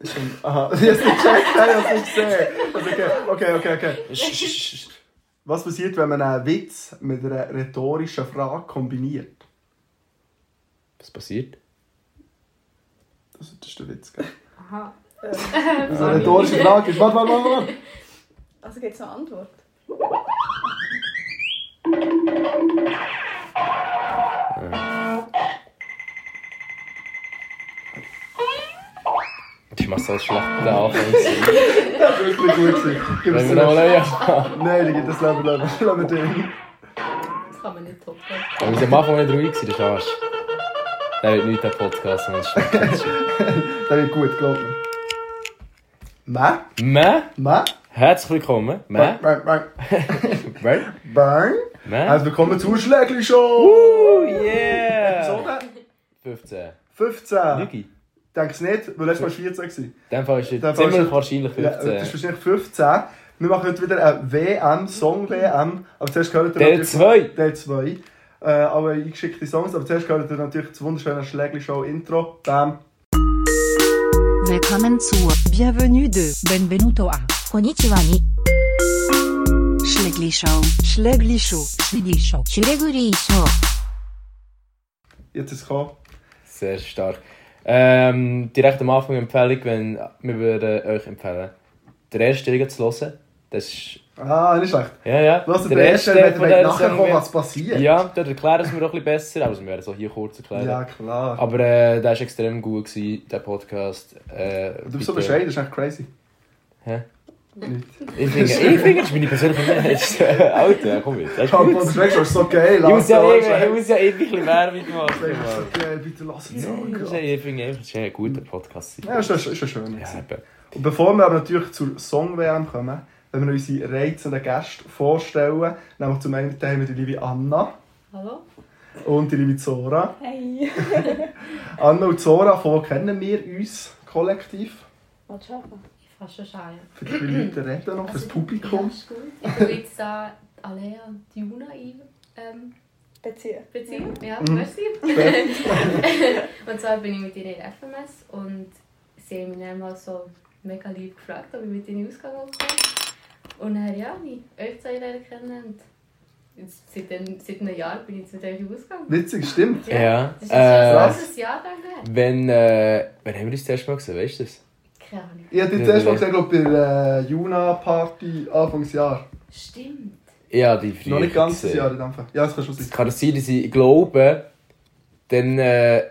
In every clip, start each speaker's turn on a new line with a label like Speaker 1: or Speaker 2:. Speaker 1: Ich bin, aha, ich hab's nicht gecheckt, nein, ich hab's nicht gesehen. Also, okay, okay, okay, okay.
Speaker 2: Sch- sch- sch-
Speaker 1: Was passiert, wenn man einen Witz mit einer rhetorischen Frage kombiniert?
Speaker 2: Was passiert?
Speaker 1: Das das ist der Witz, gell?
Speaker 3: Aha.
Speaker 1: Also eine rhetorische Frage ist, warte, warte, warte, warte.
Speaker 3: Also gibt es eine Antwort?
Speaker 2: Die Masse aus Schlachten da auch. Wenn
Speaker 1: Das ist wirklich gut gewesen. Gib es
Speaker 2: wir nochmal
Speaker 1: dir.
Speaker 2: neu anfangen.
Speaker 1: Nein, Digi, das lassen wir, lassen wir, lassen wir drin.
Speaker 3: Das kann man nicht toppen.
Speaker 2: Aber wir sind am Anfang nicht ruhig, gewesen, das ist Arsch. Der wird nicht der Podcast, wenn es stimmt.
Speaker 1: Der wird gut, glaub mir. Mä?
Speaker 2: Meh,
Speaker 1: Mä?
Speaker 2: herzlich willkommen. Meh,
Speaker 1: Bang, bang, bang.
Speaker 2: meh,
Speaker 1: Bang.
Speaker 2: meh.
Speaker 1: Herzlich willkommen zur Schlägli-Show.
Speaker 2: Oh yeah!
Speaker 1: Episode
Speaker 2: 15.
Speaker 1: 15.
Speaker 2: Lügi.
Speaker 1: Denke es nicht, weil letztes Mal 14 war.
Speaker 2: In dem Fall ist es
Speaker 1: In dem Fall ist
Speaker 2: ziemlich
Speaker 1: es-
Speaker 2: wahrscheinlich
Speaker 1: Ja, das
Speaker 2: 15.
Speaker 1: ist wahrscheinlich 15. Wir machen heute wieder eine WM, Song-WM. Aber zuerst gehört ihr
Speaker 2: Teil 2.
Speaker 1: Teil 2. Äh, alle eingeschickte Songs. Aber zuerst gehört ihr natürlich das wunderschöne Schlägli-Show-Intro. Bam.
Speaker 4: Willkommen zu
Speaker 5: Bienvenue de
Speaker 4: Benvenuto a
Speaker 5: Konnichiwa ni
Speaker 4: Schlägli Show.
Speaker 5: Schlägli Show.
Speaker 4: Schlägli Show.
Speaker 5: Schlägli Show.
Speaker 1: Jetzt ist es gekommen.
Speaker 2: Sehr stark. Ähm, direkt am Anfang Empfehlung, wenn wir würden euch empfehlen, den ersten Regen zu hören. Das ist.
Speaker 1: Ah, nicht schlecht.
Speaker 2: Ja, ja.
Speaker 1: Lass den ersten, wenn
Speaker 2: von
Speaker 1: wenn
Speaker 2: dieser
Speaker 1: nachher kommt,
Speaker 2: Sendung-
Speaker 1: was passiert.
Speaker 2: Ja, dort erklären es mir auch ein bisschen besser, aber es wäre so hier kurz erklären.
Speaker 1: Ja, klar.
Speaker 2: Aber äh, der war extrem gut, gewesen, der Podcast. Äh,
Speaker 1: Du bist so
Speaker 2: bitte.
Speaker 1: bescheiden, das ist echt crazy.
Speaker 2: Hä?
Speaker 1: Nicht.
Speaker 2: Ich finde, ich finde, das ist meine persönliche Meinung. Alter, komm jetzt. Das ist
Speaker 1: Ich habe
Speaker 2: gut.
Speaker 1: das Schlägli-Show ist so geil.
Speaker 2: Ich muss ja eh-
Speaker 1: Alter.
Speaker 2: irgendwie- ich muss ja irgendwie ein bisschen Werbung machen.
Speaker 1: Schlägli-Show ist
Speaker 2: Mann.
Speaker 1: so geil. Bitte lass es
Speaker 2: Das ist
Speaker 1: auch.
Speaker 2: ja- Ich finde, das ist ja ein guter Podcast.
Speaker 1: Ja, ist ja ist ja schön.
Speaker 2: Ja, eben.
Speaker 1: Und bevor wir aber natürlich zur Song-WM kommen, wenn wir unsere reizenden Gäste vorstellen, nämlich zum einen haben wir die liebe Anna
Speaker 3: Hallo?
Speaker 1: und die liebe Zora.
Speaker 3: Hey!
Speaker 1: Anna und Zora, von wo kennen wir uns kollektiv?
Speaker 3: Willst du arbeiten?
Speaker 6: Ich kann schon schauen.
Speaker 1: Für die Leute reden noch, für das Publikum.
Speaker 6: ist gut. Ich bin jetzt da Alea und Juna ein. Ähm,
Speaker 3: Beziehen.
Speaker 6: Beziehung. Ja,
Speaker 1: Mhm.
Speaker 6: merci.
Speaker 1: Schön.
Speaker 6: und zwar bin ich mit ihnen in der FMS und sie haben mich dann mal so mega lieb gefragt, ob ich mit ihnen ausgegangen bin. Und dann, ja, ich habe euch zwei leider kennengelernt. Jetzt, seit, dem, seit einem Jahr bin ich jetzt mit euch ausgegangen.
Speaker 1: Witzig, stimmt.
Speaker 2: Ja.
Speaker 6: Das ist
Speaker 2: Äh,
Speaker 6: ja
Speaker 1: was?
Speaker 6: so ein Jahr lang her.
Speaker 2: Wenn, äh, wenn haben wir das erste Mal gesehen, weißt du das?
Speaker 6: Keine Ahnung.
Speaker 1: Ich habe dich
Speaker 2: Ja,
Speaker 1: zuerst mal
Speaker 2: ja.
Speaker 1: gesehen, glaube ich, bei der äh, Juna-Party Anfangsjahr.
Speaker 6: Stimmt.
Speaker 2: Ja, die früher.
Speaker 1: Noch nicht ganz das
Speaker 2: gesehen.
Speaker 1: Jahr in dem Fall. Ja, das kann schon sein.
Speaker 2: Es kann sein, dass ich glaube, dann äh,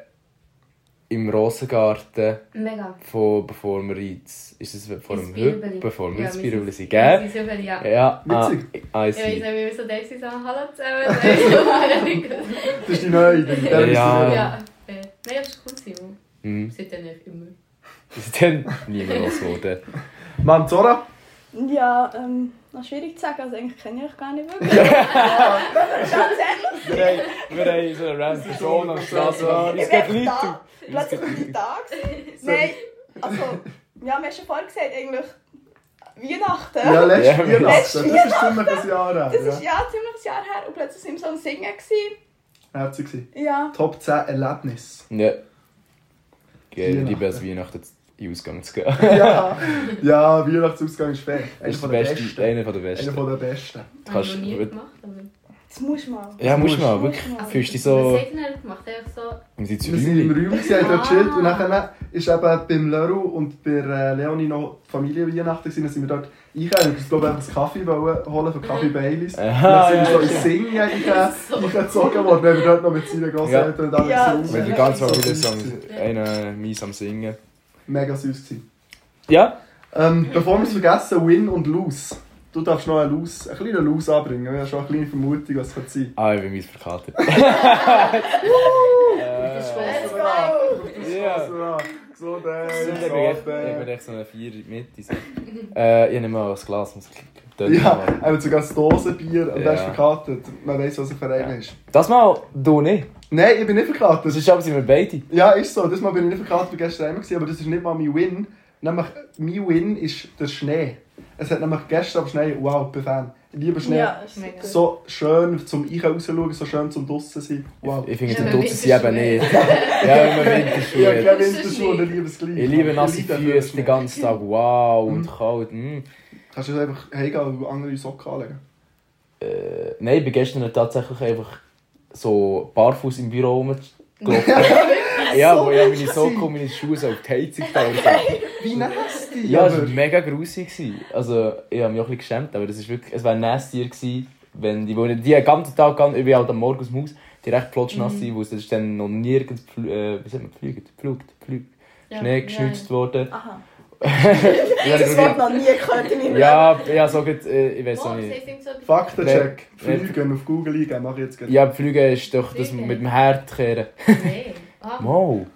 Speaker 2: im Rosengarten,
Speaker 6: Mega.
Speaker 2: von, bevor wir jetzt. Ist es vor dem
Speaker 6: Ins Bierbeli.
Speaker 2: Hüb? Bevor wir
Speaker 6: Ja,
Speaker 2: ins
Speaker 6: wir
Speaker 2: Bierbeli
Speaker 6: sind-
Speaker 2: sind, gell? Äh,
Speaker 6: wir sind Bierbeli, Ja.
Speaker 2: Ja,
Speaker 1: Witzig.
Speaker 2: ah, I
Speaker 6: Ich weiß nicht,
Speaker 2: see.
Speaker 6: wie wir so denkst, so Hallo zusammen.
Speaker 1: Das ist die neue. Die, die
Speaker 2: Ja.
Speaker 6: ja, fair. Nein, das ist cool, Simon.
Speaker 2: Mhm.
Speaker 6: Seid ihr nicht immer.
Speaker 2: Das ist dann nie mehr los geworden.
Speaker 1: Mann, Zora?
Speaker 3: Ja, ähm, noch schwierig zu sagen, also eigentlich kenne ich euch gar nicht wirklich. Ja. Ganz ehrlich,
Speaker 2: Wir haben- wir haben so eine random Person am Straßenrand. Es
Speaker 3: ich
Speaker 2: geht
Speaker 3: bin
Speaker 2: Leute.
Speaker 3: da. Plötzlich bin ich da. gewesen. Nein, also, wir haben ja schon vorher gesagt, eigentlich Weihnachten.
Speaker 1: Ja, letztes
Speaker 2: Ja,
Speaker 1: Weihnachten. Das
Speaker 3: letztes
Speaker 1: ist ziemlich ein Jahr her.
Speaker 3: Das ist
Speaker 1: ja.
Speaker 3: ja ziemlich ein Jahr her und plötzlich sind wir so am Singen. Gewesen.
Speaker 1: Herzig gewesen.
Speaker 3: Ja.
Speaker 1: Top 10 Erlebnis.
Speaker 2: Ja. Gell,
Speaker 1: Weihnachten.
Speaker 2: lieber als Weihnachten in den Ausgang zu gehen.
Speaker 1: ja, ja, Weihnachtsausgang ist fair.
Speaker 2: Das
Speaker 1: Einer
Speaker 2: ist
Speaker 1: von
Speaker 2: der
Speaker 1: der
Speaker 2: beste.
Speaker 1: besten.
Speaker 2: Einer von der
Speaker 1: Einer
Speaker 2: besten.
Speaker 1: von der besten.
Speaker 6: Habe ich
Speaker 2: Kannst-
Speaker 6: noch nie gemacht. Aber...
Speaker 3: Das musst du mal.
Speaker 2: Ja, musst du mal,
Speaker 6: Also,
Speaker 1: musst-
Speaker 2: wirklich.
Speaker 3: musst du mal.
Speaker 2: Fühlst du dich so.
Speaker 6: Was habt ihr denn gemacht? Einfach so...
Speaker 2: Wir sind zu
Speaker 1: Wir sind im
Speaker 2: Räumen.
Speaker 1: Raum, gewesen, haben dort
Speaker 6: Ah.
Speaker 1: chillt und nachher ist eben beim Leru und bei äh, Leonie noch die Familie Weihnachten gewesen. Dann sind wir dort eingegangen und ich glaube, einfach einen Kaffee wollen holen von Kaffee Baileys. Und
Speaker 2: Aha,
Speaker 1: Dann sind wir so
Speaker 2: Ah, ja,
Speaker 1: ins Singen einge- eingezogen worden, wenn wir dort noch mit seinen Grosseltern und allem
Speaker 3: Ja.
Speaker 1: gesungen
Speaker 2: Mit
Speaker 1: haben.
Speaker 2: der ganzen
Speaker 1: So
Speaker 2: Familie
Speaker 1: süß
Speaker 2: so am-
Speaker 1: gewesen.
Speaker 2: einer mies am Singen.
Speaker 1: Mega süß gewesen.
Speaker 2: Ja?
Speaker 1: Ähm, bevor wir es vergessen, Win und Lose. Du darfst noch einen Lose, einen kleinen Lose anbringen. Wir haben schon eine kleine Vermutung, was es könnte sein
Speaker 2: Ah, ich bin mies verkatert.
Speaker 3: Let's go!
Speaker 2: Ja.
Speaker 1: So
Speaker 2: Ich
Speaker 1: der, eh?
Speaker 2: bin echt so eine Vier mit. Äh, ich nehme mal ein Glas, muss ich dünn
Speaker 1: Ja,
Speaker 2: machen.
Speaker 1: er hat sogar das Dosenbier und
Speaker 2: Ja.
Speaker 1: er ist verkartet. Man weiß, was ein Verein ist.
Speaker 2: Das mal du nicht.
Speaker 1: Nein, ich bin nicht
Speaker 2: Das
Speaker 1: verkartet.
Speaker 2: ist aber sind wir beide.
Speaker 1: Ja, ist so. Das Mal bin ich nicht verkartet, wie gestern einmal gewesen, aber das ist nicht mal mein Win. Nämlich, mein Win ist der Schnee. Es hat nämlich gestern am Schnee, wow, ich bin Fan. Ich lieber Schnee.
Speaker 3: Ja, das ist
Speaker 6: Mega.
Speaker 3: super.
Speaker 1: So schön zum Einkaufen schauen, so schön zum Draussen sein. Wow.
Speaker 2: Ich finde,
Speaker 6: Ja,
Speaker 2: zum
Speaker 6: wenn
Speaker 2: Dutzend sie eben
Speaker 6: Winterschuhe.
Speaker 2: nicht. ja, wenn man
Speaker 1: Ich
Speaker 2: Winterschuhe
Speaker 1: habe
Speaker 2: hat.
Speaker 1: keine
Speaker 6: Das ist
Speaker 1: Winterschuhe und
Speaker 6: Schnee.
Speaker 1: ich liebe es gleich.
Speaker 2: Ich liebe nasse
Speaker 1: liebe dafür
Speaker 2: Füße
Speaker 1: Schnee.
Speaker 2: den ganzen Tag. Wow, und
Speaker 1: Mhm.
Speaker 2: kalt. mm.
Speaker 1: Kannst du jetzt einfach heimgehen und andere Socken anlegen?
Speaker 2: Äh, nein, ich bin gestern tatsächlich einfach so barfuß im Büro rumgelaufen. ja, wo ich meine Socken und meine Schuhe so auf die Heizung getan habe.
Speaker 1: Wie nasty!
Speaker 2: Ja, es
Speaker 1: aber-
Speaker 2: war mega grusig. gewesen. Also, ich habe mich auch ein bisschen geschämt, aber das ist wirklich, es wäre nasty gewesen, wenn die, die, die den ganzen Tag gehen, überall am Morgen aus dem Haus, direkt plotschnass
Speaker 6: Mhm.
Speaker 2: sind, weil es ist dann noch nirgends, pfl- äh, wie sagt man, fliegt, flugt, fliegt,
Speaker 6: Ja,
Speaker 2: Schnee
Speaker 6: ja,
Speaker 2: geschnitzt
Speaker 6: ja.
Speaker 2: worden.
Speaker 3: Aha.
Speaker 2: Ich habe
Speaker 3: Das
Speaker 2: irgendwie-
Speaker 3: Wort noch nie gehört in meinem
Speaker 2: Ja, ja, so gut, äh, ich weiß auch
Speaker 6: Morgen
Speaker 2: nicht.
Speaker 6: sehe ich so etwas.
Speaker 1: Faktencheck.
Speaker 2: Wer-
Speaker 1: Fliegen auf Google eingeben, mach ich jetzt gleich.
Speaker 2: Ja, Flüge ist doch das mit dem Herd kehren.
Speaker 6: Nein. Ah,
Speaker 2: Wow.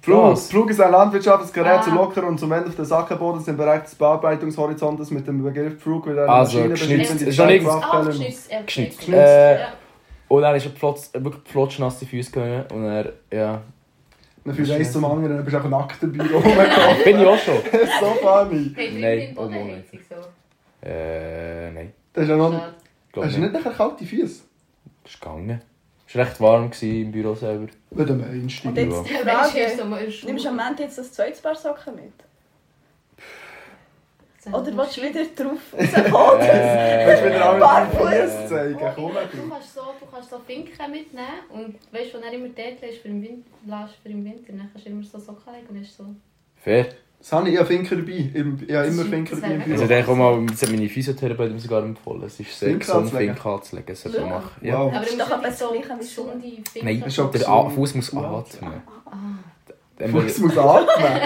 Speaker 1: Flug,
Speaker 2: Was?
Speaker 1: Flug ist ein landwirtschaftliches Gerät, so
Speaker 6: Ah.
Speaker 1: locker und zum Ende auf den Sackenboden im Bereich des Bearbeitungshorizontes mit dem Begriff Flug wieder eine
Speaker 2: Also, geschnitzt.
Speaker 1: beschrieben, die
Speaker 2: Ist noch
Speaker 1: die
Speaker 2: nicht-
Speaker 1: Kraft
Speaker 6: ah,
Speaker 1: können.
Speaker 6: geschnitzt. äh,
Speaker 2: Geschnitzt.
Speaker 6: geschnitzt.
Speaker 2: Äh,
Speaker 6: Ja.
Speaker 2: Und dann ist er plotz, wirklich plotschnasse Füße gegangen und er, ja.
Speaker 1: Dann führst du eins zum anderen, dann bist du einfach nackt im Büro rumgekommen.
Speaker 2: Bin ich auch schon?
Speaker 1: so funny.
Speaker 6: Hey,
Speaker 2: Nein,
Speaker 6: Nein,
Speaker 2: oh,
Speaker 6: oh
Speaker 2: Moment.
Speaker 6: Moment. So.
Speaker 2: Äh, nein.
Speaker 1: Das ist ja noch...
Speaker 6: Schade.
Speaker 2: Glaub
Speaker 1: Hast du
Speaker 2: nicht.
Speaker 1: nicht nachher kalte Füße?
Speaker 2: Ist gegangen. Es war recht warm gewesen im Büro selber.
Speaker 1: Wenn du meinst.
Speaker 3: Und
Speaker 1: du.
Speaker 3: jetzt die
Speaker 6: Der Mensch ist
Speaker 3: Frage,
Speaker 6: so mal in Schuhe.
Speaker 3: nimmst du am Ende jetzt das zweite Paar Socken mit?
Speaker 1: Äh,
Speaker 3: Oder willst du wieder drauf rauskommen?
Speaker 1: Willst du
Speaker 2: Äh,
Speaker 1: wieder alle deine
Speaker 3: Barfuß.
Speaker 1: Füße
Speaker 6: Oh,
Speaker 1: zeigen? Komm,
Speaker 6: du, du,
Speaker 1: Eddie.
Speaker 6: kannst so, du kannst so Finken mitnehmen und weißt, wenn er immer dort lässt für den Winter, lässt für den Winter, dann kannst du immer so Socken legen und dann ist so...
Speaker 2: fair.
Speaker 1: Das habe ich, ich habe Finker dabei. Ich, ich habe immer
Speaker 6: Das
Speaker 1: Finker
Speaker 6: ist-
Speaker 1: dabei im
Speaker 6: das
Speaker 2: Also,
Speaker 1: Büro.
Speaker 6: wäre-
Speaker 2: dann auch mal, das hat meine Physiotherapeutin sogar empfohlen. Es ist sehr
Speaker 1: Fink
Speaker 2: gesund,
Speaker 1: anzulegen.
Speaker 2: Fink anzulegen. Das sollte man
Speaker 6: Ja.
Speaker 2: machen. Ja.
Speaker 1: Wow.
Speaker 3: Das ist
Speaker 6: du
Speaker 3: doch
Speaker 6: musst
Speaker 3: etwas
Speaker 6: nicht
Speaker 3: Gleiches wie
Speaker 6: so
Speaker 3: Schuhe.
Speaker 6: gesunde Finken.
Speaker 2: Nein,
Speaker 1: Ist auch
Speaker 2: der A-
Speaker 1: gesund.
Speaker 2: Fuß muss
Speaker 1: Wow.
Speaker 2: atmen.
Speaker 6: Ah,
Speaker 2: Dann
Speaker 1: Fuß
Speaker 2: muss-
Speaker 1: muss atmen.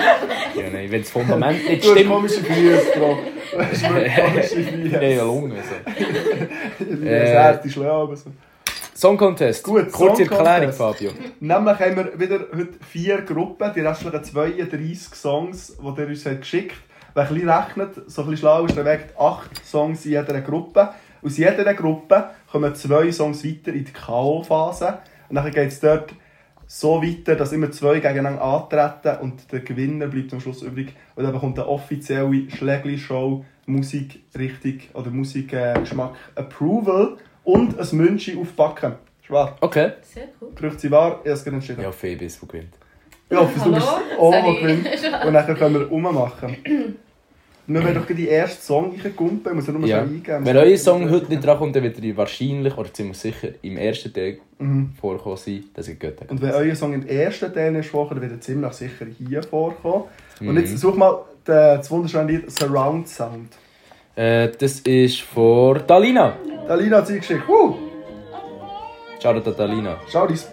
Speaker 2: Ja, nein, wenn das Fundament nicht
Speaker 1: Du hast
Speaker 2: stimmt.
Speaker 1: komische Füße, Bro. Du hast wirklich komische
Speaker 2: Ich
Speaker 1: Füße.
Speaker 2: habe ja Lunge. So.
Speaker 1: Das Herz ist leer, aber so.
Speaker 2: Song Contest.
Speaker 1: Gut,
Speaker 2: Kurze
Speaker 1: Song
Speaker 2: Erklärung,
Speaker 1: Contest.
Speaker 2: Fabio.
Speaker 1: Nämlich haben wir wieder heute vier Gruppen, die restlichen 32 Songs, die ihr uns habt geschickt habt. Wer ein bisschen rechnet, so ein bisschen schlau ist, der wägt acht Songs in jeder Gruppe. Aus jeder Gruppe kommen zwei Songs weiter in die K.O.-Phase. Und dann geht es dort so weiter, dass immer zwei gegeneinander antreten und der Gewinner bleibt am Schluss übrig. Und dann bekommt eine offizielle Schlägli-Show Musik richtig oder Musikgeschmack Approval und ein Münchi aufpacken. Schwarz.
Speaker 2: Okay.
Speaker 6: sehr cool.
Speaker 1: Gerücht sie wahr, ich habe es gerade entschieden.
Speaker 2: Ja, Fabi ist der gewinnt.
Speaker 1: Ja, hoffe, du
Speaker 6: Hallo?
Speaker 1: bist auch mal
Speaker 6: Sorry.
Speaker 1: gewinnt. Und dann können wir rummachen. wir werden doch gleich den ersten Song reingumpen, muss er nur
Speaker 2: Ja.
Speaker 1: schon eingeben.
Speaker 2: Wenn euer Song heute nicht drankommt, dann wird er wahrscheinlich oder ziemlich sicher im ersten Teil
Speaker 1: Mhm.
Speaker 2: vorkommen sein, dass ich Götter
Speaker 1: Und wenn euer Song im ersten Teil nicht vorkommt, dann wird er ziemlich sicher hier vorkommen. Und
Speaker 2: Mhm.
Speaker 1: jetzt such mal den- das wunderschöne Lied Surround Sound.
Speaker 2: äh, Das ist von Dalina.
Speaker 1: Alina hat sie geschickt. Uh,
Speaker 2: Ciao, Dalina.
Speaker 1: schau, dies.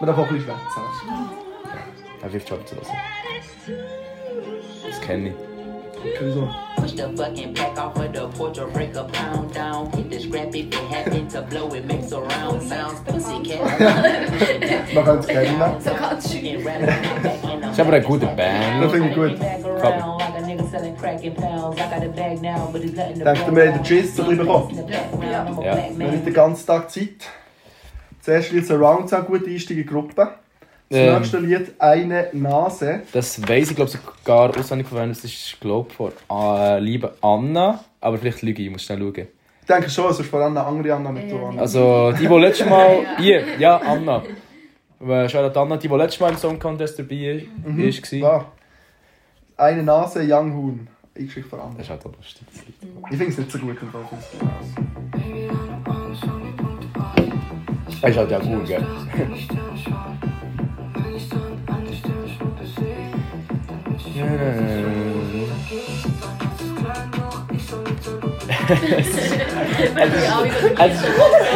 Speaker 1: Wir dürfen auch ein bisschen schwätzen.
Speaker 2: Hab ich Job zu lassen. Das kenne ich.
Speaker 1: Okay, so.
Speaker 4: Push the fucking pack off of the porch or break a pound down. Hit the scrap if it happens to blow, it makes a round sound. Pussy cat.
Speaker 1: Man kann es kennen.
Speaker 6: So ganz schön.
Speaker 4: It's
Speaker 2: aber eine gute Band.
Speaker 1: Das finde ich gut. Denkt ihr,
Speaker 4: Denkt
Speaker 1: wir haben den Gist ein bisschen bekommen?
Speaker 4: Ja.
Speaker 1: Wir haben nicht den ganzen Tag Zeit. Zuerst Lied Surround Sound, gute Einstieg in die Gruppe. Das
Speaker 2: Ähm.
Speaker 1: nächste Lied Eine Nase.
Speaker 2: Das weiß ich, glaube sogar auswendig von wem. Das ist, glaube von äh, liebe Anna. Aber vielleicht lüge ich, ich muss schnell schauen.
Speaker 1: Ich denke schon, es ist vor allem eine andere Anna mit dran.
Speaker 2: Also, die, die letztes Mal. Hier, ja, Anna. Äh, Schau an Anna, die, die letztes Mal im Song Contest dabei mhm. war.
Speaker 1: Da. Eine Nase, Young Huhn. Ich schicke vor allem.
Speaker 2: Das ist halt auch lustig.
Speaker 1: Ich finde es nicht so gut im Fall.
Speaker 2: Das ist halt ja gut, gell? Also,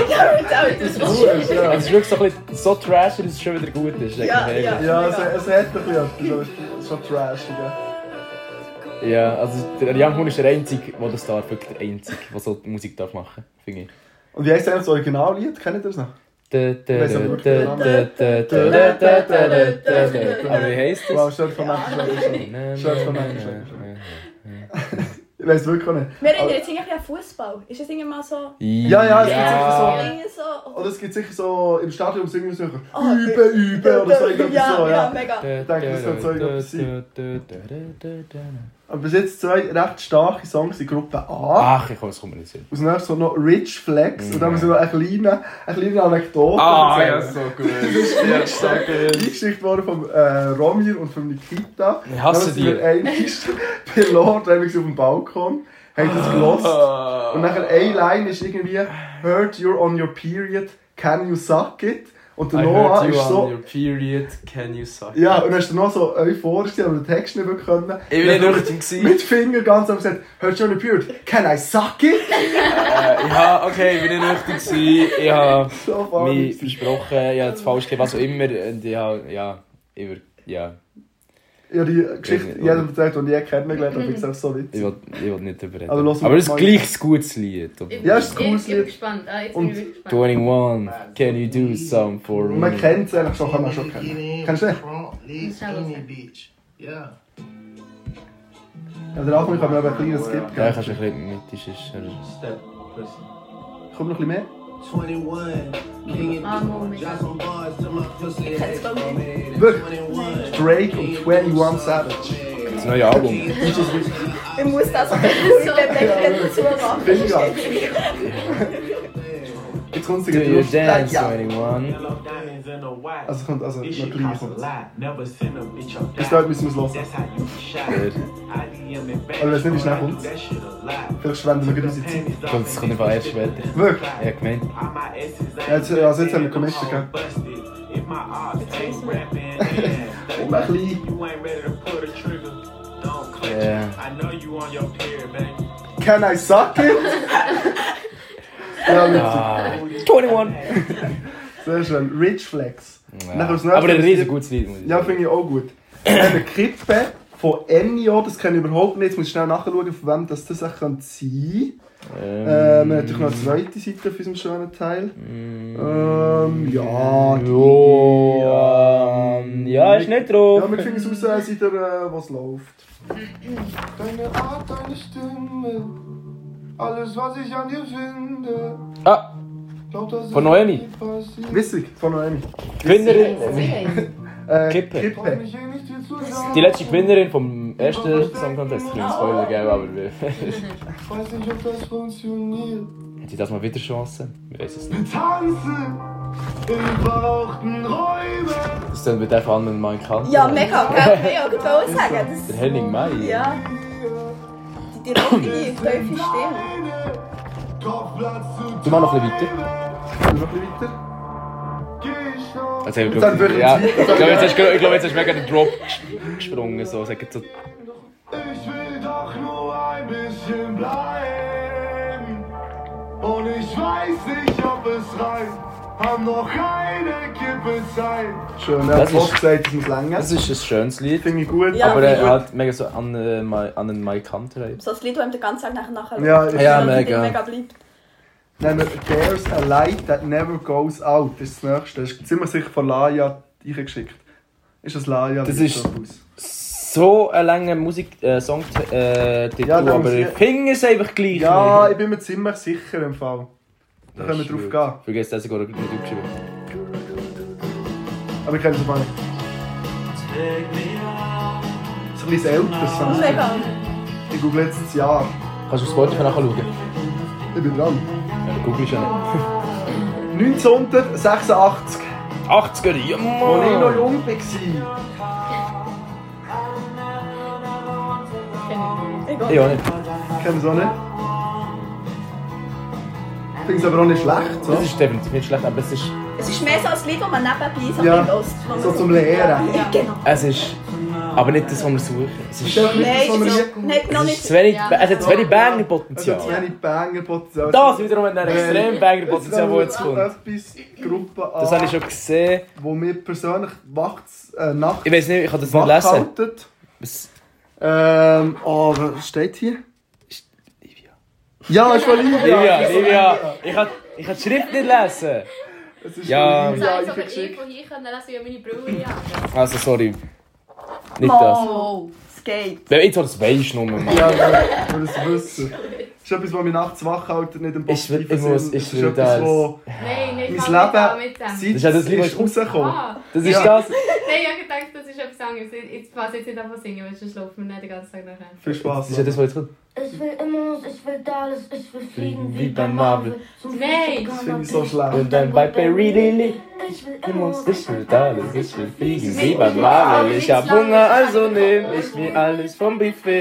Speaker 1: ja.
Speaker 2: es ist wirklich so, ein bisschen so trash, dus dass es schon wieder gut ist.
Speaker 3: Ja, ja.
Speaker 1: Ja, es, es hat ein bisschen etwas, aber es ist schon trashig. ja.
Speaker 2: Ja, also der Young Hoon ist der Einzige, der das darf, wirklich der Einzige, der so die Musik darf machen darf, finde ich.
Speaker 1: Und wie heisst denn das Originallied? Kennt ihr das noch?
Speaker 2: Dö, dö,
Speaker 1: weiss aber
Speaker 2: dö,
Speaker 1: wirklich
Speaker 2: dö,
Speaker 1: den Namen.
Speaker 2: dö, dö, dö, dö, dö, dö, dö, dö. Aber wie heisst
Speaker 1: Wow,
Speaker 2: das?
Speaker 1: Shirt von Menschen.
Speaker 2: Na,
Speaker 1: Shirt
Speaker 2: na,
Speaker 1: von
Speaker 2: na,
Speaker 1: Menschen.
Speaker 2: na,
Speaker 1: Ich weiß wirklich auch nicht.
Speaker 3: Wir erinnern jetzt irgendwie an Fußball. Ist das irgendwie mal so.
Speaker 2: na.
Speaker 1: Ja, ja, es
Speaker 2: Ja.
Speaker 1: gibt
Speaker 3: Irgendwie so.
Speaker 1: Oder es gibt sicher so im Stadion singen so
Speaker 3: Oh,
Speaker 1: Üben, üben oder so.
Speaker 3: ja,
Speaker 1: Irgendwie so
Speaker 3: ja,
Speaker 1: ja.
Speaker 3: mega.
Speaker 2: Dö,
Speaker 1: Ich denke, das wird so
Speaker 2: dö,
Speaker 1: irgendwas sein.
Speaker 2: dö, dö, dö, dö, dö, dö.
Speaker 1: Aber bis jetzt zwei recht starke Songs in Gruppe A.
Speaker 2: Ach, ich komme, es kommt mir nicht hin.
Speaker 1: Aus nächstes kommt noch Rich Flex. Und dann
Speaker 7: Mhm.
Speaker 1: haben wir noch eine kleine, eine kleine Anekdote.
Speaker 7: Ah,
Speaker 1: erzählen.
Speaker 2: so gut. ja, so gut.
Speaker 1: eingeschickt worden von äh, Romir und von Nikita.
Speaker 2: Ich hasse
Speaker 1: Dann sind wir
Speaker 2: die.
Speaker 1: einmal bei Lord einmal auf dem Balkon, haben das gelost.
Speaker 7: Ah. Eh.
Speaker 1: Und nachher eine Line ist irgendwie «Heard you're on your period, can you suck it?» Und der
Speaker 7: I
Speaker 1: Noah
Speaker 7: heard you
Speaker 1: ist
Speaker 7: on
Speaker 1: so...
Speaker 7: your period, can you suck?
Speaker 1: Ja, und dann ist der Noah so euphorisch, gewesen, aber den Text nicht mehr können.
Speaker 7: Ich
Speaker 1: Dann
Speaker 7: bin
Speaker 1: hat er
Speaker 7: nicht nüchtern.
Speaker 1: Mit Finger ganz einfach gesagt «Heard you're on your period, can I suck it?»
Speaker 7: Eh,
Speaker 2: Ja, okay, ich bin nicht nüchtern. gewesen. Ich habe
Speaker 1: So
Speaker 2: mich
Speaker 1: funny.
Speaker 2: versprochen, ich habe das falsch gegeben, was auch immer. Und ich habe, ja, ich würde, ja,
Speaker 1: Ja, die Geschichte,
Speaker 2: Ich-
Speaker 1: jedem erzählt, den ich je kennengelernt habe, ich gesagt so
Speaker 2: ich
Speaker 1: witzig.
Speaker 2: will, ich will nicht darüber reden.
Speaker 1: Aber lass uns
Speaker 2: Aber es ist
Speaker 1: mal-
Speaker 2: gleich ein gutes Lied. oder?
Speaker 1: Ja, ist ein cooles
Speaker 6: Ich bin
Speaker 1: Lied.
Speaker 6: gespannt. Ah, jetzt
Speaker 1: Und
Speaker 6: bin ich wirklich gespannt.
Speaker 2: 21, can you do some for
Speaker 1: Und man
Speaker 2: me?
Speaker 1: kennt es eigentlich schon, kann man schon kennen. Kennst du den? Ja, der Anfang kann mir aber einen kleinen Skip
Speaker 2: Ja,
Speaker 1: geben.
Speaker 2: kannst du ein bisschen mittisch ist. oder?
Speaker 7: Step, listen.
Speaker 1: Kommt noch ein bisschen mehr?
Speaker 6: Ah, Moment. Ich kann es gar nicht.
Speaker 1: Wirklich? Drake und 21 Savage.
Speaker 2: Das neue Album.
Speaker 3: Ich muss das auch nicht bedenken dazu machen.
Speaker 1: Finger. Jetzt kommt sie
Speaker 2: Do you
Speaker 1: gleich.
Speaker 2: dance,
Speaker 1: Ja.
Speaker 2: 21?
Speaker 1: Also kommt, also noch ein kleiner kommt. Bis
Speaker 8: Bis
Speaker 1: dort müssen wir es hören.
Speaker 2: Good.
Speaker 8: Aber
Speaker 1: das nimmt schnell uns. Vielleicht schwenden wir gerade unsere Zeit.
Speaker 2: Kommt, das kommt einfach erst später.
Speaker 1: Genau. Wirklich?
Speaker 2: Ja, gemeint.
Speaker 8: Ja,
Speaker 1: jetzt- also jetzt haben wir Commission, gell? Und um ein bisschen.
Speaker 2: Yeah.
Speaker 1: Can I suck it? Ja, witzig.
Speaker 2: Ah, 21!
Speaker 1: Sehr schön. Rich Flex. Nachher das
Speaker 2: Ja.
Speaker 1: nächste
Speaker 2: Aber ein
Speaker 1: Lied-
Speaker 2: riesen gutes Lied, muss ich
Speaker 1: Ja,
Speaker 2: sagen.
Speaker 1: finde ich auch gut. Eine Kippe von Ennio, das kenne ich überhaupt nicht. Jetzt muss ich schnell nachschauen, von wem das, das auch sein könnte. Ähm, wir haben natürlich noch eine zweite Seite auf unserem schönen Teil. Ähm, ja.
Speaker 2: Ja, ähm, ja, ist nicht drauf.
Speaker 1: Ja, wir finden es raus, seit der, äh, was läuft. Deine Art, deine Stimme, alles, was ich an dir finde.
Speaker 2: Ah,
Speaker 1: Glaub, das
Speaker 2: Von Noemi.
Speaker 1: Wissig, von Noemi.
Speaker 2: Gewinnerin.
Speaker 1: Äh,
Speaker 2: Kippe.
Speaker 1: Kippe.
Speaker 2: Die letzte Gewinnerin vom ersten Song Contest. Kleiner Spoiler, gell, aber wir.
Speaker 1: Weiß nicht, ob das funktioniert.
Speaker 2: Hat sie das mal wieder Chance? Ich weiß es nicht.
Speaker 1: Tanzen im Bauch ein Räuber.
Speaker 2: Das dann wird einfach anderen Mann kann.
Speaker 3: Ja, mega, gell? Ich wollte auch
Speaker 2: Der
Speaker 3: sagen. Das,
Speaker 2: Henning Mai.
Speaker 3: ja. Die, die rote, die tiefe Stimme.
Speaker 2: Du machst noch ein bisschen weiter.
Speaker 1: Noch ein bisschen weiter.
Speaker 2: Also, ich
Speaker 1: Dann
Speaker 2: glaube,
Speaker 1: wirklich
Speaker 2: ja,
Speaker 1: weiter.
Speaker 2: ich glaube, jetzt hast du- ich glaube, jetzt hast du mega den Drop ges- gesprungen. So. Es hat jetzt so
Speaker 1: Ich will doch nur ein bisschen bleiben. Und ich weiß nicht, ob es reicht. Haben noch eine Kippe Zeit. Schön, er
Speaker 2: Das
Speaker 1: hat
Speaker 2: ist-
Speaker 1: Bock gesagt, es muss länger.
Speaker 2: Das ist ein schönes Lied.
Speaker 1: Finde ich gut.
Speaker 3: Ja.
Speaker 2: Aber
Speaker 1: Finde ich
Speaker 2: er
Speaker 1: gut.
Speaker 2: hat mega so an, äh, Mai- an den Mike Hunter.
Speaker 3: So ein Lied, das ihm den ganzen Tag nachher nachher
Speaker 1: Ja, ist-
Speaker 2: Ja,
Speaker 3: Und
Speaker 2: mega.
Speaker 3: mega bleibt.
Speaker 1: Nehmen wir There's a Light That Never Goes Out. Das ist das nächste. Das ist ziemlich sicher von Laia eingeschickt. Ist das Laia?
Speaker 2: Das
Speaker 1: Wie
Speaker 2: ist-
Speaker 1: sieht aus?
Speaker 2: So ein langer Musik, äh, Song, äh, Titel,
Speaker 1: Ja, dann
Speaker 2: aber
Speaker 1: muss
Speaker 2: ich
Speaker 1: ich-
Speaker 2: finde es einfach gleich.
Speaker 1: Ja, ich bin mir ziemlich sicher im Fall. Da können wir drauf gehen.
Speaker 2: Vergiss das, ich habe nicht aufgeschrieben.
Speaker 1: Aber ich kenne es mal nicht. Das ist ein bisschen älter, das Samsung.
Speaker 3: Mega.
Speaker 1: Ich google jetzt das Jahr.
Speaker 2: Kannst du auf Spotify nachschauen?
Speaker 1: Ich bin dran.
Speaker 2: Ja, google ich schon.
Speaker 1: 1986,
Speaker 2: 80er, ja
Speaker 1: als ich noch
Speaker 2: Mann!
Speaker 1: jung war.
Speaker 2: Ich auch nicht.
Speaker 1: Kennst du auch nicht? Ich finde es aber auch nicht schlecht. So,
Speaker 2: Das ist definitiv nicht schlecht, aber es ist...
Speaker 3: Es ist mehr so ein Lied, das man nebenbei so
Speaker 1: Ja.
Speaker 3: ein bisschen hört, wo man
Speaker 1: so zum Lehren.
Speaker 3: Ja, genau.
Speaker 2: Es ist... Aber nicht das, was wir suchen. Es
Speaker 1: Ist
Speaker 2: ist...
Speaker 1: doch
Speaker 2: Es
Speaker 1: nicht
Speaker 3: Nein,
Speaker 1: so
Speaker 3: es
Speaker 1: ein
Speaker 3: ist nicht, noch
Speaker 2: ist
Speaker 3: nicht.
Speaker 2: zu wenig...
Speaker 6: Ja.
Speaker 2: Es hat zu wenig
Speaker 1: Also zu
Speaker 2: Banger-Potenzial.
Speaker 1: wenig Banger-Potenzial.
Speaker 2: Das wiederum hat ein extrem Banger-Potenzial, das jetzt kommt.
Speaker 1: Etwas Gruppe A,
Speaker 2: Das habe ich schon gesehen.
Speaker 1: wo mir persönlich nachts äh, nachts
Speaker 2: Ich weiß nicht, ich kann das nicht lesen.
Speaker 1: wachhaltet.
Speaker 2: Es-
Speaker 1: Ähm, oh, was steht hier?
Speaker 2: Livia.
Speaker 1: Ja, ist von Livia.
Speaker 2: Livia, Livia, ich kann, ich kann die Schrift nicht lesen.
Speaker 1: Es ist
Speaker 2: Ja.
Speaker 1: von
Speaker 6: Ich
Speaker 1: Livia
Speaker 6: sage aber ich,
Speaker 1: eingeschickt.
Speaker 6: von hier kann lassen, wie meine Brille an.
Speaker 2: Also, sorry. Nicht
Speaker 3: Oh,
Speaker 2: das.
Speaker 3: Wow, es geht.
Speaker 2: Wenn jetzt das weisst, nur mal.
Speaker 1: Ja, ich will es wissen. Ist etwas, was mich nachts wachhaltet, nicht im
Speaker 2: Ich will- ich
Speaker 1: positiven
Speaker 2: muss-
Speaker 1: Sinn.
Speaker 2: ich
Speaker 1: Es
Speaker 2: will das.
Speaker 1: wo
Speaker 6: Nein, nein,
Speaker 1: mein
Speaker 6: ich kann nicht
Speaker 1: Leben
Speaker 6: damit
Speaker 1: seit
Speaker 2: Das ist ja das Lied,
Speaker 1: es
Speaker 2: was-
Speaker 1: rausgekommen
Speaker 6: Ah,
Speaker 2: Das
Speaker 1: Ja.
Speaker 2: ist das.
Speaker 6: nein, ich habe gedacht, das ist ist etwas anderes. Ich- Ich weiß jetzt nicht, was singen, weil sonst laufen wir nicht den ganzen Tag nachher.
Speaker 1: Viel Spaß.
Speaker 2: Das ist ja das, was jetzt kommt.
Speaker 9: Ich will Immos, ich will Dallas, ich will Fliegen
Speaker 2: Fliegen
Speaker 9: wie
Speaker 2: wie bei
Speaker 9: bei Marvel. Zum
Speaker 6: Nein.
Speaker 9: Frühstück
Speaker 1: Das
Speaker 9: kann
Speaker 1: finde
Speaker 9: man
Speaker 1: ich so
Speaker 9: Pizza.
Speaker 1: schlecht.
Speaker 2: Und dann bei Perry Lily.
Speaker 9: Ich will
Speaker 2: Ich muss
Speaker 9: Immos,
Speaker 2: nicht mit alles, ich will fliegen wie beim
Speaker 6: Marvel.
Speaker 2: Marvel. Ich hab Hunger, also nehm ich mir alles vom Buffet.
Speaker 9: will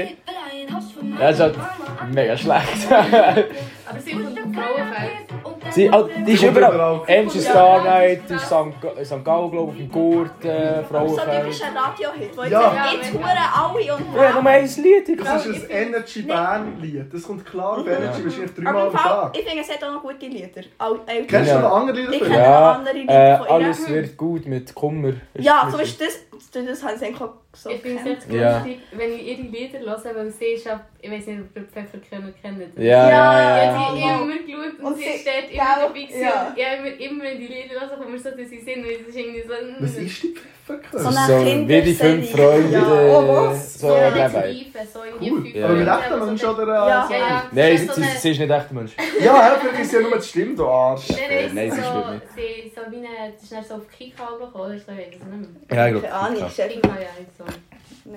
Speaker 9: ein Haus für meine
Speaker 2: Ja, das ist
Speaker 9: Mama.
Speaker 2: halt mega schlecht.
Speaker 6: Aber sie kommt vom Frauenfeld.
Speaker 2: Sie, oh, die ist
Speaker 1: kommt
Speaker 2: überall.
Speaker 1: überall.
Speaker 2: Angel Star Night, auf St. Ga- St. Gallen, glaube ich, auf dem Gurt, äh,
Speaker 3: So
Speaker 2: Frauenfeld.
Speaker 3: typisch ein Radio-Hit, wo
Speaker 1: Ja.
Speaker 3: jetzt jetzt hure alle und
Speaker 2: Ja, nur ein Lied. ich-
Speaker 1: Das ist ein Energy Bern Lied. Das kommt klar auf Energy wahrscheinlich
Speaker 3: Aber
Speaker 1: dreimal
Speaker 3: im
Speaker 1: am
Speaker 3: Fall,
Speaker 1: Tag.
Speaker 3: ich finde, es hat auch noch gute Lieder. Al- äh,
Speaker 1: Kennst du
Speaker 2: Ja.
Speaker 1: noch andere Lieder
Speaker 3: Ich
Speaker 1: von
Speaker 3: kenne
Speaker 1: ihr?
Speaker 2: Ja,
Speaker 3: noch andere Lieder
Speaker 2: Äh,
Speaker 3: von ihr.
Speaker 2: alles wird gut mit Kummer. ist
Speaker 3: Hm. Ja, dus-
Speaker 2: das
Speaker 3: so ist das. Das, das haben sie eigentlich auch so
Speaker 6: Ich finde es
Speaker 3: gekannt.
Speaker 6: jetzt
Speaker 2: Ja.
Speaker 6: lustig, wenn ich ihre Lieder höre, weil sie ist ab, ich weiß nicht, ob ihr Pfefferkörner kennt.
Speaker 2: Ja, ja,
Speaker 3: Ja,
Speaker 2: ja.
Speaker 3: ja.
Speaker 6: Ich habe immer geschaut und,
Speaker 3: Und
Speaker 6: sie
Speaker 3: sie-
Speaker 6: steht immer
Speaker 3: Ja,
Speaker 6: dabei. gewesen.
Speaker 3: ja.
Speaker 6: Und Ich habe immer, immer wenn die Lieder höre, kommen mir so, dass sie sind. Und es ist irgendwie so... mm.
Speaker 1: Was ist die Pfefferkörner?
Speaker 3: So eine
Speaker 2: So, wie die fünf
Speaker 3: Kinderserie.
Speaker 2: Freunde.
Speaker 3: Ja. Oh,
Speaker 2: äh,
Speaker 3: was?
Speaker 2: So,
Speaker 6: Ja,
Speaker 2: bye
Speaker 6: so
Speaker 2: bye.
Speaker 6: Reifen, so irgendwie
Speaker 1: Cool.
Speaker 6: fünf-
Speaker 1: Aber mit
Speaker 6: Ja,
Speaker 1: echten
Speaker 6: so
Speaker 1: Mensch
Speaker 6: eine-
Speaker 1: oder?
Speaker 3: Ja.
Speaker 6: Ja, ja.
Speaker 2: Nein,
Speaker 6: so
Speaker 2: sie, sie,
Speaker 6: eine-
Speaker 2: sie ist nicht echt ein Mensch.
Speaker 1: Ja, hä, vergiss ja nur die Stimme, du Arsch.
Speaker 6: Dann ist
Speaker 2: Nein, sie
Speaker 6: so,
Speaker 2: spielt
Speaker 6: sie so wie eine, das ist dann so auf Kika gekommen, ich weiß es nicht mehr.
Speaker 2: Ja, ich
Speaker 3: Keine Ahnung,
Speaker 2: glaube.
Speaker 3: ist einfach-
Speaker 6: Kika, ja, so.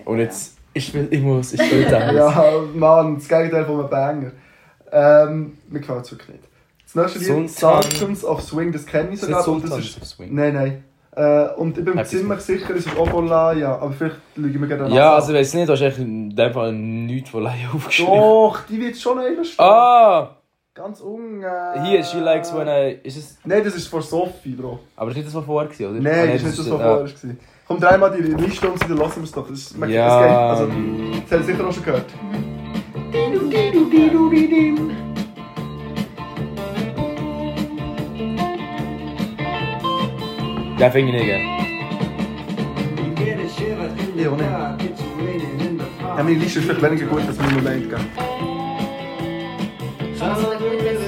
Speaker 2: Und jetzt, ich will, ich muss, ich will das.
Speaker 1: Ja, Mann, das Gegenteil von einem Banger. Ähm, mir gefällt es wirklich nicht. Das nächste Lied,
Speaker 2: Sultan.
Speaker 1: Sultans of Swing, das kenne ich
Speaker 2: Ist das
Speaker 1: sogar. und
Speaker 2: Sultan?
Speaker 1: das
Speaker 2: Ist
Speaker 1: ist,
Speaker 2: das Swing?
Speaker 1: nein, nein. Äh, und ich bin mir
Speaker 2: Happy
Speaker 1: ziemlich sicher, es ist Obolaya, aber vielleicht lügen wir gerne
Speaker 2: Ja,
Speaker 1: nach.
Speaker 2: also ich weiß nicht, du hast eigentlich in dem Fall nichts von Laie aufgeschrieben.
Speaker 1: Doch, die wird schon einmal stehen.
Speaker 2: Ah!
Speaker 1: Ganz ung. äh,
Speaker 2: Hier, she likes when I... Ist es...
Speaker 1: Nein, das ist von Sophie, Bro.
Speaker 2: Aber das ist nicht das, ah. was vorher war, oder?
Speaker 1: Nein, das ist nicht das, was vorher war. Komm, dreimal die Liste und dann lassen wir es doch. Das, ist- man-
Speaker 2: Ja.
Speaker 1: das geht. Also, das habt ihr sicher auch schon gehört.
Speaker 2: war. Den finde ich nicht, gell?
Speaker 1: Ich auch nicht. Ja, meine Liste ist vielleicht weniger gut als mein Moment. Gell?
Speaker 6: Also da kommt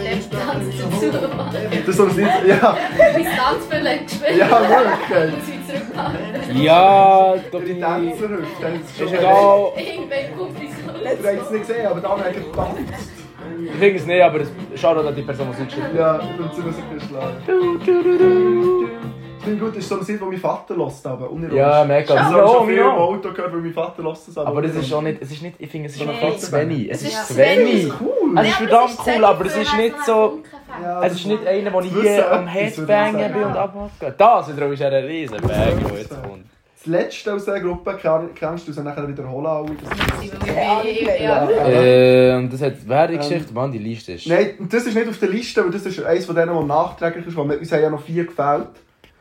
Speaker 6: jetzt der Tanz dazu.
Speaker 1: Das ist so ein Lied. Ja,
Speaker 6: Mein Tanzverlag gespielt.
Speaker 1: ja, wirklich.
Speaker 6: Und sie zurückgehalten.
Speaker 2: Ja, ich glaube,
Speaker 1: Die
Speaker 2: die...
Speaker 1: Tänzerhüfte haben es schon
Speaker 2: Ist egal.
Speaker 6: Irgendwann kommt die so.
Speaker 1: Ich habe es nicht gesehen, aber da haben wir getanzt.
Speaker 2: Ich finde es nicht, aber es... Schau doch an die Person, die es geschrieben
Speaker 1: Ja, ich bin ziemlich sicher geschlagen. Ich finde gut, das ist so ein Lied, das mein Vater lässt. Aber
Speaker 2: hat.
Speaker 1: unironisch.
Speaker 2: Ja, mega.
Speaker 1: Ich habe es
Speaker 2: No,
Speaker 1: schon viel im
Speaker 2: no.
Speaker 1: Auto gehört, weil mein Vater lässt es.
Speaker 2: Aber es ist auch nicht... Es ist nicht... Ich finde, es ist
Speaker 1: Nein.
Speaker 2: nicht Svenny. Es ist
Speaker 3: ist
Speaker 2: Svenny.
Speaker 1: cool.
Speaker 2: Es ist verdammt cool, aber es ist nicht so...
Speaker 1: Ja,
Speaker 2: Es ist nicht Also einer, der ich
Speaker 1: Also Wissen,
Speaker 2: hier am
Speaker 1: etwas, würde ich
Speaker 2: Headbangen
Speaker 1: sagen.
Speaker 2: bin und abhacke. Das wiederum ist ein riesen Bang, der jetzt
Speaker 1: Ja.
Speaker 2: kommt.
Speaker 1: Das letzte aus dieser Gruppe kenn- kennst du es nachher wiederholen. alle. Das
Speaker 6: Ja.
Speaker 2: Ähm, das hat wer die
Speaker 1: Ähm,
Speaker 2: Geschichte, Mann, die Liste ist.
Speaker 1: Nein, das ist nicht auf der Liste, aber das ist eines von denen, das nachträglich ist, weil wir- uns haben ja noch vier gefällt.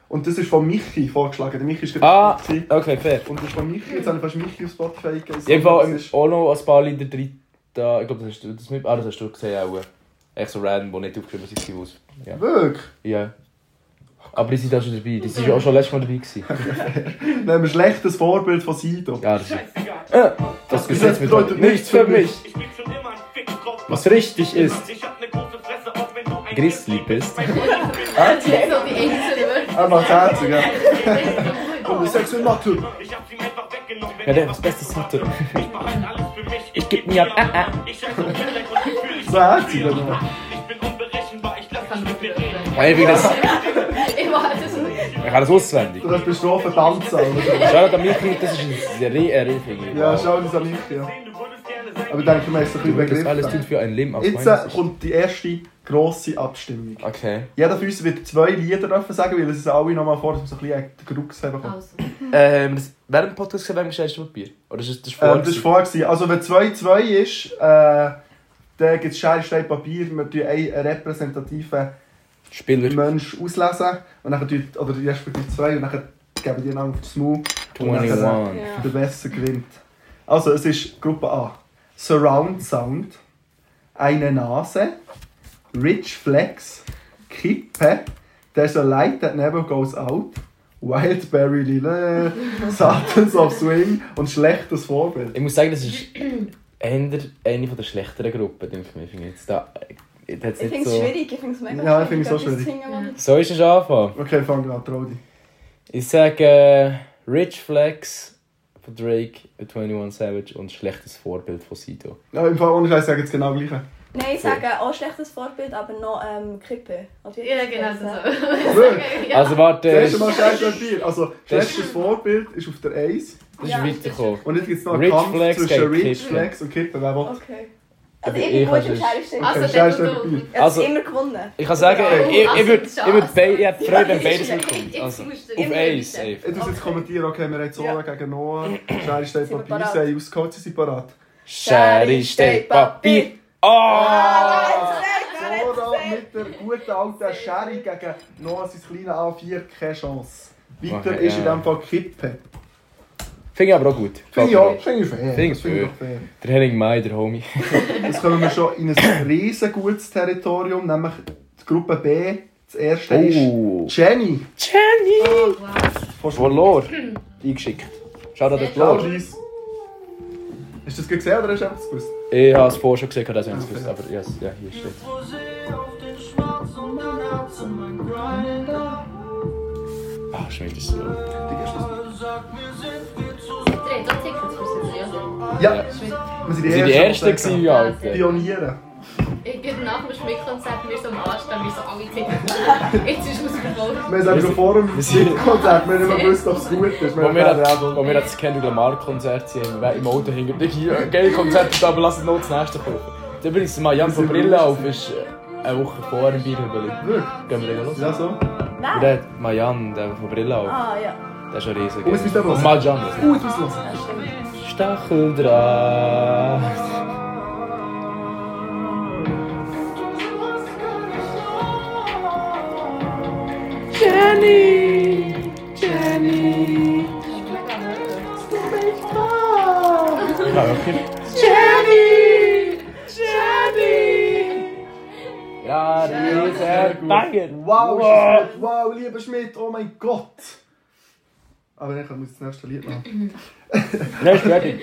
Speaker 1: Und das ist von Michi vorgeschlagen. Der Michi ist gerade
Speaker 2: Ah.
Speaker 1: dabei.
Speaker 2: Okay, fair.
Speaker 1: Und das ist von Michi, jetzt habe ich fast Michi auf Spotify gegeben.
Speaker 2: Jedenfalls
Speaker 1: Das
Speaker 2: im
Speaker 1: ist-
Speaker 2: auch noch ein paar Lieder drin. Da, ich glaube, das hast du das mit. Ah, das hast du gesehen auch. Echt so random, die nicht aufgeschrieben sind. die aus- Ja.
Speaker 1: Wirklich?
Speaker 2: ja. Aber die sind auch schon dabei. Die sind auch schon letztes Mal dabei. Gewesen.
Speaker 1: Nehmen wir schlechtes Vorbild von Sido.
Speaker 2: Ja, das ist. Äh, das Gesetz bedeutet nichts für mich.
Speaker 8: Ich bin schon immer ein Fick drauf.
Speaker 2: Was richtig ist.
Speaker 8: Ich hab ne große Fresse, auch wenn du ein
Speaker 2: Grizzly bist.
Speaker 6: So die englischen Wörter.
Speaker 1: Einfach das Herz, gell?
Speaker 2: Oh,
Speaker 1: Und das sechs Natur.
Speaker 8: Ich hab sie mir einfach weggenommen.
Speaker 2: Ja, der hat das Beste hatte.
Speaker 8: Ich behalte alles für mich.
Speaker 2: Ich geb mir ab. Ah, ah.
Speaker 8: Ich scheiße auf Feedback und Gefühl. Ich
Speaker 1: So herzig, oder?
Speaker 8: Ich bin unberechenbar. Ich lass
Speaker 6: Kann
Speaker 8: mich
Speaker 6: ich
Speaker 8: mit
Speaker 6: bitte
Speaker 8: dir reden.
Speaker 6: öffnen?
Speaker 2: Ja, Ich will das.
Speaker 6: Ich warte so.
Speaker 2: Ich kann das auswendig.
Speaker 1: Du darfst bei Strophen tanzen. oder?
Speaker 2: Schau da Michi, das ist ein Re-Errichtung.
Speaker 1: Ja, schau das an Michi. Ja.
Speaker 8: Du würdest gerne sein.
Speaker 1: Aber ich denke, wir haben es ein bisschen
Speaker 2: Das alles tut
Speaker 1: begriffen.
Speaker 2: für ein Leben auf
Speaker 1: Jetzt äh, kommt die erste grosse Abstimmung.
Speaker 2: Okay.
Speaker 1: Jeder von uns wird zwei Lieder dürfen sagen, weil es ist alle nochmal vor, dass wir so ein bisschen den Grux haben. können.
Speaker 6: Also.
Speaker 2: Ähm, das, während dem Podcast gesehen, wem gescheißt du Papier? Oh, dus Oder ist das, das ist
Speaker 1: Ähm,
Speaker 2: vorher
Speaker 1: das war vorher.
Speaker 2: gewesen?
Speaker 1: gewesen. Also wenn 2-2 ist, äh, dann gibt es Schere, Stein, Papier. Wir tun einen repräsentativen
Speaker 2: Spieler?
Speaker 1: Mensch auslesen. Und dann tun, oder respektive zwei, und dann geben die einen auf das Maul. Und dann,
Speaker 2: 21.
Speaker 1: äh, Der Beste gewinnt. Also es ist Gruppe A. Surround Sound. Eine Nase. Rich Flex. Kippe. There's a light that never goes out. Wildberry Lille, Satans of Swing und schlechtes Vorbild.
Speaker 2: Ich muss sagen, das ist eher eine von der schlechteren Gruppen, denke ich mir. Ich finde jetzt da... Ich hätte es
Speaker 3: Ich
Speaker 2: nicht
Speaker 3: finde es
Speaker 2: so...
Speaker 3: schwierig, ich finde es mega
Speaker 1: Ja, ich finde es auch
Speaker 3: etwas zu
Speaker 1: schwierig.
Speaker 3: singen, was-
Speaker 2: So ist es anfangen.
Speaker 1: Okay, fang an, Trodi.
Speaker 2: Ich sage äh, Rich Flex von Drake, 21 Savage und schlechtes Vorbild von Sido.
Speaker 1: Ja, im Fall ohne Scheiß sage ich jetzt genau gleiche.
Speaker 3: Nein, ich sage auch schlechtes Vorbild, aber noch ähm, Krippe. Oder wie
Speaker 6: Ja,
Speaker 3: heisst
Speaker 6: genau
Speaker 3: das?
Speaker 6: so.
Speaker 1: Wirklich?
Speaker 6: ja.
Speaker 2: Also warte, das
Speaker 1: Zuerst
Speaker 2: ist
Speaker 1: mal schlechtes Bier. Also,
Speaker 2: Das-
Speaker 1: schlechtes Vorbild ist auf der Eis.
Speaker 2: das ist
Speaker 3: Ja,
Speaker 2: weitergekommen.
Speaker 1: Und jetzt gibt es noch einen
Speaker 2: Rich
Speaker 1: Kampf
Speaker 2: Flex
Speaker 1: zwischen
Speaker 2: gegen ne?
Speaker 1: Rich
Speaker 2: Kippen.
Speaker 1: Flex und Kippen. Wer will?
Speaker 3: Okay.
Speaker 2: Aber
Speaker 3: Also
Speaker 2: ich
Speaker 3: ich bin gut
Speaker 2: kann's
Speaker 1: dus.
Speaker 3: im
Speaker 2: nicht.
Speaker 3: Scheibenstellen.
Speaker 6: Also,
Speaker 1: Okay,
Speaker 6: dann
Speaker 1: schlechtes
Speaker 6: du.
Speaker 1: Bier.
Speaker 3: Ich habe
Speaker 2: Also-
Speaker 3: immer gewonnen.
Speaker 2: Ich kann sagen, ich, ich, ich würde ich würd beide, ich hätte Freude, wenn
Speaker 6: Das
Speaker 2: beides
Speaker 6: ist
Speaker 2: gut
Speaker 6: echt
Speaker 2: kommt. Also,
Speaker 6: extrem
Speaker 2: auf
Speaker 6: schlimm.
Speaker 2: eins, safe.
Speaker 1: Ich muss jetzt kommentieren, okay, wir haben Zola gegen Noah. Schnell steht
Speaker 3: Sind wir
Speaker 1: Papier,
Speaker 3: bereit?
Speaker 1: sie haben ausgeholt, sie sind parat.
Speaker 2: Schere, Stein, Papier.
Speaker 3: Ah,
Speaker 2: Oh!
Speaker 1: Zora mit der guten alten Sherry gegen Noah, sein kleiner A4, keine Chance. Weiter
Speaker 2: Okay,
Speaker 1: ist in
Speaker 2: ja.
Speaker 1: diesem Fall Kippe.
Speaker 2: Finde ich aber auch gut.
Speaker 1: Finde ich auch, finde ich fair.
Speaker 2: Finde ich
Speaker 1: Das finde ich auch fair.
Speaker 2: Der Henning Mai, der Homie.
Speaker 1: Jetzt kommen wir schon in ein riesengutes Territorium, nämlich die Gruppe B. Das erste
Speaker 2: Oh.
Speaker 1: ist Jenny.
Speaker 2: Jenny!
Speaker 6: Wow.
Speaker 2: Von Lore. Eingeschickt. Schau da dort
Speaker 1: Schau,
Speaker 2: Lore.
Speaker 1: Lies. Hast du das gesehen oder hast du einfach das gewusst?
Speaker 2: Ich habe es vorher schon gesehen, dass ich es gewusst aber yes, ja, hier steht Ach, schon wieder so.
Speaker 1: Digga, ist das-
Speaker 6: Drei, da Tickets für sie, ja.
Speaker 1: Ja,
Speaker 6: Schmidt.
Speaker 1: wir sind die
Speaker 2: Wir waren die
Speaker 1: Ersten.
Speaker 2: Ersten, gewesen, ja, Alter.
Speaker 1: Pioniere.
Speaker 6: Ich gehe nach dem Schmidt-Konzert mir so am Arsch, dann wir so alle Tickets. Jetzt ist es
Speaker 1: Wir
Speaker 6: ausverkauft.
Speaker 1: haben es auch vorher im
Speaker 2: Wir sind-
Speaker 1: Konzert, wir haben nicht mehr gewusst, ob es gut ist.
Speaker 2: Wo
Speaker 1: haben
Speaker 2: wir,
Speaker 1: gesagt, ja,
Speaker 2: an- wo wir an das Kendrick Lamar Konzert sind, haben wir im Auto hingehen, Digga, hier, geil Konzert, aber lass uns noch das nächste kaufen. Dann übrigens, mal Jan von Brille auf, ist äh, eine Woche vor dem Bier
Speaker 1: Wirklich?
Speaker 2: Gehen wir den los?
Speaker 1: Ja, so.
Speaker 2: Und
Speaker 3: Nein.
Speaker 2: der hat Mayan, der von Brille auf,
Speaker 3: Ah ja.
Speaker 2: der ist schon riesig.
Speaker 1: Oh, es ist der was?
Speaker 2: Und Majan.
Speaker 1: Gut, was los?
Speaker 3: Das stimmt.
Speaker 2: Stacheldraht. Ja, okay. Ja, riesen Banger.
Speaker 1: Wow, wow. Schmidt. wow, lieber Schmidt, oh mein Gott. Aber ich muss das nächste Lied machen.
Speaker 2: Nein, ist fertig.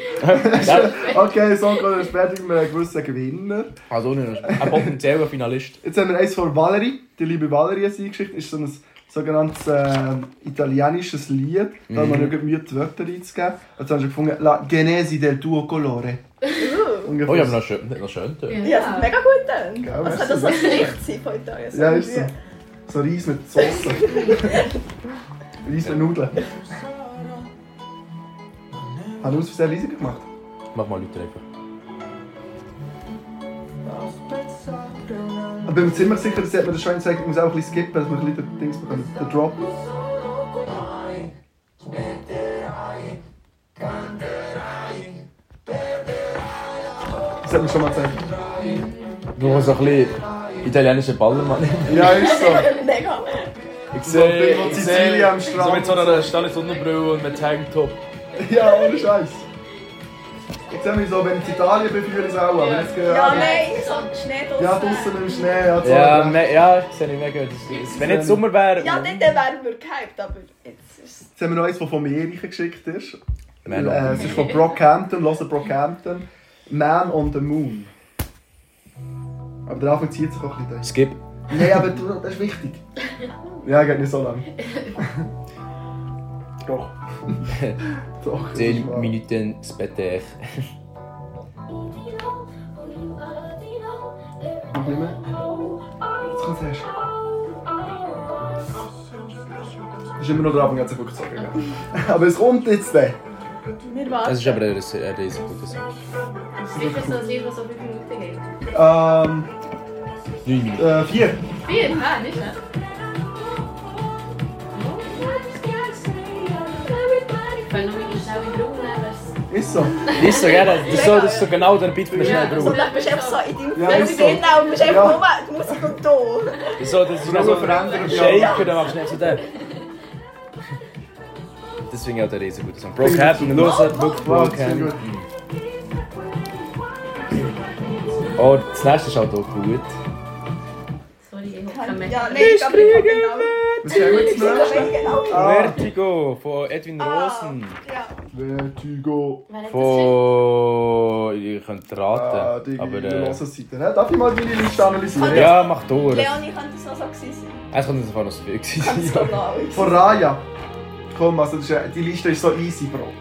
Speaker 2: Ja,
Speaker 1: Okay, so geht es fertig mit einem gewissen Gewinner.
Speaker 2: Also nicht. Ein potenzieller Finalist.
Speaker 1: Jetzt haben wir eins von Valerie. Die liebe Valerie ist eingeschickt. Ist so ein sogenanntes äh, italienisches Lied. Da
Speaker 2: Mhm.
Speaker 1: haben wir nicht Mühe, die Wörter einzugeben. Jetzt haben wir gefunden, La Genesi del tuo colore. Ungefähr
Speaker 2: Oh, ich habe noch schön. Noch schön.
Speaker 3: Ja, das ist mega gut dann.
Speaker 1: Gell,
Speaker 3: Was
Speaker 1: merci.
Speaker 3: kann das so schlecht sein von Italien?
Speaker 1: Ja, ist so. So Reis mit Soße. Reis mit Nudeln. Haben wir uns sehr riesig gemacht?
Speaker 2: Mach mal Leute einfach.
Speaker 1: Aber ich bin mir ziemlich sicher, dass man das schon gesagt ich muss auch ein bisschen skippen, dass wir ein bisschen den Dings bekommen. Den Drop. Das hat man schon mal gesagt.
Speaker 2: Du musst so ein bisschen italienische Ballermann.
Speaker 1: Ja, ist so.
Speaker 3: Mega.
Speaker 2: Ich
Speaker 1: So ein bisschen Sizilien am Strand.
Speaker 2: So mit so einer Stange Sonnenbrille und mit Tanktop.
Speaker 1: Ja, ohne Scheiß. Ich sehe mich so, wenn ich in Italien bin, fühle ich es auch. Aber jetzt gehe ich
Speaker 3: Ja,
Speaker 1: auch-
Speaker 3: nein, so Schnee draussen.
Speaker 1: Ja, draußen im Schnee. Ja, so.
Speaker 2: Ja, me, ja, das sehe ich mega gut. Wenn jetzt Sommer wäre.
Speaker 3: Ja, dort wären wir gehypt, aber jetzt ist es...
Speaker 1: Jetzt haben wir noch eins, das von Amerika geschickt ist.
Speaker 2: Man on
Speaker 1: äh,
Speaker 2: the
Speaker 1: es ist von Brockhampton, hören Brockhampton. Man on the Moon. Aber der Anfang zieht sich auch ein bisschen.
Speaker 2: Skip.
Speaker 1: Nein, aber du- das ist wichtig. Ja, geht nicht so lang. Doch. Doch. das ist
Speaker 2: 10
Speaker 1: wahr.
Speaker 2: Minuten später.
Speaker 1: Noch nicht mehr. Jetzt kommt erst. Das ist immer noch der Anfang, hat sich wirklich gesagt. gell? Aber es kommt jetzt dann.
Speaker 3: Wir warten.
Speaker 2: Das ist aber ein riesig guter Song.
Speaker 6: Sicher so ein Lied, das so fünf Minuten geht.
Speaker 1: Ähm,
Speaker 2: 9 Minuten.
Speaker 1: äh, vier.
Speaker 6: Vier, ja, nicht, ne? Können wir mich schnell dus nou in die Runde nehmen?
Speaker 1: Ist so.
Speaker 2: Ist so, gell? Das ist so, das ist so genau der Beat, den ich schnell
Speaker 3: So,
Speaker 2: brauche.
Speaker 3: dann bist du einfach so in deinem
Speaker 1: Ja,
Speaker 3: Film
Speaker 1: ist so.
Speaker 3: drin und bist einfach
Speaker 1: Ja.
Speaker 3: nur die Musik und du.
Speaker 2: So, das ist noch so
Speaker 1: verändern,
Speaker 2: ein
Speaker 1: ja.
Speaker 2: Shaker, dann machst du nicht so den. Deswegen auch der riesig gute Song. Brockhampton, los, wirklich
Speaker 1: Wow, das finde ich
Speaker 2: Brockhampton. Oh, das nächste ist halt auch gut.
Speaker 6: Sorry, ich hab keinen
Speaker 3: Ja,
Speaker 6: mehr.
Speaker 3: nein, ich glaube, ich genau.
Speaker 1: Was haben wir jetzt
Speaker 3: Ich
Speaker 1: nächstes?
Speaker 3: bin genau.
Speaker 1: Ah.
Speaker 2: Vertigo von Edwin Rosen.
Speaker 3: Ja.
Speaker 1: Vertigo.
Speaker 6: Wer hat das geschickt?
Speaker 2: Von. Ihr könnt
Speaker 1: Ah,
Speaker 2: raten.
Speaker 1: die
Speaker 2: aber.
Speaker 1: äh,
Speaker 2: Äh,
Speaker 1: Seite. Ne? Darf ich mal meine Liste analysieren?
Speaker 2: ja, mach durch.
Speaker 3: Leonie könnte es noch so gewesen sein.
Speaker 2: Es kommt jetzt einfach noch zu viel.
Speaker 3: Könnte es
Speaker 2: gewesen.
Speaker 3: doch noch sein.
Speaker 1: Von Raya. Komm, also das ist, äh, die Liste ist so easy, Bro.
Speaker 2: Von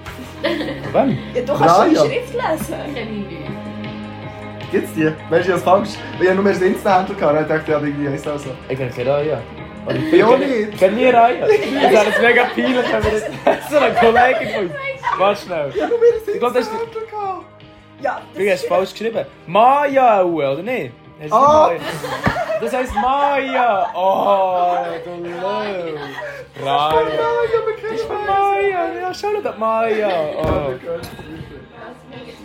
Speaker 2: wem?
Speaker 3: Ja, du kannst schon die
Speaker 1: Raya.
Speaker 3: Schrift lesen.
Speaker 6: Ich kenn ihn nicht.
Speaker 1: Gibt's die? Weißt du, ich hab's falsch. Ich hab nur mehr den Insta-Handel gehabt. ne? Ich dachte, ja, irgendwie heisst das so.
Speaker 2: Ich kenne keine Reihe. Und ich
Speaker 1: Ja, nicht.
Speaker 2: Ich kenne nie Reihe. Das wäre jetzt dus mega peinlich, wenn wir das so einen Kollegen von uns. Warte schnell.
Speaker 1: Ich hab nur mehr den
Speaker 2: Ich glaub, das ist-
Speaker 1: Insta-Handel gehabt.
Speaker 3: Ja, das
Speaker 2: Du hast falsch geschrieben. Maya, oder nicht? Hast du
Speaker 1: Ah.
Speaker 2: Maya? Das heisst Dus Maya. Oh, du Löw.
Speaker 1: Ja,
Speaker 2: Reihe.
Speaker 1: ich hab keine
Speaker 2: Von Maya. Ja, schau doch die Maya. Oh.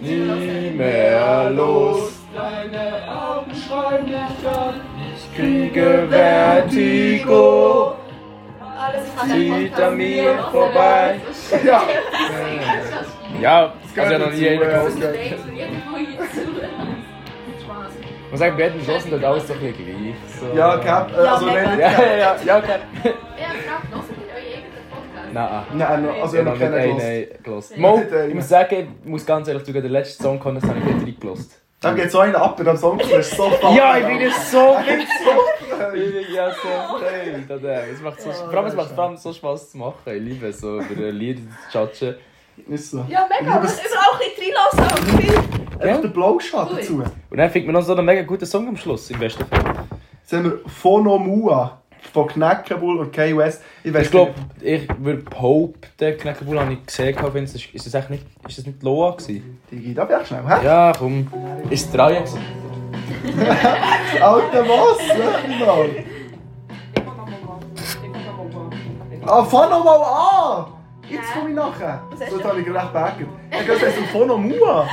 Speaker 2: Nie
Speaker 1: Ah,
Speaker 2: mehr los.
Speaker 7: Deine Augen schreien dich an.
Speaker 2: Ich kriege Vertigo. Zieht an mir vorbei.
Speaker 1: Ja,
Speaker 2: Ja, das kann ja noch nie jeder
Speaker 1: Das
Speaker 2: gehört.
Speaker 1: ist
Speaker 2: Man sagt, wir hätten beschlossen, dass alles so ein bisschen gleich. So.
Speaker 1: ja, Cap. Äh, also,
Speaker 3: mega.
Speaker 1: nein, nicht
Speaker 2: Ja,
Speaker 1: Cap.
Speaker 2: ja, ja, ja, okay.
Speaker 6: Podcast?
Speaker 2: Nein.
Speaker 1: Nein, also,
Speaker 2: Ich
Speaker 1: ich
Speaker 2: habe
Speaker 1: hab
Speaker 2: noch nicht
Speaker 1: keinen
Speaker 2: einen
Speaker 1: gehört.
Speaker 2: einen gehört. Mo,
Speaker 1: Nicht einen.
Speaker 2: ich muss sagen, ich muss ganz ehrlich sagen, den letzten Song konnte ich habe ich nicht gelost.
Speaker 1: Dann geht's so einen ab, und am Sonntag ist so fad.
Speaker 2: Ja, ich bin jetzt so witzig.
Speaker 1: Äh,
Speaker 2: Ich bin ja so frei. Da, da, Es macht so, vor allem, es macht vor allem so Spass zu machen. Ich liebe es, so über Lieder zu judgen.
Speaker 1: Ist so.
Speaker 3: Ja, mega.
Speaker 1: Liebes-
Speaker 3: Das ist auch ein bisschen reinlassen.
Speaker 1: Einfach der Blauschat
Speaker 6: Cool.
Speaker 1: dazu.
Speaker 2: Und dann findet man noch so einen mega guten Song am Schluss, im besten Fall.
Speaker 1: Jetzt haben wir Phonomua von Knackenbull und Kay West. Ich weiß
Speaker 2: Ich glaube, ich würde behaupten, Knäckebull habe ich gesehen, gehabt, wenn es- ist das echt nicht, ist das nicht Loa gewesen?
Speaker 1: Digi, da bin ich schnell. Hä?
Speaker 2: Ja, komm. Ist es Dreier gewesen?
Speaker 1: Alter, was? Mann. Ah, fang noch mal an! Jetzt komme ich nachher.
Speaker 3: hast
Speaker 1: So, jetzt
Speaker 3: du?
Speaker 1: habe ich gerade gemerkt. Ich glaube, es ist Phonomua.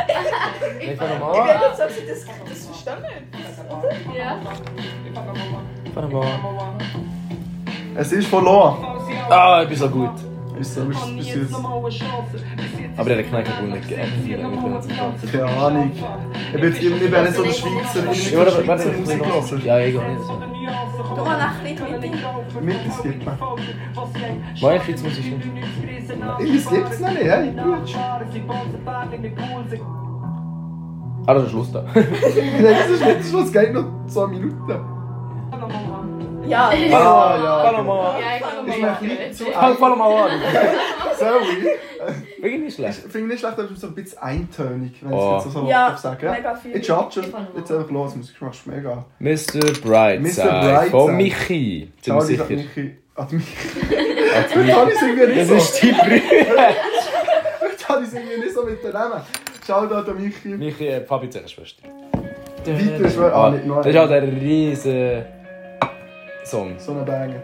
Speaker 2: Ich fange
Speaker 3: Ich
Speaker 2: mal
Speaker 3: weiß
Speaker 2: an.
Speaker 3: nicht, ob sie das, das verstanden
Speaker 6: Ja.
Speaker 2: Ich fange mal an.
Speaker 1: Es ist von Loa.
Speaker 2: Ah, ich bin so gut.
Speaker 1: Ist so,
Speaker 3: Oh,
Speaker 1: ist, ist jetzt.
Speaker 2: Aber der hat Knäckebull nicht geändert.
Speaker 1: Keine Ahnung. Ich bin, jetzt- ich bin nicht so der Schweizer. Ich
Speaker 2: Ja,
Speaker 1: bin
Speaker 2: warte, warte,
Speaker 1: Schweizer
Speaker 2: ich
Speaker 1: Musik
Speaker 2: muss
Speaker 1: hören.
Speaker 2: Ja, ich gehe nicht.
Speaker 3: hat. Du hast ein bisschen mit.
Speaker 1: Mittelskippen.
Speaker 2: Meine Schweizer Musik ist nicht.
Speaker 1: Ich skippe es noch nicht, hey.
Speaker 2: Ah, das ist Schluss da.
Speaker 1: Nein, das ist nicht Schluss, es geht noch 2 Minuten.
Speaker 3: Ja,
Speaker 1: Ah, ja.
Speaker 2: Fang mal an.
Speaker 6: Ja, ich kann
Speaker 1: Ich
Speaker 6: mal
Speaker 1: mache nicht zu
Speaker 2: Fang fang mal an.
Speaker 1: Sorry.
Speaker 2: Wirklich nicht
Speaker 1: Ich
Speaker 2: schlecht.
Speaker 1: finde nicht schlecht, aber so ein bisschen eintönig, wenn
Speaker 2: Oh.
Speaker 1: ich es jetzt so
Speaker 3: Ja,
Speaker 1: sagen darf.
Speaker 3: mega viel.
Speaker 1: Ich judge jetzt einfach los, Musikgeschmack ist mega.
Speaker 2: Mr. Brightside
Speaker 1: Brightside.
Speaker 2: von Michi. Sind wir
Speaker 1: Charlie sagt
Speaker 2: sicher?
Speaker 1: Michi. Ah, die Michi.
Speaker 2: Ah, die Michi.
Speaker 1: Charlie singen wir nicht
Speaker 2: Das
Speaker 1: so.
Speaker 2: ist die Brühe.
Speaker 1: Charlie singen wir nicht so mit dem Namen. Schau da, der Michi.
Speaker 2: Michi, äh, Fabi Zählerschwester.
Speaker 1: Weiter ist er- ah, nicht noch
Speaker 2: Das ist halt ein riesen Song.
Speaker 1: So ein Banger.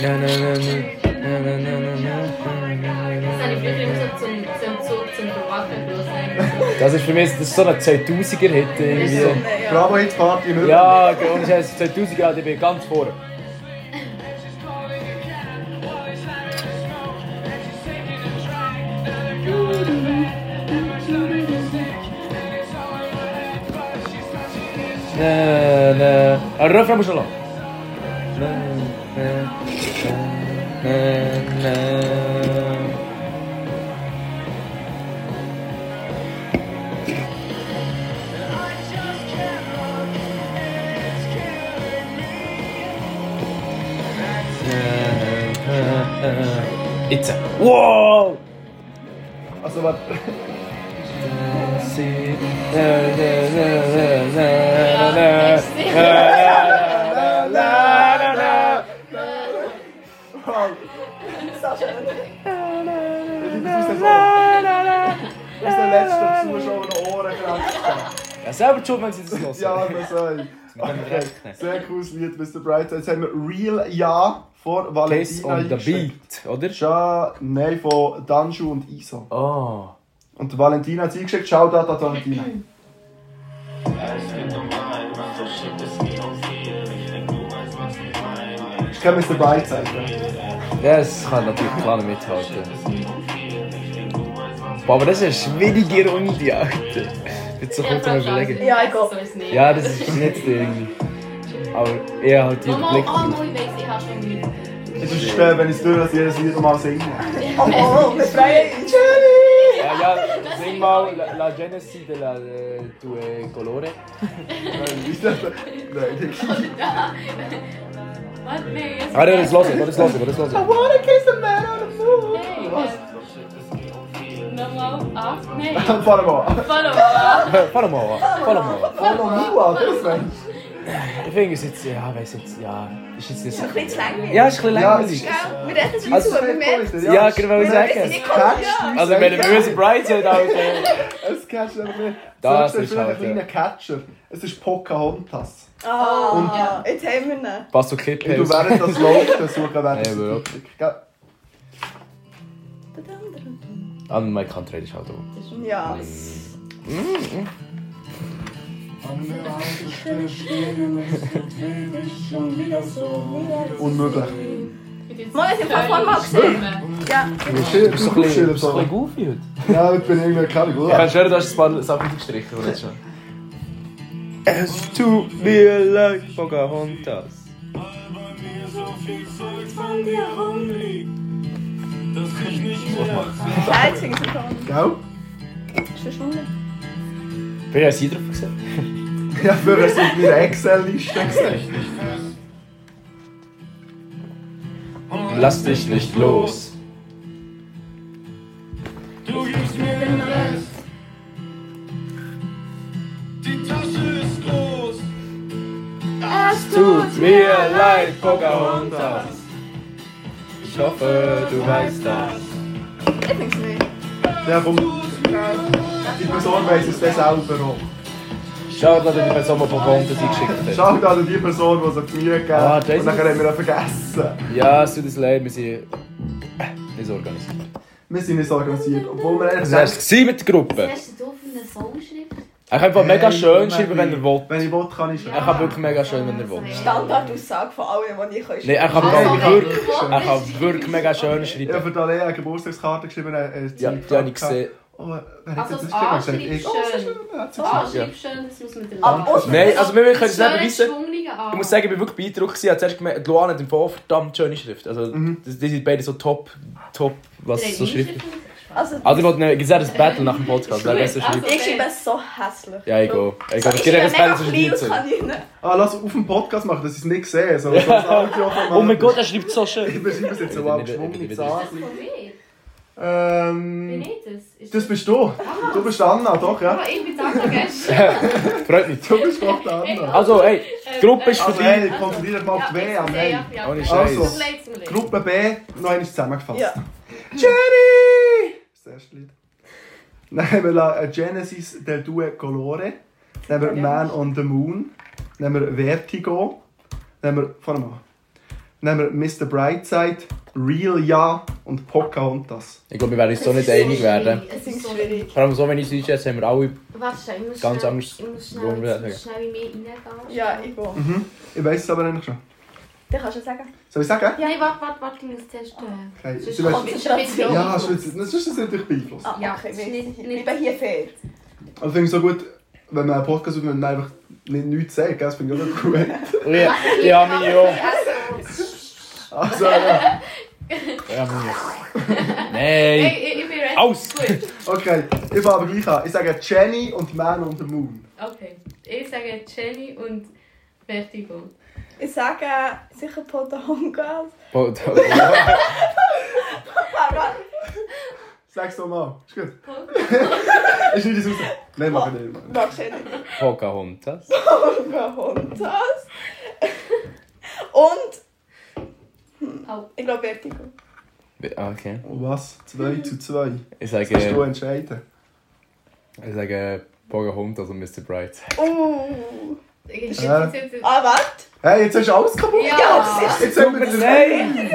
Speaker 2: Na, na, na, na, na, na, na, na, na, na,
Speaker 6: Das
Speaker 2: na.
Speaker 6: habe ich früher immer so zum, zum Zug, zum Verwachen los. eigentlich.
Speaker 2: Das ist für mich das ist so ein 2000er-Hit irgendwie.
Speaker 3: ja.
Speaker 1: Bravo Hits Party in Hürden.
Speaker 2: Ja, genau, das heißt 2000 Grad, ich bin ganz vorne. Ne, ne. Ah, der Refrain muss noch lang. Ne, ne, ne, ne, ne. It's a wow.
Speaker 1: Also, warte. Wow. Ich liebe es, dass Aus der letzten Zuschauer noch Ohren kratzt.
Speaker 2: Ja, selber schuld, wenn sie das los.
Speaker 1: Ja, das soll. Okay. Sehr cooles Lied, Mr. Brightside. Jetzt haben wir Real Ja von
Speaker 2: Place
Speaker 1: Valentina
Speaker 2: on the
Speaker 1: eingeschickt.
Speaker 2: beat, oder?
Speaker 1: Ja, nein, von Danju und Iso.
Speaker 2: Oh.
Speaker 1: Und Valentina hat sie geschickt, schau da, da, Valentina. Ich kann Mr. Brightside.
Speaker 2: Ja, es kann natürlich klar nicht mithalten. Boah, aber das ist eine schwierige Runde, Alter. Jetzt so kurz mal überlegen.
Speaker 3: Ja, ich glaub.
Speaker 6: So ist nicht.
Speaker 2: Ja, das ist nicht irgendwie. Aber eher halt den
Speaker 6: Mama,
Speaker 2: Blick.
Speaker 6: oh, no, ich weiß, ich habe schon Mühe.
Speaker 1: Es ist schön, wenn ich es durch jedes Lied mal singe.
Speaker 3: Oh, oh, wir freuen uns. Jenny!
Speaker 2: Ja, ja, sing mal La, la Genesi de la de Tue Colore.
Speaker 1: Nein, ich dachte- nein, ich denke-
Speaker 6: Was? Nee, jetzt.
Speaker 2: Ah, das ist los, das ist los, das ist los.
Speaker 1: I wanna kiss the man on the moon.
Speaker 6: Hey,
Speaker 1: Was?
Speaker 6: ähm, Nochmal acht. Nein.
Speaker 1: Panama.
Speaker 6: Panama.
Speaker 2: Panama, Panama.
Speaker 1: Panama, das meinst
Speaker 2: Ich finde es jetzt, ja, weiss jetzt, ja. Ist jetzt nicht
Speaker 3: Das
Speaker 2: so.
Speaker 3: ist ein bisschen zu langweilig.
Speaker 2: Ja, ist ein bisschen
Speaker 1: Ja,
Speaker 2: langweilig.
Speaker 3: Gell? Wir reden schon
Speaker 2: Also,
Speaker 3: zu, wir merken
Speaker 1: du?
Speaker 2: Ja, ja genau, ich
Speaker 3: es. Wir sind
Speaker 2: sagen.
Speaker 3: nicht kontrolliert.
Speaker 2: Also, wenn wir unsere Bride sind, Alter.
Speaker 1: Es catcht aber nicht.
Speaker 2: Das
Speaker 1: Das ist
Speaker 2: ist
Speaker 1: vielleicht ein
Speaker 2: halt, ja.
Speaker 1: kleiner Catcher. Es ist Pocahontas.
Speaker 3: Ah, jetzt haben wir ihn.
Speaker 2: Passt so Kipp
Speaker 1: Wenn du während das läuft, dann suchen wir
Speaker 2: Ja, aber ja.
Speaker 1: das. Ja,
Speaker 2: An Ah, mein Country ist halt auch.
Speaker 3: Ja.
Speaker 1: unmöglich.
Speaker 3: Mal, das haben wir mal
Speaker 6: gesehen.
Speaker 3: Ja.
Speaker 1: Du
Speaker 2: Du bist so ein bisschen, bist so ein bisschen goofy heute.
Speaker 1: Ja, ich bin irgendwie keine
Speaker 2: Ich kann
Speaker 1: Ahnung.
Speaker 2: schwören, du hast ein paar Sachen gestrichen, oder schon?
Speaker 1: Es tut
Speaker 2: mir leid, Pocahontas.
Speaker 3: Scheiße, singen sie schon.
Speaker 1: Gell?
Speaker 3: Ist das schwul?
Speaker 2: Bin ich als drauf gesehen?
Speaker 1: Ja, für es auf meiner Excel-Liste gesehen.
Speaker 2: Lass dich nicht los.
Speaker 7: Du gibst mir den Rest. Die Tasche ist groß.
Speaker 2: Es tut mir leid, Pocahontas. Ich hoffe, du weißt das.
Speaker 3: Ich sing's nicht.
Speaker 1: Ja, komm, die Person weiss es dann selber auch.
Speaker 2: Schau, dass er die Person mal Pocahontas eingeschickt hat.
Speaker 1: Schau da an die Person, die es auf die Mühe gegeben
Speaker 2: Ah,
Speaker 1: hat.
Speaker 2: Jesus.
Speaker 1: Und nachher haben wir ihn vergessen.
Speaker 2: Ja, es tut uns leid, wir sind äh, nicht organisiert.
Speaker 1: Wir sind nicht so organisiert. Obwohl wir ehrlich
Speaker 2: Das war es mit der Gruppe.
Speaker 9: Hast du für eine Songschrift?
Speaker 2: Er kann einfach mega
Speaker 1: Hey,
Speaker 2: schön schreiben, wenn er
Speaker 1: Mary.
Speaker 2: will.
Speaker 1: Wenn ich will, kann ich schon.
Speaker 2: Er kann wirklich mega schön, wenn er will.
Speaker 3: Standardaussage von allen, die ich kann.
Speaker 2: Nein, er kann,
Speaker 6: Ah,
Speaker 1: Also,
Speaker 2: wirklich- wirklich,
Speaker 1: wenn
Speaker 2: er kann wirklich mega schön
Speaker 1: Ich habe
Speaker 2: schreiben.
Speaker 1: für die Alea eine Geburtstagskarte geschrieben. Äh, äh,
Speaker 2: Ja,
Speaker 1: sie
Speaker 2: die habe ich
Speaker 1: gefragt
Speaker 2: gesehen.
Speaker 1: Oh, wer hat
Speaker 6: Also,
Speaker 1: das
Speaker 6: das
Speaker 1: geschrieben? Und
Speaker 6: A
Speaker 1: sagt,
Speaker 6: schreibst
Speaker 1: ich.
Speaker 6: schön.
Speaker 1: Ja, hat sie
Speaker 6: A
Speaker 1: gesagt.
Speaker 6: schreibst schön, das muss man dir
Speaker 3: Aber
Speaker 6: lassen.
Speaker 3: aus
Speaker 2: Nein, also wir wir können es nicht wissen.
Speaker 6: Ich
Speaker 2: Ich muss sagen, ich bin wirklich beeindruckt. gewesen. Ich habe zuerst gemerkt, Luan hat im Vorfeld verdammt schöne Schrift. Also,
Speaker 1: Mhm.
Speaker 2: das- die sind beide so top, top, was so Schrift ist.
Speaker 3: Also,
Speaker 2: Also, ich wollte nicht sagen, das Battle nach dem Podcast, wer
Speaker 6: Schön.
Speaker 2: besser schreibt.
Speaker 3: ich schreibe es so hässlich.
Speaker 2: Ja, egal. Egal, ich
Speaker 3: schreibe
Speaker 2: gehe das
Speaker 3: Also, mega
Speaker 2: Battle zwischen dir
Speaker 3: klein und
Speaker 2: zu.
Speaker 3: kann ich
Speaker 6: äh,
Speaker 3: nicht. ne?
Speaker 1: Ah, lass auf dem Podcast machen, dass ich es nicht sehe. So, so ein Audio von
Speaker 2: Oh mein Gott, er schreibt so schön.
Speaker 1: Ich beschreibe es jetzt so
Speaker 2: Ich bin
Speaker 1: auch
Speaker 2: nicht- ich
Speaker 1: geschwungen.
Speaker 2: bin nicht-
Speaker 6: Von mir? Bin
Speaker 1: Ähm.
Speaker 6: ich das? Ist
Speaker 1: Das bist du. Du bist Anna, doch, ja?
Speaker 6: Aber ich bin Sandra Gäste.
Speaker 2: Freut mich.
Speaker 1: Du bist doch die
Speaker 6: eh,
Speaker 1: Anna.
Speaker 2: Also, ey, die Gruppe ist
Speaker 1: Also,
Speaker 2: vorbei.
Speaker 1: hey, kontrolliert mal die W am Hey.
Speaker 2: Ohne
Speaker 1: Also.
Speaker 2: Scheiß.
Speaker 1: Gruppe B, noch einmal zusammengefasst.
Speaker 3: Ja.
Speaker 1: Jenny! Das erste Lied. Dann haben wir la äh, Genesis del Due Colore. Dann haben wir Man on the Moon. Dann haben wir Vertigo. Dann haben wir, fahren wir mal. Dann haben wir Mr. Brightside, Real Ja und Pocahontas.
Speaker 2: Ich glaube, wir werden uns so nicht einig werden.
Speaker 6: Es
Speaker 3: Es
Speaker 6: ist
Speaker 3: ist
Speaker 6: so
Speaker 3: schwierig.
Speaker 2: Vor allem so, wenn ich es einschätze, haben wir alle.
Speaker 6: Warte, schnell, ich muss
Speaker 2: Ganz
Speaker 6: schnell,
Speaker 2: anders,
Speaker 6: Ich muss
Speaker 2: wollen wir
Speaker 6: schnell, ich muss schnell in mich hineingehen.
Speaker 3: Ja, ich will.
Speaker 1: Ich weiß es aber eigentlich schon.
Speaker 3: Dann kannst du ja sagen.
Speaker 1: Soll ich sagen?
Speaker 6: Nein, warte, warte, warte, ich muss testen.
Speaker 1: Okay.
Speaker 6: Sonst
Speaker 1: Du weißt,
Speaker 6: kommt es schon ein bisschen-
Speaker 1: ja, sonst ist das ist natürlich beeinflusst.
Speaker 3: Ah,
Speaker 6: Ja,
Speaker 3: okay,
Speaker 6: es
Speaker 3: wir
Speaker 6: ist nicht-
Speaker 3: wir bleiben hier fair.
Speaker 1: Aber ich finde es so gut, wenn man einen Podcast hat, wenn man einfach nicht, nichts sagt. gell? Das finde ich auch noch gut.
Speaker 2: Ja, ja, meine Jungs.
Speaker 1: Also, ja.
Speaker 2: Ja, meine Jungs. Nein.
Speaker 6: Hey, ich, ich bin ready.
Speaker 2: Aus!
Speaker 6: Gut,
Speaker 1: okay. Ich fange aber gleich an. Ich sage Jenny und Man on the Moon.
Speaker 6: okay. Ich sage Jenny und Vertigo.
Speaker 3: Ich sage sicher Pocahontas.
Speaker 1: Sag's doch mal. Ist gut. ist nicht das raus. Nein, mach ich nicht. Mann.
Speaker 3: Noch schön.
Speaker 2: Pocahontas.
Speaker 3: Pocahontas. Und
Speaker 6: Au.
Speaker 3: ich glaube Vertigo.
Speaker 2: Okay.
Speaker 1: Und Oh, was? 2 zu 2.
Speaker 2: Ich
Speaker 1: Kannst du
Speaker 2: sage,
Speaker 1: entscheiden.
Speaker 2: ich sage Pocahontas und Mr. Bright.
Speaker 3: Uh.
Speaker 6: Ich
Speaker 1: Ja.
Speaker 6: jetzt- jetzt- jetzt-
Speaker 3: Ah, warte.
Speaker 1: Hey, jetzt hast du alles kaputt.
Speaker 6: Ja,
Speaker 3: das
Speaker 1: Jetzt haben wir den
Speaker 2: Nein!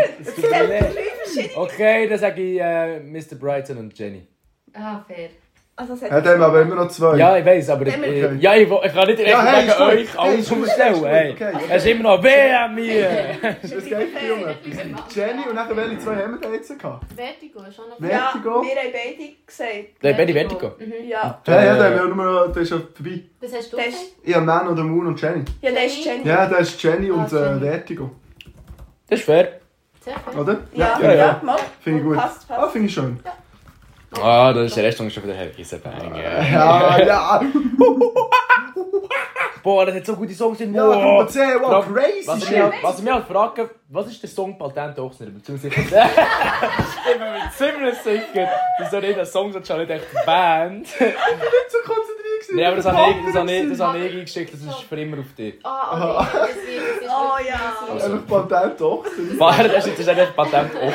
Speaker 2: Okay, dann sage ich äh, Mr. Brighton und Jenny.
Speaker 6: Ah, fair.
Speaker 3: Also, es
Speaker 1: Ja,
Speaker 3: hat
Speaker 1: dann haben wir aber immer noch 2.
Speaker 2: Ja, ich weiß, aber ich,
Speaker 1: Okay.
Speaker 2: eh, ja, ich, wo- ich kann nicht direkt
Speaker 1: Ja, hey, ist
Speaker 2: wegen
Speaker 1: gut. Hey,
Speaker 2: euch alles
Speaker 1: ist gut,
Speaker 2: umstellen.
Speaker 1: ist gut.
Speaker 2: Hey.
Speaker 1: Okay.
Speaker 2: Es ist immer noch wer mir!
Speaker 1: Es geht viel um etwas. Jenny und nachher welche zwei haben wir denn jetzt gehabt?
Speaker 6: Vertigo ist schon noch
Speaker 1: Wer-
Speaker 3: ja, wir
Speaker 1: Vertigo?
Speaker 3: haben beide gesagt.
Speaker 2: Nein, Benny Vertigo.
Speaker 6: Mhm.
Speaker 3: Ja,
Speaker 1: Ja, ja, dann haben wir nur noch. Der ist ja vorbei.
Speaker 6: Was hast du
Speaker 3: Das-
Speaker 6: gesagt?
Speaker 1: Äh, Ich habe Man oder Moon und Jenny.
Speaker 3: ja das ist Jenny.
Speaker 1: Ja, da ist Jenny und äh,
Speaker 6: Jenny.
Speaker 1: Vertigo.
Speaker 2: Das ist fair.
Speaker 6: Sehr fair.
Speaker 1: Oder?
Speaker 3: Ja,
Speaker 2: Ja,
Speaker 3: ja,
Speaker 2: ja.
Speaker 3: mach.
Speaker 1: Finde ich gut.
Speaker 3: Passt,
Speaker 1: Ah,
Speaker 3: passt.
Speaker 1: finde ich schön.
Speaker 2: Ah, das ist der Rest schon wieder her. Ich sage,
Speaker 1: Ja, ja.
Speaker 2: boah, das hat so gute Songs in
Speaker 1: Ja, Gruppe C, wow,
Speaker 2: Warum-
Speaker 1: crazy
Speaker 2: Was ich,
Speaker 1: shit.
Speaker 2: mich halt, was ich mich halt frage, was ist der Song Patent Ochsner? Beziehungsweise. Ich bin mir ziemlich sicher, dass er nicht ein Song so schon nicht echt Band.
Speaker 1: nicht so konzentriert gewesen.
Speaker 2: Nein, aber das habe ich, das habe ich, das
Speaker 1: war
Speaker 2: habe ich geschickt, das ist für immer auf dich.
Speaker 6: Ah, oh, nee, das wird, das ist
Speaker 3: Oh,
Speaker 6: wirklich
Speaker 3: ja.
Speaker 6: so.
Speaker 2: Also,
Speaker 1: Einfach Patent doch.
Speaker 2: Warte, das ist jetzt eigentlich Patent Ochsner.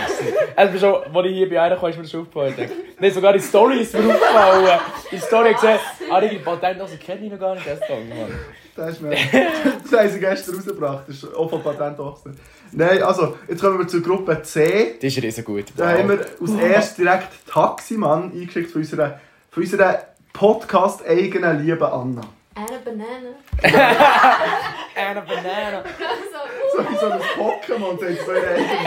Speaker 2: Also, schon, als ich hier bei einer kam, ist mir das aufgefallen. Nein, sogar die Story ist mir aufgefallen. Die Story hat gesehen, ah, die Patent Ochsner kenne ich noch gar nicht, das Song, Mann.
Speaker 1: Das, ist mir- das haben sie gestern rausgebracht. Das ist auch von Patent Ochsen. Nein, also, jetzt kommen wir zur Gruppe C.
Speaker 2: Die ist riesig gut.
Speaker 1: Da haben wir als erstes direkt Taximann eingeschickt von unserer, von unserer Podcast-eigenen lieben Anna.
Speaker 6: Eine Banane.
Speaker 2: Anna Banana.
Speaker 6: Also,
Speaker 1: So wie so ein Pokémon, der hat so einen eigenen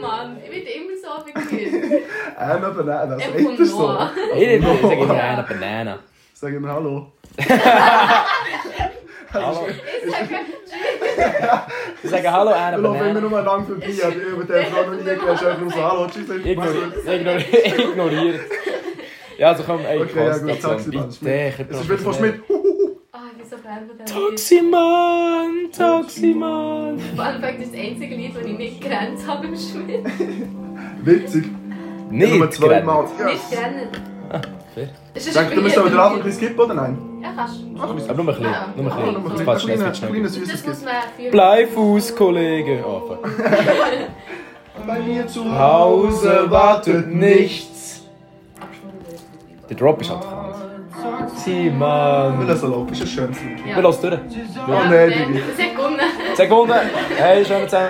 Speaker 1: Namen.
Speaker 6: Mann, ich werde immer so abgefühlt.
Speaker 1: Anna Banana, also
Speaker 6: Er kommt
Speaker 1: echt so.
Speaker 6: noch.
Speaker 2: Ich nehme ich sage immer Anna Banana.
Speaker 1: Sagen wir Hallo.
Speaker 2: Hallo.
Speaker 6: Ich sage,
Speaker 2: Ich sage Hallo Anna
Speaker 1: Wir laufen immer
Speaker 2: Banana.
Speaker 1: nur lang vorbei, aber über den Frau noch nie gehört. Schau nur so, hallo, tschüss.
Speaker 2: Ignoriert. Ignoriert. Ignoriert. Ja, also komm, ey,
Speaker 1: Okay, ja gut,
Speaker 2: Konstantin,
Speaker 1: Taximann.
Speaker 2: bitte, ich
Speaker 1: Es ist
Speaker 2: brauche
Speaker 1: wirklich fast
Speaker 2: mehr.
Speaker 1: mit. Huhuhu.
Speaker 6: ah, ich bin so Fan von dem
Speaker 2: Taximann, Taximann.
Speaker 6: Lied. Vor allem das einzige Lied, das ich nicht gerannt habe im Schmied.
Speaker 1: Witzig. Nummer
Speaker 2: Nicht
Speaker 1: zweimal.
Speaker 6: Nicht
Speaker 1: Yes.
Speaker 6: gerannt.
Speaker 2: Ah, Fair.
Speaker 6: Es ist
Speaker 1: Sagt ihr, wir
Speaker 6: ein
Speaker 1: sollen den
Speaker 6: Lied.
Speaker 1: Anfang ein bisschen skippen oder nein?
Speaker 6: Ja, kannst du.
Speaker 1: Ach, wir
Speaker 2: Aber nur ein bisschen, nur
Speaker 1: Ah,
Speaker 2: ein
Speaker 1: noch
Speaker 2: bisschen.
Speaker 1: ein
Speaker 2: Das passt schnell,
Speaker 1: kleiner,
Speaker 2: das passt schnell.
Speaker 1: kleiner süßes
Speaker 6: Das muss
Speaker 1: Gift.
Speaker 6: man für...
Speaker 2: Bleifuß, Kollege. Oh, fuck.
Speaker 1: Bei mir zu
Speaker 2: Hause wartet nichts. Der Drop ist halt krank.
Speaker 1: Wir
Speaker 2: Taximann.
Speaker 1: lassen laufen, ist ein schönes Lied.
Speaker 2: Wir lassen durch.
Speaker 1: Oh
Speaker 6: Ja,
Speaker 1: nein,
Speaker 6: nein.
Speaker 1: Digi.
Speaker 6: Das hat gewonnen.
Speaker 2: Sekunde. Hey, schön zusammen.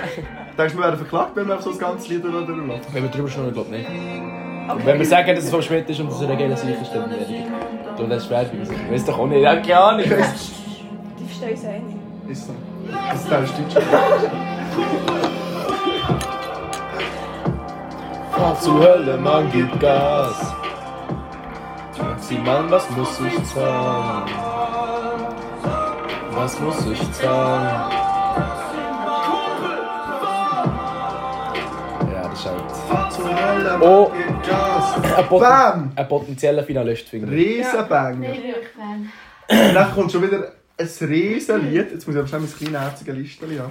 Speaker 1: Denkst du, wir werden verklagt, wenn wir auf so das ganze Lied durchlassen?
Speaker 2: Wenn wir drüber schnurren, glaube ich nicht. Wenn wir sagen, dass es vom Schmidt ist und dass es eine geile Sache ist, dann wäre ich. Du, das ist schwer für uns. Ich weiß doch auch nicht. Ja, keine Ahnung.
Speaker 3: Die verstehen uns eh nicht.
Speaker 1: Ist so. Das ist Teil Deutsch.
Speaker 2: Fahr zur Hölle, Mann, gib Gas. Taximann, was muss ich zahlen? Was muss ich zahlen? Ja, das ist halt... Oh. Ein, poten
Speaker 1: Bam!
Speaker 2: ein potenzieller Finalist, finde ich.
Speaker 1: Riesenbanger.
Speaker 6: Nein, ich bin wirklich Fan.
Speaker 1: Und dann kommt schon wieder ein Riesenlied. Jetzt muss ich aber schnell mein kleinherziges Listchen haben.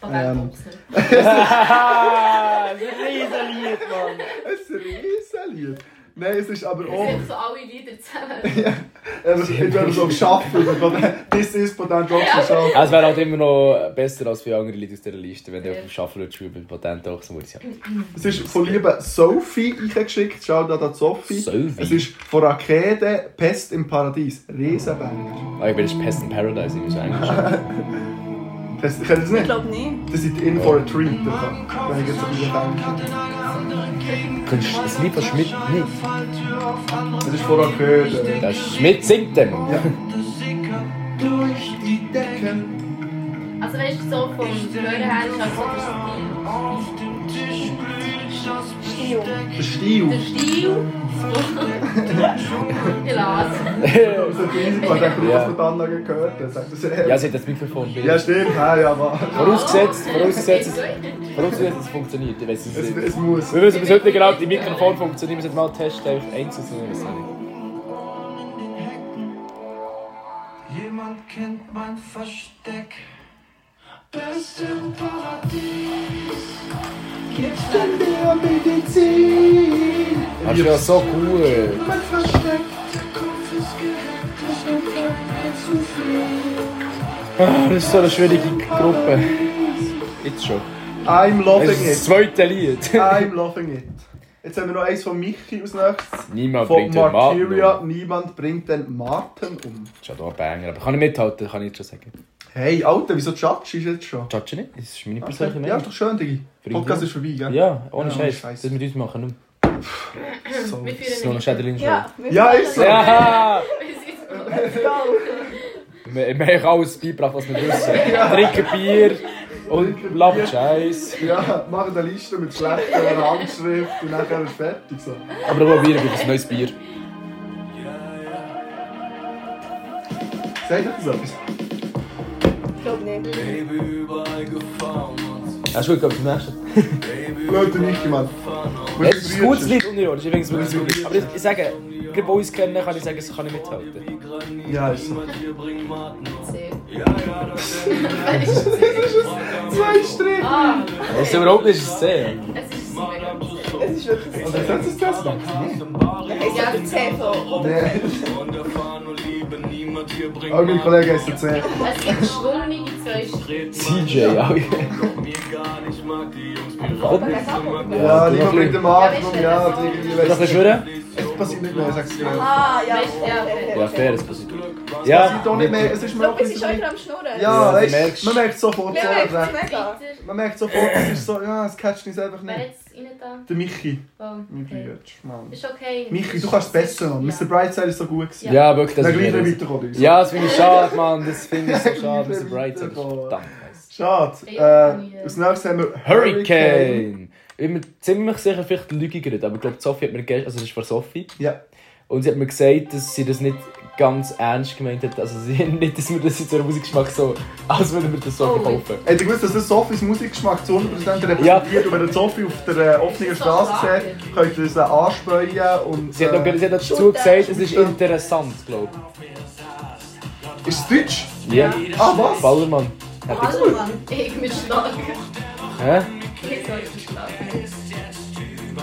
Speaker 6: Patent
Speaker 1: Ähm.
Speaker 6: Ochsner.
Speaker 2: Haha, ein Riesenlied, Mann.
Speaker 1: Ein Riesenlied. Nein, es ist aber
Speaker 6: Es
Speaker 1: auch...
Speaker 6: sind so alle Lieder zusammen.
Speaker 1: Äh, Ich würde so schaffen. Das ist Patent Ochsen schaffen.
Speaker 2: Es wäre halt immer noch besser als viele andere Leute aus dieser Liste, wenn du auf dem Shuffle würdest schreiben Patent auch, so würde ich sagen.
Speaker 1: Es ist von lieber Sophie eingeschickt. Schau da an Sophie.
Speaker 2: Sophie.
Speaker 1: Es ist von Rakete Pest im Paradies. Riesenbanger.
Speaker 2: Ah, ich bin jetzt Pest in Paradise, ich muss eigentlich.
Speaker 1: Das, ich kenne das
Speaker 3: Ich
Speaker 1: nicht.
Speaker 3: glaube nicht.
Speaker 1: Das ist in for a treat. davon, Wenn ich jetzt so wieder denke.
Speaker 2: Könntest du das Lied von Schmidt nicht?
Speaker 1: Das ist von Rakete.
Speaker 2: Der Schmidt singt dem.
Speaker 1: Ja.
Speaker 6: Also weißt du, so vom Hören her ist halt so der Stil.
Speaker 3: Stil.
Speaker 1: Der Stil.
Speaker 6: Der Stil und die Lase.
Speaker 1: So ein riesiger Patent. Ich habe das Anlage gehört. Das sagt das
Speaker 2: Ja,
Speaker 1: er.
Speaker 2: sie hat das Mikrofon.
Speaker 1: Ja, stimmt. Ja, ja, wahr.
Speaker 2: Vorausgesetzt, vorausgesetzt, es-
Speaker 6: Gut.
Speaker 2: vorausgesetzt, es funktioniert. Ich weiß es
Speaker 1: Es,
Speaker 2: nicht.
Speaker 1: es muss.
Speaker 2: Wir wissen bis heute nicht genau, ob die Mikrofon funktionieren. Wir sollten mal testen, einfach einzeln zu nehmen.
Speaker 7: Jemand kennt mein Versteck. Best im Paradies.
Speaker 2: Das ist ja so cool.
Speaker 7: Mein Versteck. Der Kopf ist gehackt. Ich bin klein zu viel.
Speaker 2: Ah, Das ist so eine schwierige Gruppe. Jetzt schon.
Speaker 1: I'm
Speaker 2: Das
Speaker 1: loving
Speaker 2: ist das
Speaker 1: it.
Speaker 2: zweite Lied.
Speaker 1: I'm loving it. Jetzt haben wir noch eins von Michi aus nächstes.
Speaker 2: Niemand
Speaker 1: Von
Speaker 2: bringt den Martin
Speaker 1: Martyria.
Speaker 2: um.
Speaker 1: Niemand bringt den Martin um.
Speaker 2: Das ist ja doch ein Banger, aber kann ich mithalten, kann ich jetzt schon sagen.
Speaker 1: Hey, Alter, wieso judge ist jetzt schon?
Speaker 2: Judge nicht, das ist meine persönliche
Speaker 1: Ja, ist
Speaker 2: Meinung.
Speaker 1: doch schön, Digi.
Speaker 2: Bringt
Speaker 1: Podcast
Speaker 2: um.
Speaker 1: ist vorbei, gell?
Speaker 2: Ja, ohne
Speaker 1: Ja,
Speaker 2: Scheiß.
Speaker 1: Scheiß.
Speaker 2: Das mit uns machen, nicht mehr.
Speaker 1: So.
Speaker 6: Wir
Speaker 2: Das ist nur
Speaker 6: führen
Speaker 2: noch
Speaker 6: nicht.
Speaker 2: Schädelin schon.
Speaker 3: Ja, wir
Speaker 1: Ja, ist so.
Speaker 2: Ja!
Speaker 6: Wir sind so-
Speaker 2: Wir, wir haben alles beigebracht, was wir wissen. Trinken Bier und lachen Scheiß.
Speaker 1: Ja, mach eine Liste mit schlechter Handschrift und nachher ist fertig. So.
Speaker 2: Aber probieren wir ein neues Bier.
Speaker 1: Sagt das etwas?
Speaker 3: Ich glaube nicht.
Speaker 7: Baby, überall Gefahr und
Speaker 2: Ja, ist gut, glaube ich, zum nächsten.
Speaker 1: Leute, Michi, Mann.
Speaker 7: Gefahr noch.
Speaker 1: Weil
Speaker 2: Es ist ein
Speaker 1: früher-
Speaker 2: gutes Lied, Junior. Das ist übrigens wirklich ein gutes Lied. Aber ich, ich sage, gerade wo ich es kenne, kann ich sagen, es kann ich mithalten.
Speaker 1: Ja, ist so. Zwei Striche!
Speaker 6: Ah,
Speaker 2: Das ist überhaupt nicht eine
Speaker 6: es ist mega gut.
Speaker 3: Es ist wirklich so.
Speaker 1: Und dann sollst du es das machen.
Speaker 3: Ich sage es so.
Speaker 1: Nein. Auch mein Kollege ist erzählt.
Speaker 6: Es gibt geschwungene zwei Striche.
Speaker 2: CJ, auch
Speaker 3: Aber das auch gut.
Speaker 1: Ja, lieber mit dem Atmen, ja,
Speaker 6: Ja,
Speaker 1: und irgendwie
Speaker 2: Kannst du das
Speaker 1: weiss
Speaker 2: schwören?
Speaker 1: Es passiert nicht mehr, sagst du. Es
Speaker 3: Ah, ja.
Speaker 6: Weißt du, ja, okay.
Speaker 2: Ja, fair, es passiert.
Speaker 1: passiert auch nicht mehr, es ist mir
Speaker 3: So
Speaker 1: auch
Speaker 3: bist du schon
Speaker 1: nicht
Speaker 3: wieder am Schnurren.
Speaker 1: Ja,
Speaker 2: Ja, du
Speaker 1: weißt
Speaker 2: merkst.
Speaker 1: du, man merkt sofort,
Speaker 3: Wir
Speaker 1: so,
Speaker 3: merken es
Speaker 1: oder?
Speaker 3: mega.
Speaker 6: Weiter.
Speaker 1: Man merkt sofort, es ist so, ja, es catcht uns einfach
Speaker 6: Wer
Speaker 1: nicht.
Speaker 6: jetzt rein da?
Speaker 1: Der Michi,
Speaker 6: Wow,
Speaker 1: mein
Speaker 6: okay.
Speaker 1: Bruder, Mann.
Speaker 6: Ist okay.
Speaker 1: Michi, du kannst es besser machen. Mr. Brightside ist so gut gewesen.
Speaker 2: Ja, wirklich, das
Speaker 1: Dann
Speaker 2: ist
Speaker 1: gleich
Speaker 2: mir
Speaker 1: nicht
Speaker 2: das.
Speaker 1: weiterkommen. uns.
Speaker 2: Ja, das finde ich schade, Mann. Das finde ich so schade. Das ist Bright. Das ist
Speaker 1: Weiterkommen.
Speaker 2: verdammt nice.
Speaker 1: Schade.
Speaker 6: Ja,
Speaker 1: Äh,
Speaker 6: ja.
Speaker 1: als nächstes haben wir
Speaker 2: Hurricane! Ich bin mir ziemlich sicher, vielleicht lüge ich gerade, aber ich glaube, Sophie hat mir gestern, also das ist von Sophie,
Speaker 1: Ja.
Speaker 2: und sie hat mir gesagt, dass sie das nicht ganz ernst gemeint hat. Also sie, nicht, dass wir das jetzt so einen Musikgeschmack so, als würden wir das so
Speaker 6: Oh,
Speaker 2: verkaufen.
Speaker 1: Hätte ihr gewusst, dass das Sophies Musikgeschmack zu 100% repräsentiert und wenn ihr die Sophie auf der äh, offenen
Speaker 6: Ist das so
Speaker 1: Straße seht, könnt ihr sie ansprechen und...
Speaker 2: Sie hat noch
Speaker 1: äh,
Speaker 2: sie hat noch dazu gesagt, es ist interessant, glaube
Speaker 1: ist es deutsch?
Speaker 2: ich. Ja.
Speaker 1: Ah, was?
Speaker 2: Ballermann.
Speaker 6: Hallo Mann, ich mit Schlag.
Speaker 2: Hä?
Speaker 6: Ich soll mit Schlag.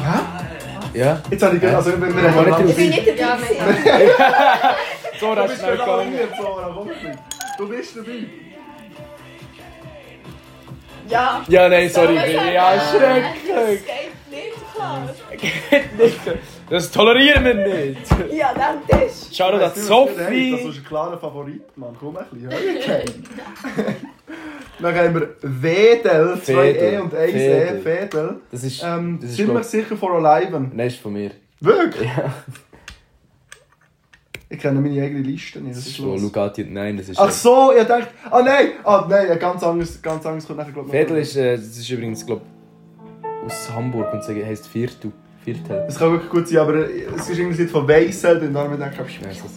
Speaker 1: Hä?
Speaker 2: Ja?
Speaker 1: Jetzt habe ich... ge- Also, wenn wir...
Speaker 2: Ja, nicht
Speaker 3: Ich bin nicht dabei.
Speaker 6: Ja,
Speaker 3: gewesen.
Speaker 6: mega.
Speaker 2: So,
Speaker 1: Du
Speaker 2: das ist
Speaker 1: bist
Speaker 2: schnell gegangen.
Speaker 1: nominiert, Sarah, wirklich. Du bist dabei.
Speaker 3: Ja.
Speaker 2: Ja, nein, sorry.
Speaker 3: Das ist
Speaker 6: Äh,
Speaker 2: Ja,
Speaker 3: Das
Speaker 2: schrecklich.
Speaker 3: geht nicht klar.
Speaker 2: Das tolerieren wir nicht.
Speaker 3: Ja, dann Tisch.
Speaker 2: Schau dir das
Speaker 1: Weißt du, was ihr denkt? Das
Speaker 2: Sophie.
Speaker 1: ist ein klarer Favorit, Mann. Komm ein bisschen. Hurricane. Dann haben wir Wedel, 2E
Speaker 2: Wedel.
Speaker 1: und 1E,
Speaker 2: Wedel.
Speaker 1: Wedel.
Speaker 2: Das ist.
Speaker 1: Ähm,
Speaker 2: Das ist
Speaker 1: sind wir
Speaker 2: glaub-
Speaker 1: sicher vor Oliven?
Speaker 2: Nein, ist von mir.
Speaker 1: Wirklich?
Speaker 2: Ja.
Speaker 1: Ich kenne meine eigene Liste nicht.
Speaker 2: Das
Speaker 1: Das
Speaker 2: ist
Speaker 1: ist
Speaker 2: von
Speaker 1: los.
Speaker 2: Lugatti und nein, das ist.
Speaker 1: Ach so, ich dachte, ah nein, ah nein, ja, ganz anders, ganz anders kommt nachher, glaube ich. noch-
Speaker 2: Fedel ist, äh, das ist übrigens, glaube aus Hamburg und sie heisst Viertel. Viertel.
Speaker 1: Es kann wirklich gut sein, aber es ist irgendwie von Weissel, dann darum denke ich,
Speaker 2: Nein,
Speaker 1: ich
Speaker 2: ist das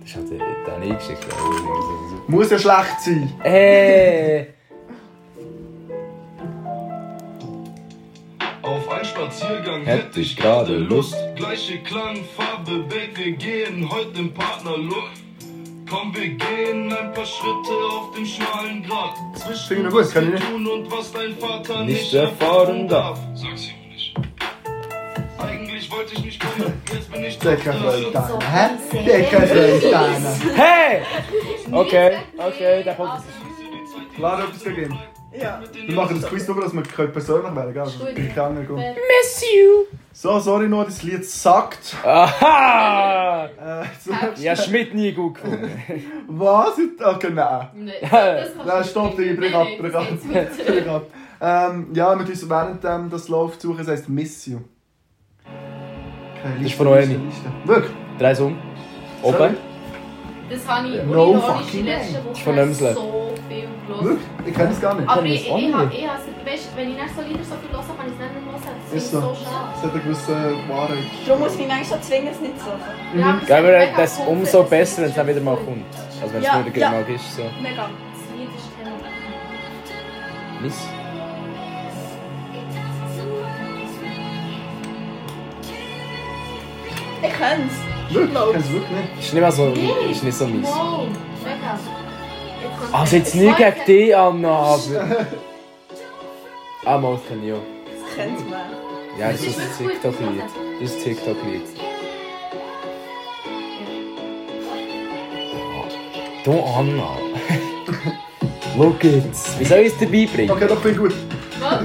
Speaker 2: Das ist halt äh, der nicht geschickt. aber irgendwie so- Äh! so-
Speaker 1: muss ja schlecht sein.
Speaker 2: Hey!
Speaker 10: Auf einen Spaziergang
Speaker 2: Hätte
Speaker 10: hätte ich
Speaker 2: ich gerade
Speaker 10: gerade Lust. Gleiche Klangfarbe, Babe, wir gehen heute im Partnerlook. Komm, wir gehen ein paar Schritte auf dem schmalen Grat.
Speaker 1: Finde
Speaker 10: Zwischen
Speaker 1: ich gut,
Speaker 10: was
Speaker 1: kann
Speaker 10: wir
Speaker 1: ich nicht.
Speaker 10: tun und was dein Vater
Speaker 2: Nicht
Speaker 10: nicht,
Speaker 2: erfahren
Speaker 10: erfahren
Speaker 2: darf.
Speaker 10: darf. Sag's ihm nicht. Eigentlich wollte ich nicht kommen, jetzt bin ich
Speaker 1: Der
Speaker 10: doch
Speaker 1: kann
Speaker 10: da.
Speaker 1: Freudein, hä? Der kann Freudein.
Speaker 2: Hey! Okay, okay, der kommt.
Speaker 1: Lara, etwas dagegen.
Speaker 3: Ja.
Speaker 1: Wir machen das Quiz nur, dass wir können persönlich werden, gell? Also,
Speaker 6: Gut.
Speaker 1: ich kann nicht gut.
Speaker 2: Miss you!
Speaker 1: So, sorry noch, das Lied sagt.
Speaker 2: Aha!
Speaker 1: Äh,
Speaker 2: Ja, Schmidt nie gut gefunden.
Speaker 1: was? Ah, genau. Okay, nein.
Speaker 6: Nein, das kannst
Speaker 1: Nein,
Speaker 6: du
Speaker 1: stopp,
Speaker 6: nicht.
Speaker 1: ich bring
Speaker 6: Nein,
Speaker 1: ab,
Speaker 6: nein,
Speaker 1: bring
Speaker 6: das
Speaker 1: ab.
Speaker 6: geht's nicht.
Speaker 1: Bring ab. Ähm, ja, mit uns während ähm, das läuft suchen, es heisst Miss You. Okay, Liste,
Speaker 2: ist von
Speaker 1: Liste,
Speaker 2: Noemi.
Speaker 1: Liste. Wirklich?
Speaker 2: Drei um. Song. Open.
Speaker 6: Das habe ich
Speaker 1: No
Speaker 6: unironisch die
Speaker 1: fucking
Speaker 6: letzte
Speaker 2: Von
Speaker 6: Woche
Speaker 2: Emsland.
Speaker 6: so viel gelesen.
Speaker 1: Wirklich? Ich kenne es gar nicht.
Speaker 6: Aber
Speaker 2: das
Speaker 6: ich, ich,
Speaker 2: auch
Speaker 6: ich,
Speaker 2: nicht.
Speaker 6: hab- ich, has- weißt, wenn ich nicht so Lieder so viel höre, kann ich es nicht mehr hören. Das finde ich
Speaker 1: Ist so.
Speaker 6: so schade.
Speaker 1: Es hat eine gewisse Wahrheit.
Speaker 3: Darum muss ich mich manchmal so zwingen, es nicht zu suchen.
Speaker 1: Mhm.
Speaker 6: Ja, aber es
Speaker 2: Ja,
Speaker 6: hat
Speaker 2: aber äh,
Speaker 6: mega
Speaker 2: das ist
Speaker 6: geholfen.
Speaker 2: umso besser, wenn es dann wieder mal kommt. Also wenn es
Speaker 3: Ja,
Speaker 2: wieder
Speaker 3: ja.
Speaker 2: genau ist. So.
Speaker 3: Mega.
Speaker 6: Das Lied ist kein-
Speaker 2: Miss.
Speaker 3: Ich kenn's.
Speaker 1: Wirklich? Ich kenne es wirklich nicht.
Speaker 2: Ist nicht mehr so,
Speaker 6: Nee.
Speaker 2: ist nicht so mies.
Speaker 6: Wow, mega. Jetzt kommt-
Speaker 2: Also jetzt
Speaker 6: Es
Speaker 2: nie
Speaker 6: war-
Speaker 2: gegen dich, Anna, aber... Ah, mal, das kann ich auch.
Speaker 3: Das kennt man.
Speaker 2: Ja, das ist ein TikTok-Lied. Das ist ein TikTok-Lied. Du Anna. Schau jetzt. Wie soll ich es dabei bringen?
Speaker 1: Okay, doch, bin gut.
Speaker 6: Was?
Speaker 2: Ja,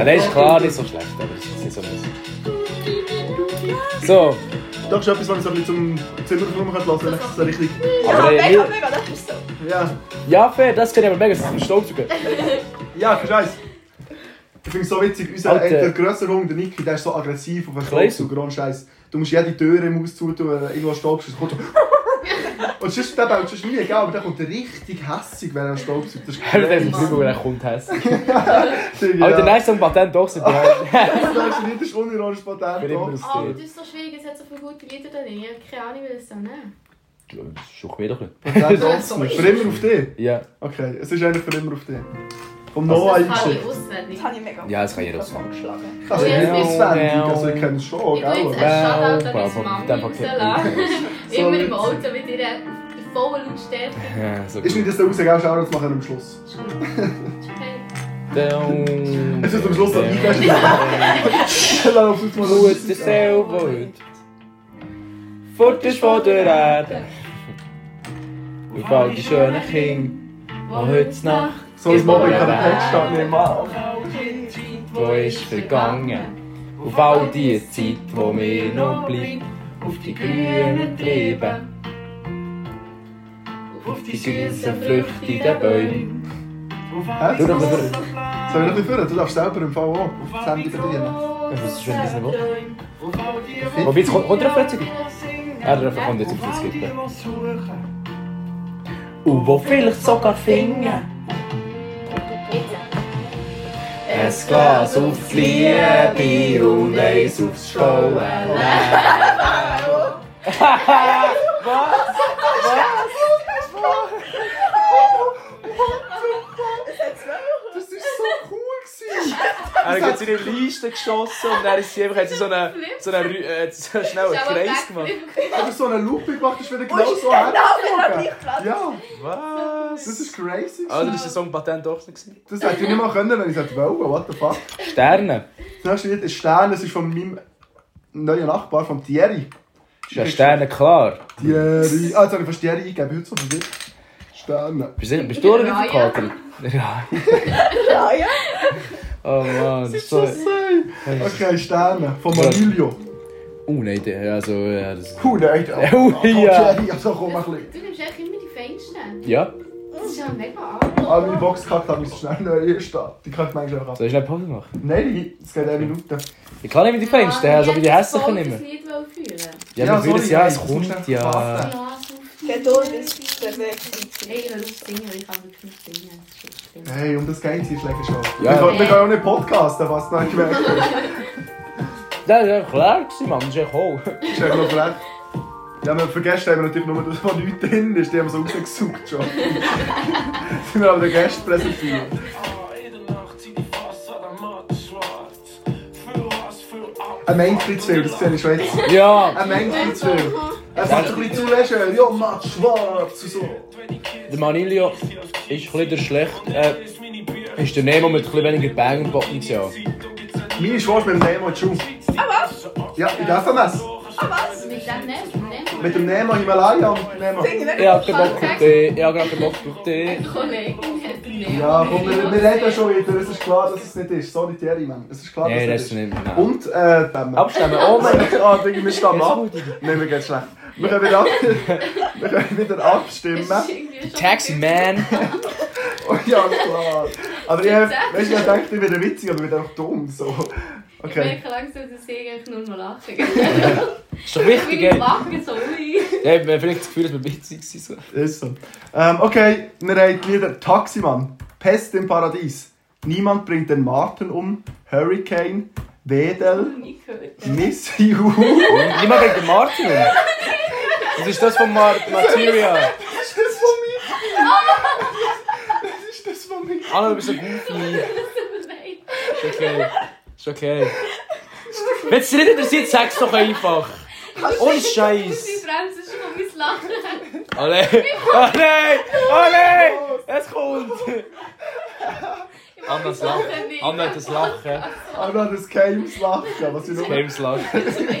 Speaker 6: Ungefähr.
Speaker 2: nein, ist klar, nicht so schlecht, aber es ist nicht so mies. So.
Speaker 1: Doch, ist etwas, was ich so ein bisschen zum Zimmerfilm hören kann, wenn ich so richtig...
Speaker 3: Ja,
Speaker 2: Aber äh,
Speaker 3: mega,
Speaker 2: wir-
Speaker 3: mega, das ist so.
Speaker 1: Ja,
Speaker 2: ja, fair, das finde ich aber mega. Das ist ein Staubsauger.
Speaker 1: ja, kein Scheiß. Ich finde es so witzig, unser
Speaker 2: Alter.
Speaker 1: äh, der grössere Hund, der Niki, der ist so aggressiv auf einen
Speaker 2: Kleisel.
Speaker 1: Staubsauger, ohne Scheiß. Du musst jede Tür im Haus zutun, wenn du irgendwo staubst, es kommt so... Und sonst, der baut sonst nie, gell, aber der kommt richtig hässig, wenn er staubsaugt. Das ist
Speaker 2: Hör dir den
Speaker 1: crazy.
Speaker 2: Flügel, der kommt hässlich.
Speaker 1: Ja.
Speaker 2: Aber der nächste Song Patent doch so
Speaker 1: Das nächste Lied ist unironisch
Speaker 2: Für
Speaker 1: Patent.
Speaker 2: immer
Speaker 1: doch.
Speaker 2: aus
Speaker 6: Aber
Speaker 2: dir.
Speaker 6: Ah, das ist so schwierig, es hat so viele gute Lieder drin. Ich habe keine Ahnung, wie das so ne? nehmen.
Speaker 2: Schon wieder.
Speaker 1: Patent doch. Für immer auf dich.
Speaker 2: Ja.
Speaker 1: Okay, es ist eigentlich für immer auf dich. Vom
Speaker 6: Das
Speaker 1: Noah
Speaker 6: kann ich
Speaker 1: eingeschickt.
Speaker 6: auswendig.
Speaker 3: Das habe ich mega
Speaker 2: Ja, das kann jeder ausmachen.
Speaker 3: ausmachen.
Speaker 1: Also,
Speaker 6: Ja,
Speaker 1: ich bin
Speaker 6: ja,
Speaker 1: auswendig,
Speaker 2: ja.
Speaker 1: also ich kenne es schon,
Speaker 6: Ich tue jetzt
Speaker 2: Äh,
Speaker 1: gell?
Speaker 6: einen Shoutout an
Speaker 2: Wow,
Speaker 6: meine Mami
Speaker 2: der Paket-
Speaker 6: rauslassen. Immer im
Speaker 1: Sorry.
Speaker 6: Auto mit ihrer vollen Lautstärke.
Speaker 2: Ja, so
Speaker 1: Ist nicht das der Rausgehen, Shoutouts machen am Schluss.
Speaker 6: Ist gut. Ist okay.
Speaker 2: Down.
Speaker 1: Es ist am Schluss noch
Speaker 2: down.
Speaker 1: eingefasst. Lauf jetzt mal
Speaker 2: Goed
Speaker 1: los.
Speaker 2: de zeilboot. Voort is voor de raden. Über die schöne ging, wo heute Nacht
Speaker 1: So ein Mobbing kann
Speaker 2: Ja.
Speaker 1: den Podcast nicht machen.
Speaker 2: wo ist vergangen. Auf all die Zeit, wo mir noch bleibt, auf die grünen Triebe, auf die süßen Früchte der Bäume.
Speaker 1: Hä?
Speaker 2: Doe nog een
Speaker 1: Soll
Speaker 2: keer.
Speaker 1: ich noch ein bisschen Du darfst selber im V auch auf das Handy bedienen.
Speaker 2: Das ist schön, dass nicht Wobei, jetzt kommt kommt er auf den Zügel. Er darf- kommt jetzt auf den Zügel. Und wo vielleicht sogar finden. Ein Glas auf die Liebe und eins aufs Schollen.
Speaker 1: Ah,
Speaker 2: Was?
Speaker 1: Das ist so cool gewesen.
Speaker 2: Er hat seine Liste geschossen und dann ist sie einfach, hat sie so einen so eine, äh, so schnell einen
Speaker 6: Ist aber
Speaker 2: Kreis gemacht.
Speaker 6: Backflip.
Speaker 1: Einfach so eine Loop gemacht, ist wieder
Speaker 3: Und
Speaker 1: genau
Speaker 3: ist
Speaker 1: so
Speaker 3: genau wieder
Speaker 1: hergezogen.
Speaker 3: gleich Platz.
Speaker 1: Ja,
Speaker 2: Was?
Speaker 1: das ist crazy.
Speaker 2: Alter, ist der Song Patent auch nicht gewesen?
Speaker 1: Das hätte ich nicht mal können, wenn ich es hätte wollen. What the fuck?
Speaker 2: Sterne.
Speaker 1: Das nächste Lied ist Stern, das ist von meinem neuen Nachbar, von Thierry.
Speaker 2: Ist ja Sterne klar.
Speaker 1: Thierry. Ah, jetzt habe ich fast Thierry eingegeben, heute so verwirrt. Sterne.
Speaker 2: Bist du, bist du oder nicht verkatert? Ja.
Speaker 3: Ja, ja.
Speaker 2: Oh Mann, das ist so...
Speaker 1: Okay, Sterne, von Manilio.
Speaker 2: Oh nein, der- also... Ja, das
Speaker 1: Cool, nein.
Speaker 2: Oh, ja.
Speaker 1: Thierry, also komm mal ein bisschen.
Speaker 6: Du nimmst echt immer die Feinsten.
Speaker 2: ja.
Speaker 6: Das ist ja mega arg.
Speaker 2: Oh,
Speaker 1: Ah, meine Box gekackt habe, muss schnell neu einstehen. Die kackt manchmal auch ab.
Speaker 2: Soll ich schnell Pause machen?
Speaker 1: Nein, es geht eine Minute.
Speaker 2: Ich kann nicht mit den Fenstern, also mit den hässlichen nicht
Speaker 6: Ich
Speaker 2: mehr.
Speaker 6: wollte das nicht führen.
Speaker 2: Ja,
Speaker 1: Ja,
Speaker 2: wir würden
Speaker 1: sorry,
Speaker 2: ja,
Speaker 1: nein,
Speaker 2: es
Speaker 1: das
Speaker 2: kommt
Speaker 1: musst du
Speaker 2: ja...
Speaker 1: einfach
Speaker 6: Ja, so
Speaker 3: Geduld ist perfekt.
Speaker 6: Ey, hör auf zu singen, weil ich kann wirklich nicht singen. Das ist wirklich schlimm.
Speaker 1: Hey, um das geht es schlägt schon.
Speaker 2: Ja.
Speaker 1: Wir können wir können auch nicht podcasten, was du noch gemerkt hast.
Speaker 2: Das war klar, gewesen, Mann, das ist ja cool.
Speaker 1: Ist ja noch schlecht. Ja, wir vergessen haben wir natürlich nur, dass da nichts drin ist. Die haben wir so rausgesucht schon. sind wir aber den Gästen präsentiert. Ein Mensch viel zu viel, das sehe ich schon jetzt.
Speaker 2: Ja,
Speaker 1: Ein Mensch viel zu viel. Er fängt so ein bisschen zu lächeln. Ja, Mann, schwarz und so.
Speaker 2: der Manilio ist ein bisschen der schlecht... Äh, ist der Nemo mit ein bisschen weniger Bang und Potenzial.
Speaker 1: Meine ist schwarz mit dem Nemo in die Schuhe.
Speaker 3: Ah, was?
Speaker 1: Ja, in der FMS.
Speaker 3: Ah, was?
Speaker 6: Mit dem Nemo, Nemo.
Speaker 1: Mit dem Nemo Himalaya und mit dem Nemo.
Speaker 3: Singen wir?
Speaker 2: Ich hab keinen Bock auf dich, ich hab gerade keinen Bock auf dich.
Speaker 6: Kollegen hat den Nemo.
Speaker 1: Ja, komm, wir, wir reden schon wieder. Es ist klar, dass es nicht ist. Sorry, Thierry, Mann. Es ist klar,
Speaker 2: Nein,
Speaker 1: dass
Speaker 2: das
Speaker 1: es
Speaker 2: ist
Speaker 1: nicht
Speaker 2: nicht
Speaker 1: ist.
Speaker 2: mehr.
Speaker 1: Und, äh, Dämme.
Speaker 2: Um- Abstimmen, oh mein Gott.
Speaker 1: Ah, Digga, wir stehen ab.
Speaker 2: Jetzt gut.
Speaker 1: Nein, mir geht's schlecht. Wir können wieder, ab wir können wieder abstimmen.
Speaker 6: Das ist irgendwie schon
Speaker 2: Taxi Man.
Speaker 1: Oh, ja, klar. Aber ich, weißt, du, ich dachte, ich wäre witzig, aber ich bin auch dumm. So.
Speaker 6: Ich
Speaker 1: Okay.
Speaker 6: merke langsam, dass ich eigentlich nur mal lachen.
Speaker 2: Ist doch wichtig,
Speaker 6: Meine
Speaker 2: ey.
Speaker 6: Backen so ui.
Speaker 2: Ja, ich hab vielleicht das Gefühl, dass wir witzig sind.
Speaker 1: Ist so. Ähm, okay, wir haben wieder Taximann. Pest im Paradies. Niemand bringt den Martin um. Hurricane. Wedel.
Speaker 6: Nie gehört.
Speaker 1: Missy Hu.
Speaker 2: Niemand gegen den Martin. Das ist das von Mar Materia.
Speaker 1: ist das von mir? Das ist das von mir.
Speaker 2: Anna, du bist so goofy.
Speaker 6: Nein.
Speaker 2: Ist okay. Ist okay. Wenn es dich nicht interessiert, sag's doch einfach. Ohne
Speaker 6: Die
Speaker 2: Scheiß.
Speaker 6: Bremse ist schon mein Lachen.
Speaker 2: Oh nein. Oh nein. Oh nein. Es kommt.
Speaker 6: Ich mag
Speaker 2: Anna, das
Speaker 6: das
Speaker 2: Lachen.
Speaker 6: nicht.
Speaker 2: Anna, hat das Lachen.
Speaker 1: Aber Ah, das Games lachen. Was ich noch
Speaker 2: James Lachen.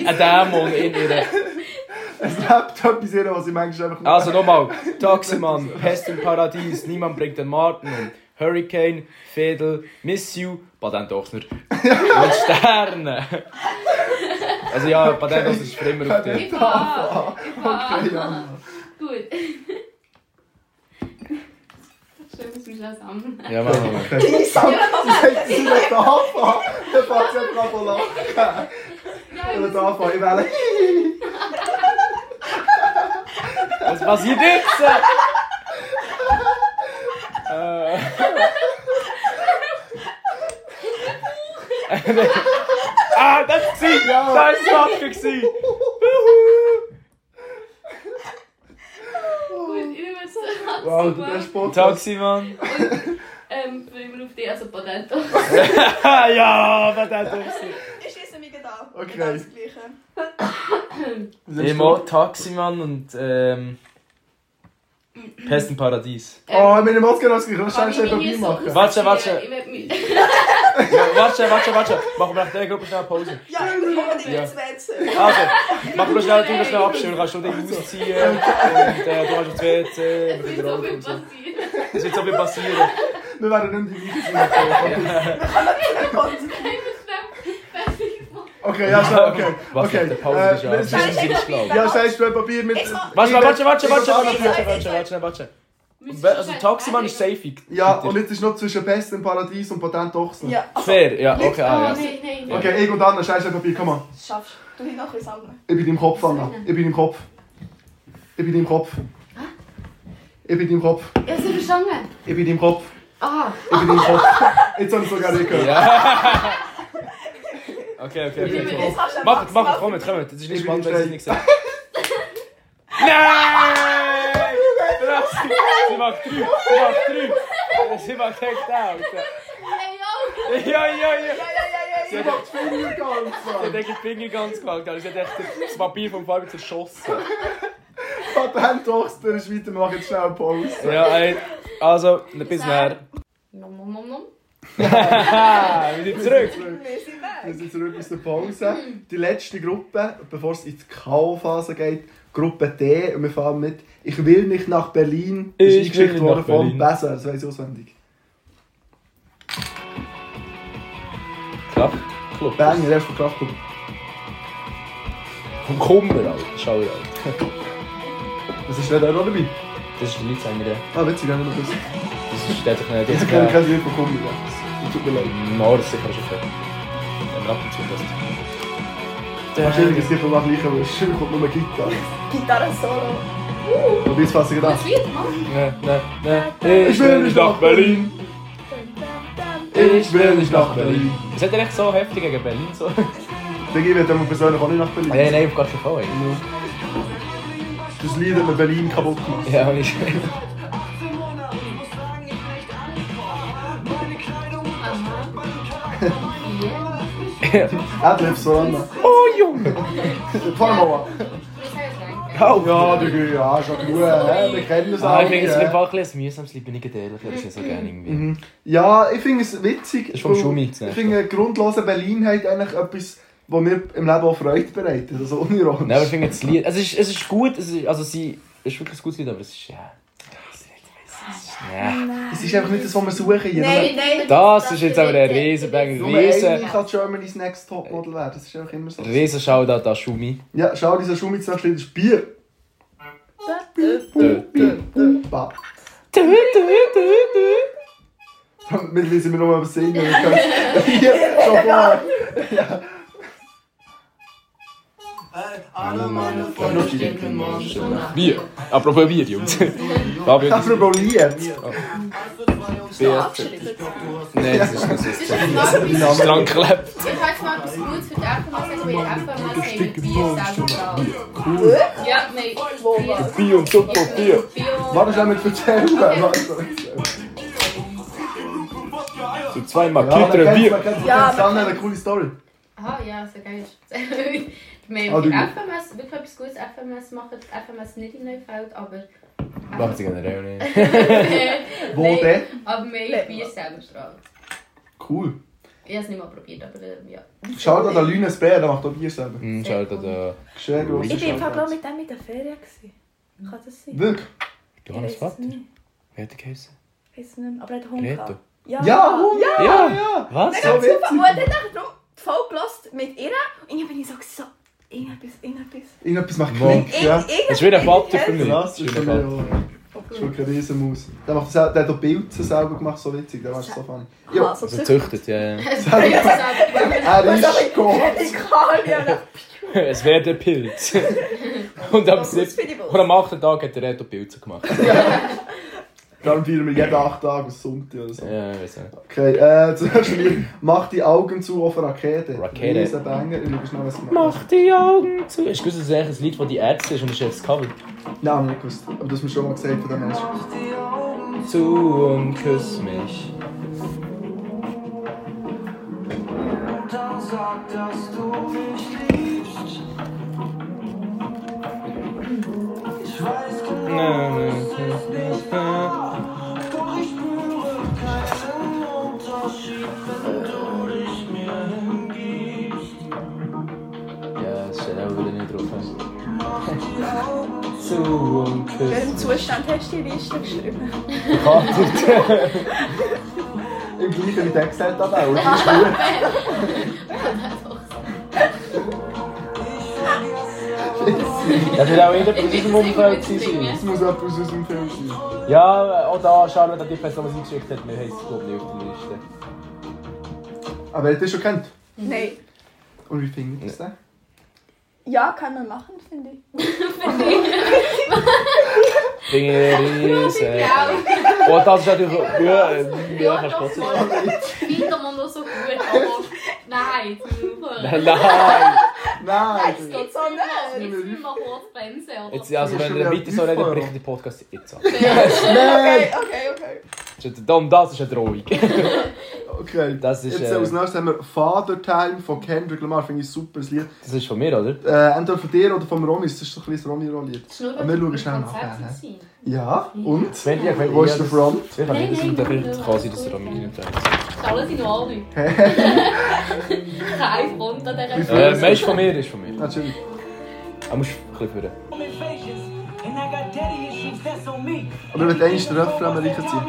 Speaker 2: Ein Dämon in ihrer...
Speaker 1: Es lebt etwas in ihr, was ich manchmal einfach
Speaker 2: Also nochmal. Taximann, Pest im Paradies, niemand bringt den Martin um. Hurricane, Fedel, Miss You, Patent Ochsner. Und Sterne. Also ja, Patent Ochsner ist für immer auf dir.
Speaker 6: Ich fahre. Ich fahre.
Speaker 1: Okay, ja.
Speaker 6: Gut. Schön, dass wir das sammeln.
Speaker 2: Ja, machen wir. mal.
Speaker 1: Okay. Sie sagt, sie will anfangen. Dann fängt sie einfach an zu lachen. Ich will anfangen. Ich wähle.
Speaker 2: Was passiert jetzt? äh. ah, das war ja. Das war das Lachen. gewesen.
Speaker 6: Gut, ich würde sagen,
Speaker 1: Wow, du bist Sport.
Speaker 2: Taximann.
Speaker 6: ähm, ähm, für immer auf dich, also Patento.
Speaker 2: Ah, ja, Patent
Speaker 3: Ich schieße mich gerade an.
Speaker 1: Okay.
Speaker 3: Genau das Gleiche.
Speaker 2: Nemo, Taximann und ähm, Pest im Paradies.
Speaker 1: Oh, ich bin im Oscar ausgegangen, ich muss
Speaker 6: Kann
Speaker 1: schnell
Speaker 6: ich
Speaker 1: schnell Papier
Speaker 6: mich hier so
Speaker 1: machen.
Speaker 2: Warte, warte.
Speaker 6: ausführen? Ich möchte mich-
Speaker 2: Ja, warte, warte, warte. Machen wir nach dieser Gruppe schnell eine Pause.
Speaker 3: Ja, ich bin unbedingt
Speaker 2: Ja.
Speaker 3: ins WC.
Speaker 2: Also, mach nur schnell, du musst schnell abstimmen, du kannst du dich ausziehen und äh, du kannst aufs WC
Speaker 6: Es
Speaker 2: mit
Speaker 6: ist
Speaker 2: dem
Speaker 6: so
Speaker 2: Rauch
Speaker 6: viel
Speaker 2: und so.
Speaker 6: passiert.
Speaker 2: Es wird so viel passieren.
Speaker 1: Wir werden nicht mehr die gleichen sein. Okay, ja, schnell, okay.
Speaker 2: Was
Speaker 1: okay.
Speaker 2: nach der Pause
Speaker 1: äh,
Speaker 2: ist, ja.
Speaker 1: wir
Speaker 2: Das ist ein
Speaker 1: sind-
Speaker 2: bisschen schlau.
Speaker 1: Ja, schnell schnell Papier mit.
Speaker 3: Ich mach-
Speaker 2: Warte, warte, warte, warte, warte,
Speaker 3: Ich-
Speaker 2: warte, warte, warte, warte.
Speaker 6: Wir sind
Speaker 2: Also,
Speaker 6: schon
Speaker 2: Taximann ist
Speaker 6: fertig.
Speaker 2: safe.
Speaker 1: Ja, und jetzt ist noch zwischen Pest im Paradies und Patent Ochsen.
Speaker 3: Ja, also,
Speaker 2: Fair, ja, okay, ah,
Speaker 6: Oh,
Speaker 2: ja.
Speaker 6: nein, nein, nein.
Speaker 1: Okay, ich und Anna, schnell schnell Papier, komm mal.
Speaker 3: schaffst du dich noch ein bisschen
Speaker 2: Oh,
Speaker 3: sammeln.
Speaker 1: Ich bin im Kopf, Anna. Ich bin im Kopf. Ich bin im Kopf. Ich bin im Kopf.
Speaker 6: Ich hab's nicht verstanden.
Speaker 1: Ich bin im Kopf.
Speaker 6: Ah,
Speaker 1: Ich bin im Kopf. Jetzt habe ich sogar nicht gehört.
Speaker 2: Okay, okay,
Speaker 6: ich bin
Speaker 2: okay.
Speaker 3: Jetzt kannst du
Speaker 2: Mach,
Speaker 3: Max-
Speaker 2: mach, komm, komm, das ist nicht
Speaker 1: Ich
Speaker 2: spannend,
Speaker 1: bin
Speaker 2: wenn sie es nicht sagt. Nein! Krass! Sie macht drei, sie macht drei. Sie macht echt out.
Speaker 6: Hey,
Speaker 2: Ja, ja,
Speaker 6: yo!
Speaker 2: ja.
Speaker 3: Ja, ja, ja, ja, ja.
Speaker 2: Sie hat echt sie hat echt die Finger ganz gemacht, also sie hat Nou, echt das Papier vom Fabi zerschossen.
Speaker 1: Patent Ochsen ist weiter, wir machen jetzt schnell Pause.
Speaker 2: Ja, ey, also, bis näher.
Speaker 6: Nom, nom, nom, nom.
Speaker 2: Haha, wieder zurück.
Speaker 3: Wir sind
Speaker 1: Wir
Speaker 3: weg.
Speaker 1: sind zurück aus der Pause. Die letzte Gruppe, bevor es in die K.O.-Phase geht, Gruppe D. Und wir fahren mit «Ich will nicht nach Berlin»
Speaker 2: Ich will
Speaker 1: ist eingeschickt
Speaker 2: nicht
Speaker 1: worden
Speaker 2: nach
Speaker 1: von
Speaker 2: Berlin.
Speaker 1: Besser, das weiss ich auswendig.
Speaker 2: Klapp, klapp.
Speaker 1: Banger, erst von Kraftklub.
Speaker 2: Vom Kummer, Alter. Schau, Alter.
Speaker 1: Das ist nicht der auch dabei.
Speaker 2: Das ist die Leute, sagen wir ja.
Speaker 1: Ah, witzig, haben wir noch das.
Speaker 2: Das ist der doch nicht.
Speaker 1: Jetzt
Speaker 2: Jetzt
Speaker 1: kann ich
Speaker 2: kann
Speaker 1: kein Lied bekommen. ja. Tut mir leid.
Speaker 2: Norden sicher schon fertig. Wenn Rappen zupasst. Eh,
Speaker 1: Wahrscheinlich ist es sicher noch gleicher, weil es schön kommt nur Gitarre.
Speaker 3: Gitarre-Solo.
Speaker 1: Und jetzt fasse ich gedacht.
Speaker 6: Was wird, Mann?
Speaker 2: Ne, ne, ne. Ich will nicht nach Berlin.
Speaker 1: Ich will nicht nach Berlin.
Speaker 2: Es hat er echt so heftig gegen Berlin so. Nein,
Speaker 1: Dann gehen wir dann persönlich auch nicht nach Berlin.
Speaker 2: nein, auf gar keinen Fall. ey.
Speaker 1: Das Lied hat mir Berlin kaputt gemacht.
Speaker 2: Ja, und ich.
Speaker 6: Yeah.
Speaker 1: Adlibs von Anna.
Speaker 2: Oh Junge!
Speaker 1: Fahr mal an.
Speaker 6: Ich sag's gleich.
Speaker 1: Ja, du gehst ja schon genug. hä? Wir kennen das
Speaker 2: Oh. Ah,
Speaker 1: alle.
Speaker 2: ich finde es
Speaker 1: hä?
Speaker 2: ein bisschen ein mühsames Lied, bin ich gerade ehrlich, das ist nicht so gerne irgendwie.
Speaker 1: Mhm. Ja, ich finde es witzig.
Speaker 2: Das ist vom
Speaker 1: weil
Speaker 2: Schumi, das
Speaker 1: Ich finde eine grundlose Berlinheit eigentlich etwas, was mir im Leben auch Freude bereitet. Also unironisch.
Speaker 2: Nein, aber ich finde das Lied. Also, es ist, es ist gut, es ist, also sie. Es ist wirklich ein gutes Lied, aber es ist. Ja. Es ist- ja.
Speaker 1: es ist einfach nicht das, was wir suchen. hier.
Speaker 3: Nein, nein.
Speaker 2: Das ist jetzt aber der Riesenbang.
Speaker 1: Nur eine
Speaker 2: Riesen.
Speaker 1: kann Germany's Next Topmodel werden. Das ist einfach immer so.
Speaker 2: Riesen Shoutout an Schumi.
Speaker 1: Ja, schau, dieser Schumi zum Beispiel, das ist Bier. Mittlerweile sind wir nochmal am Singen. Wir können- Hier, schon vorher.
Speaker 10: Alle meine Freunde stinken morgen schon nach
Speaker 2: Bier. Apropos Bier, Jungs. Fabio,
Speaker 1: Das ist probiert.
Speaker 2: Bier. Nein, das ist das ist das ist dran geklebt.
Speaker 6: Ich hab's mal etwas Gutes für die Affenmasse. Ich will Affenmasse haben mit Bier selber braut.
Speaker 1: Cool.
Speaker 6: Ja, nein. Bier.
Speaker 2: Bier und Zucker, Bier.
Speaker 6: Bio.
Speaker 1: Warte schnell mit Verzählen. Warte.
Speaker 2: So zweimal
Speaker 1: Ja,
Speaker 2: Kitter,
Speaker 1: dann
Speaker 2: Bier.
Speaker 1: kennst du
Speaker 3: Ja,
Speaker 1: das an, eine coole Story.
Speaker 6: Ah ja, so geil. Ich meine,
Speaker 1: Ah,
Speaker 6: mit
Speaker 1: du-
Speaker 6: FMS, wirklich etwas Gutes FMS machen. FMS nicht in Neufeld, aber...
Speaker 2: Machen sie generell nicht.
Speaker 1: Wo denn?
Speaker 6: Aber wir haben Bier selber braut.
Speaker 1: Cool.
Speaker 6: Ich hab's nicht mal probiert, aber ähm, ja.
Speaker 1: Schau da, der Lünes Bär, der macht auch Bier selber.
Speaker 2: Hm, schaut da.
Speaker 1: Schön groß.
Speaker 2: Ich
Speaker 3: Ich bin im Fall gerade mit dem in der Ferien. gewesen. Kann das sein?
Speaker 1: Wirklich?
Speaker 2: Johannes
Speaker 3: Ich weiss es
Speaker 2: Vater?
Speaker 3: nicht.
Speaker 2: Wie hat er geheißen?
Speaker 3: Ich weiß es nicht mehr. Aber er hat Hunger.
Speaker 2: Reto.
Speaker 3: Ja,
Speaker 1: Ja, Hund.
Speaker 3: ja.
Speaker 2: Ja.
Speaker 1: ja.
Speaker 2: Was?
Speaker 1: So
Speaker 3: Und
Speaker 1: witzig.
Speaker 3: dann habe ich darum die Folge gehört mit ihr. Und dann bin ich so, so irgendetwas, irgendetwas.
Speaker 1: Irgendetwas macht
Speaker 2: Wow.
Speaker 1: Klick. Ja.
Speaker 2: Das ist wieder ein Vater für mich.
Speaker 1: Krass,
Speaker 2: Das
Speaker 1: das
Speaker 2: ist
Speaker 1: ist schon
Speaker 2: wieder ein Vater.
Speaker 1: ja. Das ist wirklich eine Riesenmaus. Der, macht das, auch- der hat auch Pilze selber gemacht, so witzig. Der war so funny. Ja,
Speaker 3: so
Speaker 2: Also züchtet, ja. ja.
Speaker 6: Also, ich hab's selber braut.
Speaker 1: er ist Gott.
Speaker 3: Radikal,
Speaker 2: Es wäre der Pilz. Und am siebten- und am achten Tag hat der Reto Pilze gemacht.
Speaker 1: Dann feiern wir jeden acht Tage aus Sonntag oder so.
Speaker 2: Ja, ich weiß nicht.
Speaker 1: Okay, äh, zuerst mal, mach die Augen zu auf eine Rakete.
Speaker 2: Rakete.
Speaker 1: Riesen Banger, ich schaue schnell, was gemacht
Speaker 2: Mach die Augen zu. Hast du gewusst, dass es eigentlich ein Lied von die Ärzte ist und es ist jetzt das Cover?
Speaker 1: Nein, hab ich nicht gewusst. Aber das hast du mir schon mal gesagt von dem Menschen.
Speaker 2: Zu und küss mich.
Speaker 10: sag, dass du mich liebst. Ich weiß genau, es ist nicht wahr. Doch ich spüre keinen Unterschied, wenn du dich mir hingibst.
Speaker 2: Ja, das steht auch wieder nicht drauf.
Speaker 3: In welchem Zustand hast du die Liste geschrieben?
Speaker 1: Im gleichen wie der Excel-Tabelle. oder? Das ist gut.
Speaker 2: Das wird auch jeder von diesem Umfeld sein.
Speaker 1: Das muss etwas aus dem Film sein.
Speaker 2: Ja, eh, oh, auch da, Charlotte hat die Person, die sie geschickt hat, wir haben es, glaube ich, nicht auf der Liste.
Speaker 1: Aber ihr habt das schon kennt.
Speaker 3: Nein.
Speaker 1: Und wie findet ihr es denn?
Speaker 3: Ja, kann man machen, finde ich.
Speaker 2: Riese. Oh, das ist natürlich... Ja, eh, ja, kannst du trotzdem...
Speaker 6: Finger man noch so gut, aber nein, jetzt müssen wir aufhören.
Speaker 2: Nein!
Speaker 1: Nein!
Speaker 3: Das geht so nicht.
Speaker 6: Jetzt müssen wir kurz bremsen, oder?
Speaker 2: Jetzt, also, wenn ihr weiter so redet, bricht der Podcast jetzt ab.
Speaker 1: Nein!
Speaker 3: Okay, okay, okay.
Speaker 2: Darum, das ist eine Drohung.
Speaker 1: Okay.
Speaker 2: Das ist,
Speaker 1: Jetzt
Speaker 2: äh,
Speaker 1: als nächstes haben wir Father Time von Kendrick Lamar. Finde ich ein super Lied.
Speaker 2: Das ist von mir, oder?
Speaker 1: Äh, entweder von dir oder vom Ronis. Das ist so ein kleines Ronny-Lied.
Speaker 6: Schnurren
Speaker 1: Aber wir schauen
Speaker 6: im
Speaker 1: schnell nach,
Speaker 6: Konzert
Speaker 1: ja.
Speaker 6: sein.
Speaker 1: Ja, und?
Speaker 2: Wenn ich...
Speaker 1: Wo ist der Front?
Speaker 2: Ich kann nicht, dass man dafür quasi das Rahmen reinnehmen
Speaker 6: Ist alles in Ordnung. Kein Front an dieser Stelle.
Speaker 2: Äh, meist von mir ist von mir.
Speaker 1: Natürlich.
Speaker 2: Er muss ein bisschen führen.
Speaker 1: Aber wenn du einmal den Refrain mal reinziehen.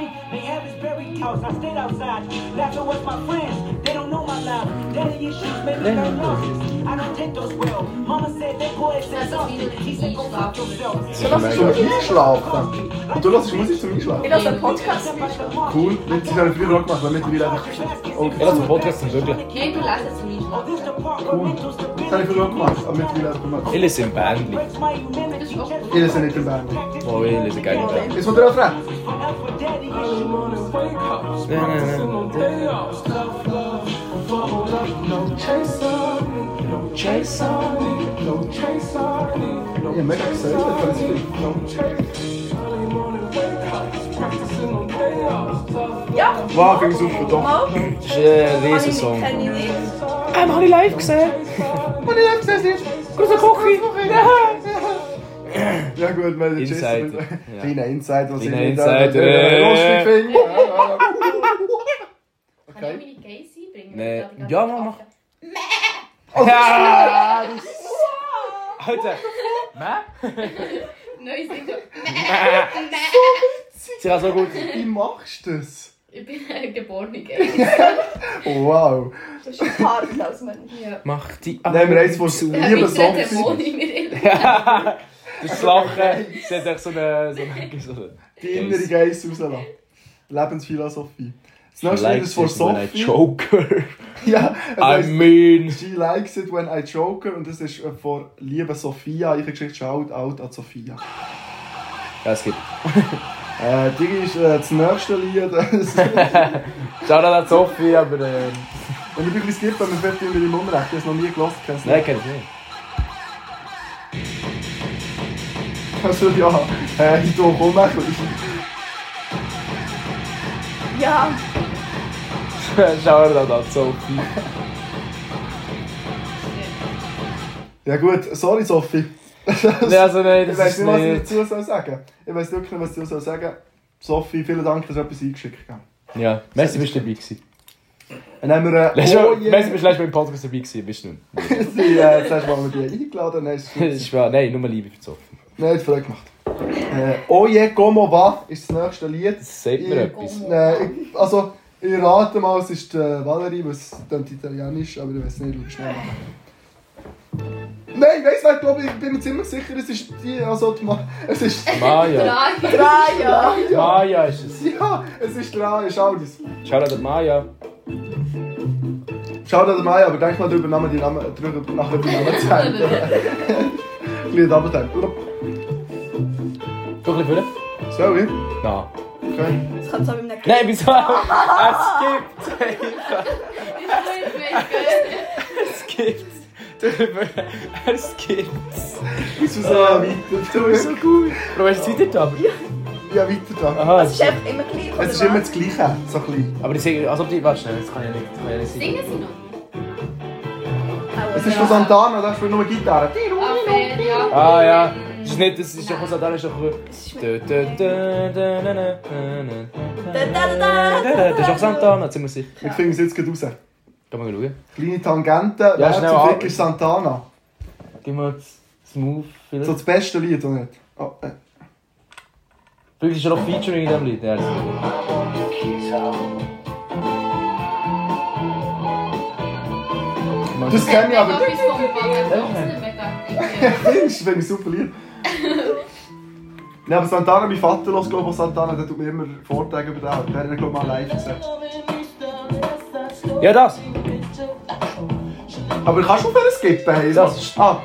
Speaker 1: Du hast zum Einschlafen. Und du hörst Musik zum Einschlafen.
Speaker 3: Ich lasse einen Podcast
Speaker 1: Cool. Jetzt haben wir früher auch gemacht, weil mittlerweile einfach... Oh,
Speaker 2: Ich lasse den Podcast zum Bügeln.
Speaker 6: Nein, du lässt es nicht.
Speaker 4: Oh,
Speaker 6: Das
Speaker 1: cool. Das habe ich früher auch gemacht, aber mittlerweile einfach gemacht.
Speaker 2: Ich lese im Bandli.
Speaker 6: ist auch gut.
Speaker 1: Ich lese nicht den Band.
Speaker 2: Oh, ich lese geile Band.
Speaker 1: Jetzt kommt der Refrain. Ich habe mega gesagt, das ist
Speaker 3: Ja,
Speaker 1: Wow, finde ich super. Doch.
Speaker 3: mal.
Speaker 2: Das ist ein riesen
Speaker 3: Riesensong.
Speaker 2: eh, Song.
Speaker 3: Kenne ich nicht.
Speaker 1: Ja gut, weil der
Speaker 2: Insider,
Speaker 1: Jason...
Speaker 2: ja.
Speaker 1: Kleiner Insider, was ich
Speaker 2: Kleiner
Speaker 1: nicht äh,
Speaker 2: Insider.
Speaker 1: äh, lustig finde. Ja, ja.
Speaker 6: Kann ich meine Gays einbringen?
Speaker 2: Nee.
Speaker 6: Ich dachte, ich
Speaker 2: Ja,
Speaker 6: kann
Speaker 2: mach,
Speaker 6: das schaffen.
Speaker 2: Ja! Alter! Mä?
Speaker 6: Neues Ding.
Speaker 2: Sie war so gut.
Speaker 1: Wie machst du das? Oh,
Speaker 6: Ich bin eine geborene Gay.
Speaker 1: Wow.
Speaker 3: Das ist ein Part als Mensch.
Speaker 6: Ja.
Speaker 2: Mach die
Speaker 1: Nehmen wir eins, was
Speaker 6: Ja,
Speaker 1: lieber
Speaker 6: ich bin
Speaker 1: Song
Speaker 6: eine
Speaker 1: ist.
Speaker 6: Dämonin in mir drin.
Speaker 2: Das Lachen. Sie hat echt so eine. So eine, so eine
Speaker 1: Die innere Geiss rauslassen. Lebensphilosophie. Das nächste Lied
Speaker 2: Like
Speaker 1: ist von
Speaker 2: this when I
Speaker 1: Sophie.
Speaker 2: Joker.
Speaker 1: Ja, also es
Speaker 2: I
Speaker 1: heisst
Speaker 2: mean.
Speaker 1: She likes it when I joker und das ist äh, von liebe Sophia. Ich habe geschickt, shout out an Sophia.
Speaker 2: Ja, es gibt.
Speaker 1: Äh, die ist äh, das nächste Lied.
Speaker 2: Schau da an Sophie, aber. Ähm,
Speaker 1: Und ich bin ein bisschen skippt, weil wir fertig mit dem Unrecht. Ich habe es noch nie gelassen. Kennst du
Speaker 2: nein, kenn ich nicht.
Speaker 1: Also ja, äh, ich tue komm mal.
Speaker 3: Ja,
Speaker 2: Schau da an Sophie.
Speaker 1: Ja gut, sorry Sophie.
Speaker 2: Nein, also nein,
Speaker 1: Ich
Speaker 2: das
Speaker 1: weiß
Speaker 2: ist
Speaker 1: nicht, was ich
Speaker 2: nicht.
Speaker 1: dazu soll sagen Ich weiß wirklich nicht, was ich dazu soll sagen Sophie, vielen Dank, dass du etwas eingeschickt hast.
Speaker 2: Ja, Messi bist du dabei gewesen.
Speaker 1: Dann haben wir... Äh,
Speaker 2: Letztes Mal-
Speaker 1: je-
Speaker 2: Messi bist du letztes Mal im Podcast dabei gewesen, bist du nicht.
Speaker 1: Sie, äh, Jetzt hast du mal die eingeladen, hast du...
Speaker 2: Das ist wahr. Nein, nur Liebe für Sophie.
Speaker 1: Nein, hat Freude gemacht. Äh, Oje, como va ist das nächste Lied.
Speaker 2: Das sagt mir
Speaker 1: Ja.
Speaker 2: etwas.
Speaker 1: Äh, ich, also, ich rate mal, es ist äh, Valerie, was klingt italienisch, aber ich weiß nicht, wie schnell. Nein, weiss wer, glaube ich, bin mir ziemlich sicher, es ist die, also die Ma es ist
Speaker 2: Maya.
Speaker 6: Drei.
Speaker 3: drei Jahre.
Speaker 1: ja,
Speaker 2: Maya ist es.
Speaker 1: ja, es ist dran, ist alles.
Speaker 2: Schau da an Maya.
Speaker 1: Schau dir mal, aber denk mal drüber nach, die Namen, drüber nach, die Namen zu haben. Lied runterteilen.
Speaker 2: Guck ein bisschen
Speaker 1: So, ich?
Speaker 2: vor. Nein.
Speaker 1: Okay.
Speaker 3: Das kommt so mit einem
Speaker 2: Nein, wieso? Es gibt. Es gibt. Es gibt.
Speaker 1: Wieso so weiter?
Speaker 2: ist so gut. Bro, hast du es weiter da?
Speaker 1: Ja, weiter da.
Speaker 2: Aha.
Speaker 3: Das ist einfach immer gleich. oder
Speaker 1: Es ist immer
Speaker 3: was?
Speaker 1: das Gleiche, so ein bisschen.
Speaker 2: Aber ich sehe, als ob die. Warte schnell, das kann ja nicht, das kann ja nicht sein.
Speaker 6: Singen sie noch?
Speaker 1: Es ist von Santana, da spielt nur Gitarre.
Speaker 6: Affair, ja.
Speaker 2: Ah ja, das ist nicht, das ist doch Santana, ist doch...
Speaker 3: Es ist
Speaker 2: Dö, dö, dö, dö, dö, dö, dö,
Speaker 3: Da, da, da, da.
Speaker 2: dö. Das ist doch Santana, ziemlich sicher.
Speaker 1: Wir finden es jetzt gerade raus.
Speaker 2: Kann man schauen.
Speaker 1: Kleine Tangente, wer
Speaker 2: schnell
Speaker 1: zum Fick
Speaker 2: ab.
Speaker 1: ist Santana?
Speaker 2: Gib mal das Smooth
Speaker 1: So
Speaker 2: vielleicht.
Speaker 1: das beste Lied, oder nicht? Oh, äh.
Speaker 2: Vielleicht ist ja noch Featuring in diesem Lied. Ja, das ist gut.
Speaker 1: Das kenne ich aber.
Speaker 6: Mega etwas vom Backen. Das ist mega.
Speaker 1: Das finde ich super lieb. Nein, aber Santana, mein Vater los, glaube ich, Santana, der tut mir immer Vorträge über den. Der hat ihn, glaube ich, mal live gesehen.
Speaker 2: Ja, das.
Speaker 1: Aber kannst du auf einen skippen? Hey?
Speaker 2: Das ist-
Speaker 1: Ah,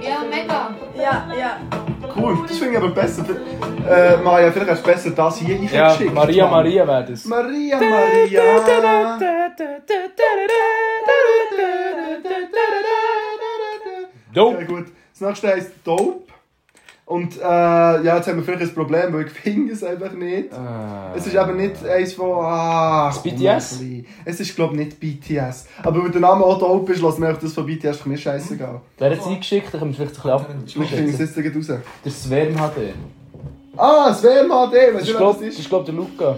Speaker 6: Ja, mega.
Speaker 3: Ja, ja.
Speaker 1: cool. Das finde ich aber besser. Äh, Maja, vielleicht hast du besser das hier
Speaker 2: Ja,
Speaker 1: hingeschickt.
Speaker 2: Maria
Speaker 1: Mann.
Speaker 2: Maria wäre das.
Speaker 1: Maria, Maria. Okay,
Speaker 2: Dope.
Speaker 1: gut. Das nächste heisst Dope. Und äh, ja, jetzt haben wir vielleicht ein Problem, weil ich finde es einfach nicht. Es ist eben nicht eins von. Ah, komm,
Speaker 2: BTS?
Speaker 1: ein bisschen. Es ist, glaube ich, nicht BTS. Aber weil der Name auch Dope ist, lassen wir einfach das von BTS, ist mir scheißegal.
Speaker 2: Wer hat es eingeschickt? Da können wir vielleicht ein bisschen
Speaker 1: Ich finde es
Speaker 2: abschließen.
Speaker 1: jetzt gleich raus.
Speaker 2: Der Sven hat den.
Speaker 1: Ah, das WMHD, weißt
Speaker 2: Das
Speaker 1: du,
Speaker 2: ist,
Speaker 1: was
Speaker 2: glaub,
Speaker 1: das
Speaker 2: das ist,
Speaker 1: ist?
Speaker 2: glaub, der dus Luca.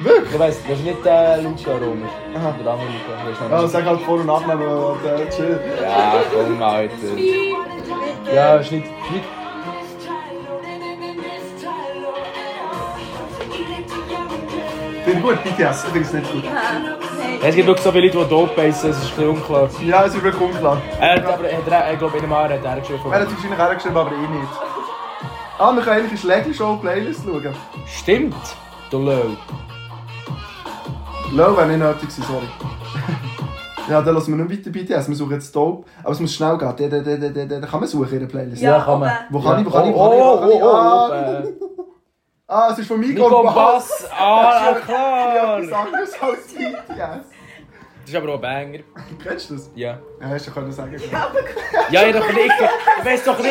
Speaker 1: Wirklich?
Speaker 2: Ich weiss, das ist nicht der eh, Luca Romer.
Speaker 1: Aha. Oh,
Speaker 2: Der andere Luca. Der ist noch
Speaker 1: Ja,
Speaker 2: nicht-
Speaker 1: sag halt Vor- und Nachnamen und äh, chill.
Speaker 2: Ja, komm, Alter. Ja, ist nicht. nicht
Speaker 1: Finde ich gut, BTS, ich finde es nicht gut.
Speaker 2: es gibt wirklich so viele Leute, die dope heissen, es ist ein bisschen unklar.
Speaker 1: Ja, es ist wirklich unklar.
Speaker 2: Er hat aber, er hat, er, ich glaube, in einem Jahr hat er geschrieben.
Speaker 1: Er hat es wahrscheinlich auch geschrieben, aber ich nicht. Ah, wir können eigentlich eine Schlägelshow-Playlist schauen.
Speaker 2: Stimmt, du Löw.
Speaker 1: Low wäre nicht nötig gewesen, sorry. ja, dann lassen wir nicht weiter BTS, wir suchen jetzt Dope. Aber es muss schnell gehen, da, da, da, da, da, da, da kann man suchen in der Playlist.
Speaker 3: Ja,
Speaker 2: kann man.
Speaker 3: oben.
Speaker 1: Wo kann ich, wo
Speaker 2: Ja.
Speaker 1: kann ich, wo kann ich, wo
Speaker 2: Oh,
Speaker 1: kann ich?
Speaker 2: oh, oh, oh.
Speaker 1: Ah,
Speaker 2: äh,
Speaker 1: ah, es ist von Miko
Speaker 2: Nico
Speaker 1: und Bass.
Speaker 2: Bass. Ah, na
Speaker 1: Ja,
Speaker 2: klar.
Speaker 1: etwas anderes als BTS.
Speaker 2: Das ist aber auch ein Banger.
Speaker 1: Kennst du das?
Speaker 2: Ja.
Speaker 1: Ja, hast du ja können sagen können.
Speaker 2: Ja, ich doch nicht. Ich weiß doch nicht.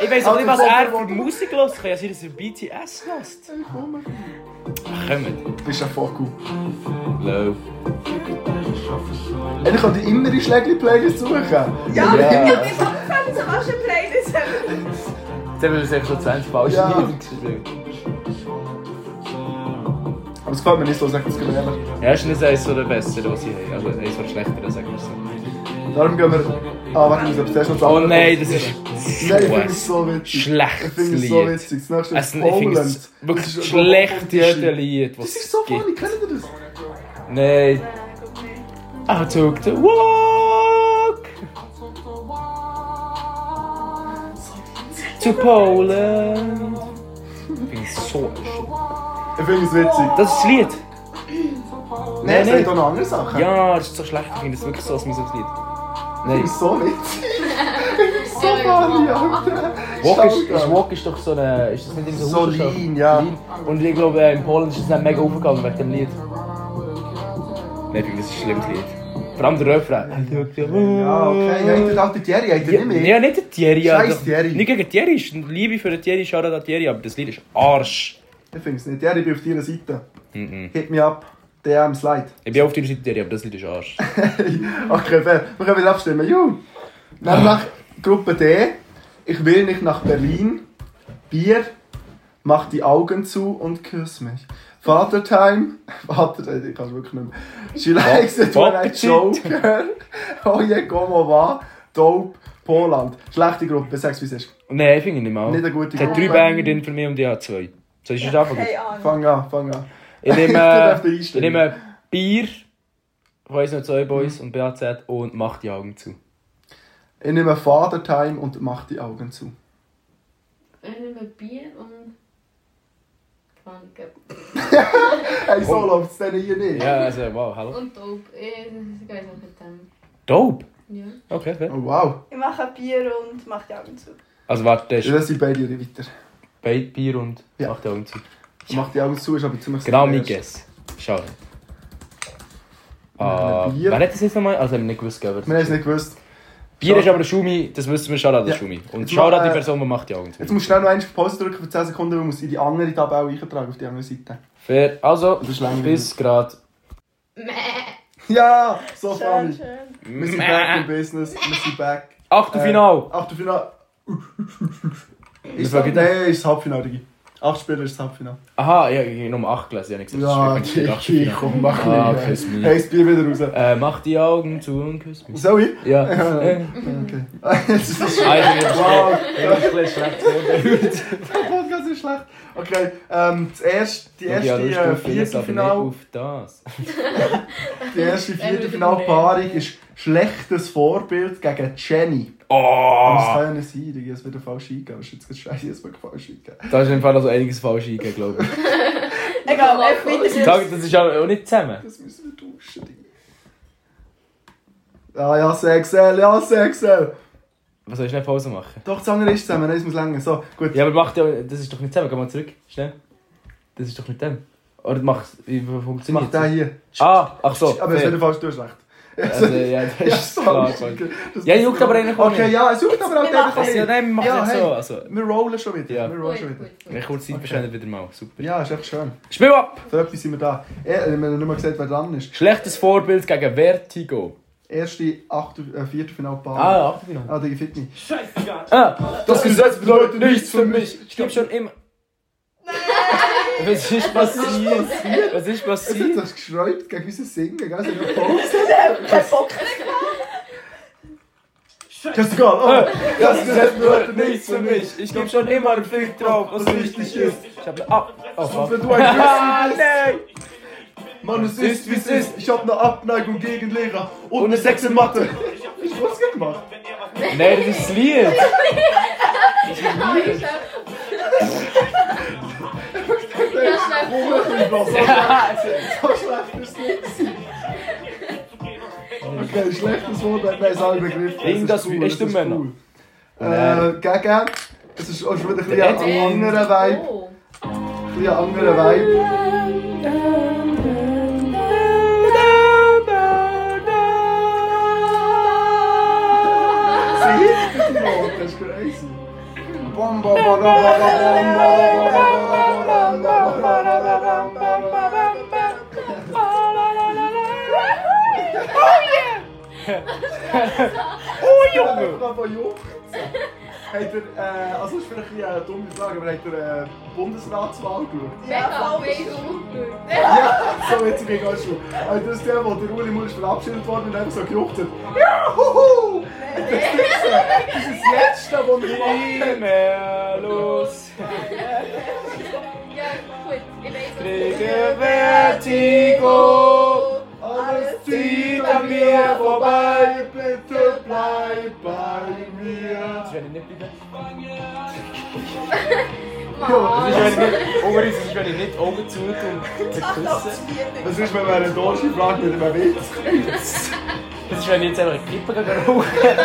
Speaker 2: Ich weiß doch nicht, was er für Musik hört. Kann ja sein, dass er BTS hört. Ach, Kommt.
Speaker 1: Du bist ja voll cool.
Speaker 2: Löw.
Speaker 1: Ey, ich kann die innere Schlägli-Playlist suchen.
Speaker 3: Ja, aber
Speaker 2: Ja.
Speaker 3: ich habe nicht angefangen zu waschen, Playlist.
Speaker 2: Jetzt haben wir uns echt schon 20 falsche
Speaker 1: Ja.
Speaker 2: Lieder geschrieben.
Speaker 1: Aber es gefällt mir nicht so, sag das gerade ehrlich.
Speaker 2: Ja, das ist nicht eines der besseren, was ich habe. Also eines der schlechteren, sagen wir so.
Speaker 1: Darum gehen wir... Ah, warte, ich muss ob es das noch
Speaker 2: Oh
Speaker 1: zusammen-
Speaker 2: nein, das ist.
Speaker 1: Nein, ich finde es so witzig.
Speaker 2: Schlechtes
Speaker 1: Ich finde es so
Speaker 2: Lied.
Speaker 1: witzig. Das nächste ist
Speaker 2: Also, ich finde
Speaker 1: Poland.
Speaker 2: es wirklich
Speaker 1: Das ist-
Speaker 2: das schlechteste Lied,
Speaker 1: Das
Speaker 2: was
Speaker 1: ist
Speaker 2: es
Speaker 1: so
Speaker 2: gibt.
Speaker 1: funny, kennt ihr das?
Speaker 2: Nein. I took the Ah, walk to Poland. Ich bin so
Speaker 1: Ich finde es witzig.
Speaker 2: Das ist das Lied.
Speaker 1: Nein, es
Speaker 2: nein.
Speaker 1: hat auch noch andere Sachen.
Speaker 2: Ja, das ist so schlecht. Ich finde es wirklich so als Musiklied.
Speaker 1: Ich
Speaker 2: Nein.
Speaker 1: finde es so witzig. Ich finde es so funny, Alter.
Speaker 2: Walk ist,
Speaker 1: Schau da.
Speaker 2: ist, Walk ist doch so eine. Ist das nicht in so
Speaker 1: So
Speaker 2: Hauswirtschaft?
Speaker 1: lean, ja.
Speaker 2: Lean. Und ich glaube, äh, in Polen ist es dann mega aufgegangen wegen dem Lied. Nein, ich finde, das ist ein schlimmes Lied. Vor allem der Refrain. I took the walk.
Speaker 1: Ja, okay. Ja, ich dachte, auch der Thierry hat
Speaker 2: Ja,
Speaker 1: er nicht mehr.
Speaker 2: ja, nicht der Thierry.
Speaker 1: Scheiß
Speaker 2: also-
Speaker 1: Thierry.
Speaker 2: Nicht gegen Thierry. ist Liebe für den Thierry, schau an Thierry, aber das Lied ist Arsch.
Speaker 1: Ich finde es nicht. Thierry, ich bin auf deiner Seite.
Speaker 2: Mhm.
Speaker 1: Hit me up. DM Slide.
Speaker 2: Ich bin auf deiner Seite, Thierry, aber das Lied ist Arsch.
Speaker 1: Okay, fair. Wir können wieder abstimmen. Juhu.
Speaker 2: Ah.
Speaker 1: Nämlich Gruppe D. Ich will nicht nach Berlin. Bier. Mach die Augen zu und küss mich. Father Time. Vater, äh, ich kann es wirklich nicht mehr. She likes it when I
Speaker 2: Vaterzeit.
Speaker 1: joker. Oh je, como va. Dope. Poland. Schlechte Gruppe, sag's wie es ist.
Speaker 2: Nein, finde ich nicht mal.
Speaker 1: Nicht eine gute
Speaker 2: es hat drei
Speaker 1: Gruppe.
Speaker 2: Banger drin für mich und ich habe zwei. So ist es einfach gut.
Speaker 3: Keine Ahnung.
Speaker 1: Fang an, fang an.
Speaker 2: Ich
Speaker 1: Ich darf
Speaker 2: nehme,
Speaker 1: den
Speaker 2: ich
Speaker 1: einstellen.
Speaker 2: nehme Bier, von uns noch zwei Boys
Speaker 1: Mhm.
Speaker 2: und BAZ und mach die Augen zu.
Speaker 1: Ich nehme Father Time und mach die Augen zu.
Speaker 6: Ich nehme Bier und. Keine Ahnung.
Speaker 1: Hey, so läuft's denn hier nicht.
Speaker 2: Oh. Ja, also wow, hallo.
Speaker 6: Und Dope. Ich ich weiß nicht mit dem.
Speaker 2: Dope!
Speaker 6: Ja.
Speaker 2: Okay, fair.
Speaker 1: Oh, wow.
Speaker 3: Ich mache Bier und mache die Augen zu.
Speaker 2: Also warte, das
Speaker 1: Ja,
Speaker 2: ist
Speaker 1: das sind beide nicht weiter.
Speaker 2: Bait, Bier und
Speaker 1: Ja.
Speaker 2: mach die Augen zu.
Speaker 1: Mach die Augen zu, ist aber ziemlich
Speaker 2: Genau,
Speaker 1: sicher
Speaker 2: mein
Speaker 1: erst.
Speaker 2: Guess. Schau.
Speaker 1: Ja,
Speaker 2: Ah,
Speaker 1: Bier.
Speaker 2: wer hat das jetzt nochmal? Also, haben wir nicht gewusst, gell?
Speaker 1: Wir haben es nicht gewusst.
Speaker 2: Bier ist
Speaker 1: Schade.
Speaker 2: aber ein Schumi, das wissen wir, Shoutout
Speaker 1: Ja.
Speaker 2: ist Schumi. Und
Speaker 1: Jetzt
Speaker 2: Shoutout
Speaker 1: mal,
Speaker 2: die
Speaker 1: äh,
Speaker 2: Person, die macht die Augen
Speaker 1: Jetzt
Speaker 2: zu.
Speaker 1: musst du schnell noch eins auf Pause drücken für 10 Sekunden, weil muss in die andere Tabelle eintragen auf die andere Seite.
Speaker 2: Fair. Also,
Speaker 1: Das ist länger.
Speaker 2: bis grad.
Speaker 6: Mäh.
Speaker 1: Ja, so
Speaker 3: Schön,
Speaker 1: funny.
Speaker 3: schön.
Speaker 1: Wir sind back im Business, wir sind back.
Speaker 2: Achtelfinal!
Speaker 1: Äh, Achtelfinal.
Speaker 2: Was
Speaker 1: Ist
Speaker 2: war
Speaker 1: das,
Speaker 2: wieder?
Speaker 1: nein, ist das Halbfinale, Digi. Acht Spieler ist das Halbfinale.
Speaker 2: Aha, ja, ich habe Nummer 8 gelesen, ich habe nicht
Speaker 1: Ja,
Speaker 2: gesagt, das ist
Speaker 1: Digi,
Speaker 2: Achtelfinale.
Speaker 1: komm, mach
Speaker 2: Ah,
Speaker 1: nicht.
Speaker 2: küss mich.
Speaker 1: Hey, das Bier wieder raus.
Speaker 2: Äh, mach die Augen zu und küss mich.
Speaker 1: Soll ich?
Speaker 2: Ja.
Speaker 1: Ja.
Speaker 2: Äh,
Speaker 1: Okay. Das ist das
Speaker 2: Eigentlich
Speaker 1: Wow.
Speaker 2: ist es schlecht geworden.
Speaker 1: Podcast ist schlecht. Okay, ähm, das erste, die
Speaker 2: Und ich
Speaker 1: erste
Speaker 2: habe Lust
Speaker 1: äh,
Speaker 2: auf vieles, aber nicht
Speaker 1: Viertelfinal,
Speaker 2: auf das.
Speaker 1: die erste Viertelfinalpaarung ist schlechtes Vorbild gegen Jenny. Aber es
Speaker 2: Oh!
Speaker 1: kann ja nicht sein, Digi, es wird falsch eingehen. Aber es ist jetzt gerade scheiße, es wird falsch eingehen.
Speaker 2: Da ist im Fall also einiges falsch eingegeben, glaube ich.
Speaker 3: Egal, einfach weiter.
Speaker 2: Sag, Das ist ja auch nicht zusammen.
Speaker 1: Das müssen wir tauschen, Digi. Ah, ja, Sexel, ja, Sexel.
Speaker 2: Was soll ich schnell Pause machen?
Speaker 1: Doch, das andere ist zusammen, nein, es muss länger. So, gut.
Speaker 2: Ja, aber mach ja, das ist doch nicht zusammen, geh mal zurück, schnell. Das ist doch nicht dem. Oder mach, wie
Speaker 1: Mach
Speaker 2: funktioniert
Speaker 1: den hier.
Speaker 2: Ah, ach so.
Speaker 1: Aber es
Speaker 2: fair.
Speaker 1: wird falsch, du hast recht.
Speaker 2: also, ja, das
Speaker 1: Ja,
Speaker 2: ist klar.
Speaker 1: so.
Speaker 2: Mann.
Speaker 1: Das-
Speaker 2: Ja, juckt aber eigentlich auch
Speaker 1: Okay,
Speaker 2: nicht.
Speaker 1: ja, es juckt aber auch
Speaker 3: wir machen's.
Speaker 1: einfach
Speaker 2: Also, ja,
Speaker 1: nicht.
Speaker 2: nein, wir machen
Speaker 1: Ja,
Speaker 2: nicht
Speaker 1: hey.
Speaker 2: so. Also,
Speaker 1: Wir rollen schon wieder.
Speaker 2: Ja.
Speaker 1: Wir rollen
Speaker 6: Gut,
Speaker 1: schon wieder.
Speaker 6: gut,
Speaker 2: eine
Speaker 6: gut.
Speaker 2: kurze Zeit verschwenden wieder mal. Super.
Speaker 1: Ja, ist echt schön.
Speaker 2: Spiel ab!
Speaker 1: Für etwas sind wir da. Er, wir haben nicht mal gesagt, wer dran ist.
Speaker 2: Schlechtes Vorbild gegen Vertigo.
Speaker 1: Erste Acht, äh, Viertelfinalpaar.
Speaker 2: Ah, achte Finale.
Speaker 1: Ah, Digi, fit mich.
Speaker 8: Scheißegal.
Speaker 2: Ah, das Gesetz bedeutet nichts für mich. Ich gebe schon immer. Nein! Was ist passiert? Was ist
Speaker 1: Es hat
Speaker 2: passiert?
Speaker 1: sich geschreit gegen unser Singen, gell? Es hat noch Pause.
Speaker 3: Kein Bock.
Speaker 1: Das ist egal. Oh,
Speaker 2: Das Gesetz bedeutet nichts für mich. Ich gebe schon immer einen Fick drauf, was wichtig ist. Ich habe ab. Oh,
Speaker 1: und
Speaker 2: fuck.
Speaker 1: wenn du ein
Speaker 2: Ah,
Speaker 1: Küssen bist.
Speaker 2: nein!
Speaker 1: Mann, es ist, wie es ist. Ich hab eine Abneigung gegen Lehrer. Und eine Sechs in Mathe. Ich hab's gut gemacht.
Speaker 8: Wenn er was
Speaker 2: Nein, das ist das Lied.
Speaker 1: Oh, ich war so schlecht. So schlecht ist es nicht. Okay, schlechtes Wort, nein, ist auch ein Begriff. Es
Speaker 2: Irgendwas
Speaker 1: ist cool,
Speaker 2: wie-
Speaker 1: es
Speaker 2: ist der
Speaker 1: ist
Speaker 2: Männer.
Speaker 1: cool. Äh, gegen. Es ist auch schon wieder ein bisschen
Speaker 2: Der
Speaker 1: ein anderer Vibe.
Speaker 6: Oh,
Speaker 1: Ein anderer
Speaker 2: Oh.
Speaker 1: Vibe. Sie hilft die Note, das ist crazy. Bom, bom, bom, bom, bom, bom, bom, bom, bom, bom, bom, bom, bom, bom, bom, bom, bom, bom. Oh Junge! Aber Junge! Habt ihr, äh, also das ist vielleicht ein bisschen eine dumme Frage, aber habt ihr äh, Bundesratswahl geschaut?
Speaker 6: mega, mega gut.
Speaker 1: So, jetzt ging es schon. Also das ist der, wo der Uli Mulsch verabschiedet worden und einfach so gejuckt hat. Ja, huhu! Das ist äh, das ist das Letzte, was wir
Speaker 2: Nie
Speaker 1: machen.
Speaker 2: mehr los.
Speaker 6: Ja, gut. Ich weiß
Speaker 2: Kriege Vertigo.
Speaker 1: Alles
Speaker 2: zieht an mir vorbei.
Speaker 1: bitte bleib bei
Speaker 2: Das
Speaker 1: mir.
Speaker 2: werde ich nicht bleiben.
Speaker 1: Ja,
Speaker 2: Das werde ich nicht. Ohne das ist, wenn ich nicht Augen zu und küssen.
Speaker 1: was ist, wenn man eine Dorsche fragt mit einem Witz?
Speaker 2: Das ist, wenn ich jetzt einfach eine Kippe gehe rauchen.
Speaker 6: Ich finde es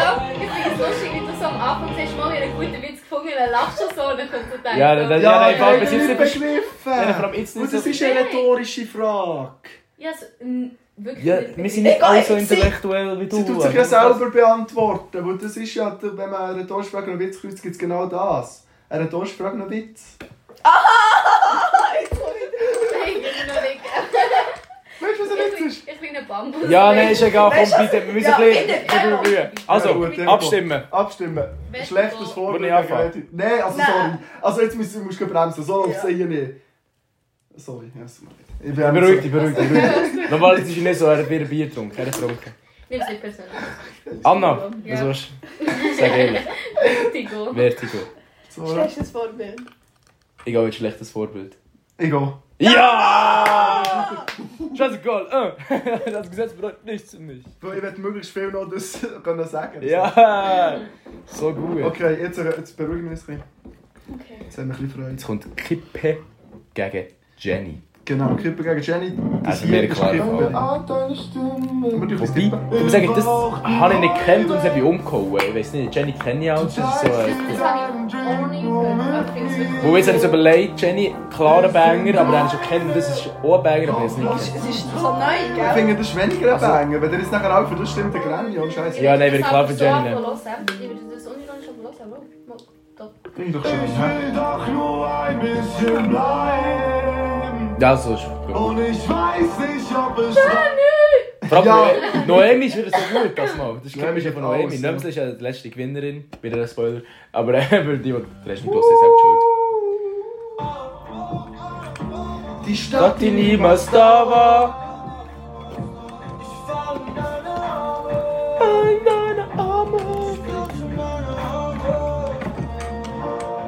Speaker 6: lustig, wie du so am Anfang sagst, mal einen guten Witz gefunden, dann lachst du so und dann kommt so denken.
Speaker 2: Ja, dann- Ja, nein,
Speaker 1: ich
Speaker 2: vor allem
Speaker 1: habe
Speaker 2: bis
Speaker 1: es
Speaker 2: jetzt
Speaker 1: nicht
Speaker 2: nicht Ja, vor allem jetzt
Speaker 1: begriffen.
Speaker 2: nicht
Speaker 1: Und das
Speaker 2: so-
Speaker 1: ist eine rhetorische Frage.
Speaker 6: Ja, so, mm, wirklich.
Speaker 2: Ja,
Speaker 6: nicht.
Speaker 2: wir sind nicht alle so intellektuell wie du.
Speaker 1: Sie tut sich ja selber beantworten, weil das ist ja, wenn man eine Dorschfrage noch Witz kreuzt, gibt es genau das. Eine Dorschfrage noch Witz.
Speaker 6: Nein, ich bin noch nicht.
Speaker 1: Weißt du, was ein
Speaker 6: Ich
Speaker 1: Witz
Speaker 6: bin-
Speaker 1: ist?
Speaker 6: Ich bin ein Bambus.
Speaker 2: Ja, nein, ist egal,
Speaker 3: Weißt
Speaker 2: komm
Speaker 3: du,
Speaker 2: bitte, wir müssen
Speaker 3: ja,
Speaker 2: ein bisschen
Speaker 6: bitte,
Speaker 2: drüber rühren. Also,
Speaker 1: Ja, gut, Tempo.
Speaker 2: abstimmen.
Speaker 1: Abstimmen.
Speaker 6: Wer ist
Speaker 1: Schlechtes
Speaker 6: wo?
Speaker 1: Vorbild.
Speaker 2: Wo ich
Speaker 1: gegen
Speaker 2: anfange?
Speaker 1: Leute. Nein, also
Speaker 3: Nein.
Speaker 1: sorry. Also jetzt musst du, musst du bremsen. So läuft es
Speaker 3: Ja.
Speaker 1: hier nicht. Sorry, ja, sorry. Ich bin
Speaker 2: Beruhig dich, beruhig dich. beruhig dich. Normalerweise ist es nicht so, er hat wieder Bier getrunken. Er hat getrunken.
Speaker 6: Nimm es nicht persönlich.
Speaker 2: Anna,
Speaker 6: Ja.
Speaker 2: was warst du? Sag ehrlich,
Speaker 6: Tigo.
Speaker 2: Vertigo.
Speaker 1: So,
Speaker 3: Schlechtes Vorbild.
Speaker 2: Ich habe ein schlechtes Vorbild.
Speaker 1: ich gehe.
Speaker 2: Ja! Scheiße, Goal. äh. Das Gesetz bedeutet nichts für mich.
Speaker 1: Weil Ich werde möglichst viel noch das können sagen.
Speaker 2: Ja! So gut.
Speaker 1: Okay, jetzt, äh, jetzt beruhigen wir uns ein bisschen.
Speaker 3: Okay.
Speaker 1: Jetzt haben wir ein bisschen Freude.
Speaker 2: Jetzt kommt Kippe gegen Jenny.
Speaker 1: Genau, Kippe gegen Jenny.
Speaker 2: Also mir klar,
Speaker 1: Kippe.
Speaker 2: Fall.
Speaker 1: Ah, deine Stimme. Immer durch
Speaker 2: Wobei, ich muss sagen, das habe ich nicht gekannt und sie habe ich umgehauen. Ich weiß nicht, Jenny kenne ich auch. Das ist so ein...
Speaker 6: eh,
Speaker 2: Wo jetzt habe ich so überlegt, Jenny, klarer Banger, aber dann schon kennen, das ist auch ein Banger, aber ich habe es nicht
Speaker 3: Es ist so neu,
Speaker 1: Ich
Speaker 3: gell?
Speaker 1: finde das ist weniger ein Banger, wenn ihr jetzt nachher auch für das stimmt, der Gremium, scheiße.
Speaker 2: Also- Ja, nein, wir klar für Jenny
Speaker 6: Ich
Speaker 2: nehmen.
Speaker 6: würde das so abhören. Ich würde das unironisch abhören, aber mal doch.
Speaker 1: Klingt doch schön, hä?
Speaker 10: doch nur ein bisschen bleiben.
Speaker 2: Ja, so ist gut.
Speaker 10: Und ich weiß nicht, ob es. Jenny!
Speaker 2: Vor allem
Speaker 1: Ja.
Speaker 2: Noe- Noemi ist wieder so gut, das Mal. Das ist
Speaker 1: Noemi
Speaker 2: typisch
Speaker 1: hat
Speaker 2: von Noemi.
Speaker 1: alles,
Speaker 2: Nömsel ist ja die letzte Gewinnerin, wieder ein Spoiler. Aber äh, weil die, die den Rest nicht hören, ist selbst schuld.
Speaker 1: Die
Speaker 2: Statt die niemals da war.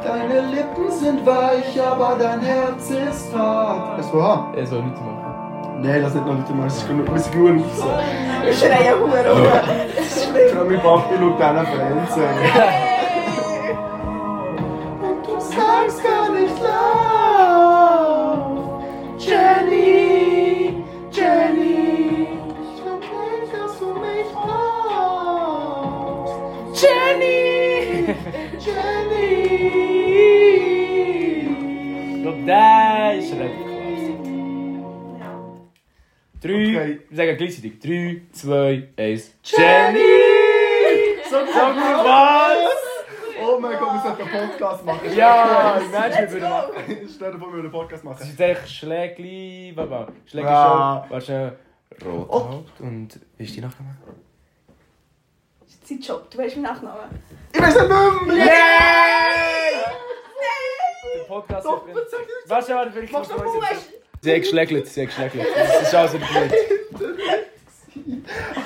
Speaker 1: Deine Lippen sind weich, aber dein Herz ist hart. Es war.
Speaker 2: Er soll nichts machen.
Speaker 1: Nein, lass nicht noch nicht mal. Es ist genug. Wir sind genug.
Speaker 3: Ich schreie Huren rum. Das ist schlimm.
Speaker 1: Ich habe meinen Papi schaut diesen Fernsehen. Und du sagst gar nicht laut. Jenny, Jenny, ich hab nicht, dass du mich brauchst. Jenny, Jenny.
Speaker 2: Ich glaube, der ist relativ klar. Drei,
Speaker 1: Okay.
Speaker 2: wir sagen gleichzeitig. Drei, zwei, eins. Jenny!
Speaker 1: So
Speaker 2: Sag mir was!
Speaker 1: Oh mein Gott, wir sollten einen Podcast machen.
Speaker 2: Ja, ich merke, wir
Speaker 3: Let's
Speaker 2: würden machen.
Speaker 3: go.
Speaker 1: Stell dir vor, wir würden einen Podcast
Speaker 2: Das
Speaker 1: machen.
Speaker 2: ist echt Schlägli, Baba. Schlägli
Speaker 1: Ja.
Speaker 2: schon. War schon rot. Oh, Haut Und wie ist die Nachname?
Speaker 3: Das ist sein Job. Du weißt meinen Nachnamen.
Speaker 1: Ich weiß nicht mehr!
Speaker 2: Der Podcast
Speaker 1: Doch,
Speaker 2: wird-
Speaker 1: sag nicht.
Speaker 2: Weißt du, warte, wirklich.
Speaker 3: Machst du
Speaker 2: noch
Speaker 3: Huren?
Speaker 2: Sie hat geschlägelt, sie hat geschlägelt. Das ist alles wieder gut.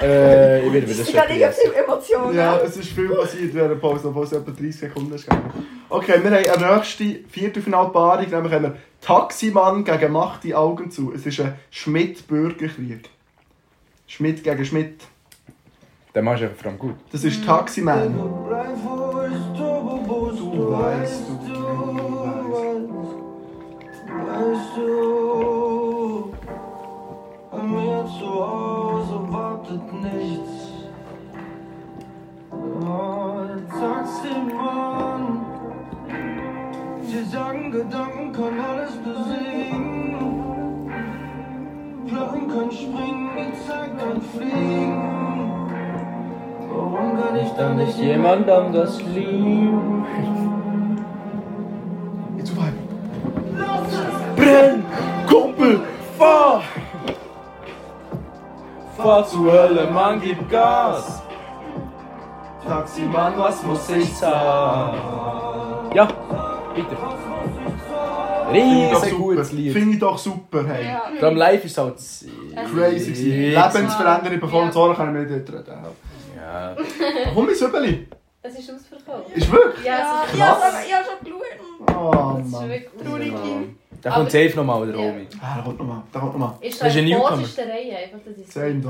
Speaker 2: äh, ich werde wieder
Speaker 3: Ich kann nicht
Speaker 2: schlecht.
Speaker 3: auf Emotionen.
Speaker 1: Ja, es ist viel passiert während der Pause, obwohl es etwa 30 Sekunden ist. gegangen. Okay, wir haben eine nächste Viertelfinalpaarung, nämlich haben wir Taximann gegen Macht die Augen zu. Es ist ein Schmidt-Bürgerkrieg. Schmidt gegen Schmidt.
Speaker 2: Dann machst du einfach vor allem gut.
Speaker 1: Das ist Taximan.
Speaker 10: Du weißt, du weißt, du Bei mir zu Hause wartet nichts. Oh, der Taximann, sie sagen, Gedanken können alles besiegen. Planen können springen, die Zeit kann fliegen. Warum kann ich dann nicht jemand anders lieben?
Speaker 1: Jetzt auf einmal. Brenn! Kumpel!
Speaker 2: Fahr! Fahr zur Hölle, Mann, gib Gas!
Speaker 1: Taximann, was muss ich
Speaker 2: Ja, bitte. Riesen gutes Lied.
Speaker 1: Finde ich doch super, hey.
Speaker 3: Ja.
Speaker 2: Vor allem live ist es halt
Speaker 1: Crazy gewesen.
Speaker 2: Ja.
Speaker 1: Lebensverändernde Performance, kann ich mir nicht dort reden.
Speaker 2: Ja.
Speaker 1: Warum mein Söbeli?
Speaker 6: Es ist ausverkauft.
Speaker 1: Ist wirklich?
Speaker 6: Ja,
Speaker 3: Ja, also,
Speaker 6: es
Speaker 3: ich habe ja, schon geschaut.
Speaker 1: Oh
Speaker 6: ist, es ist
Speaker 1: Mann.
Speaker 6: wirklich
Speaker 3: Traurig.
Speaker 2: Da kommt safe nochmal der
Speaker 6: Ja.
Speaker 2: Romy.
Speaker 1: Ah, da kommt nochmal, da kommt nochmal.
Speaker 6: Ist
Speaker 2: Das ist ein
Speaker 6: halt
Speaker 2: Newcomer.
Speaker 6: vorderste Reihe einfach, das ist
Speaker 1: Same da.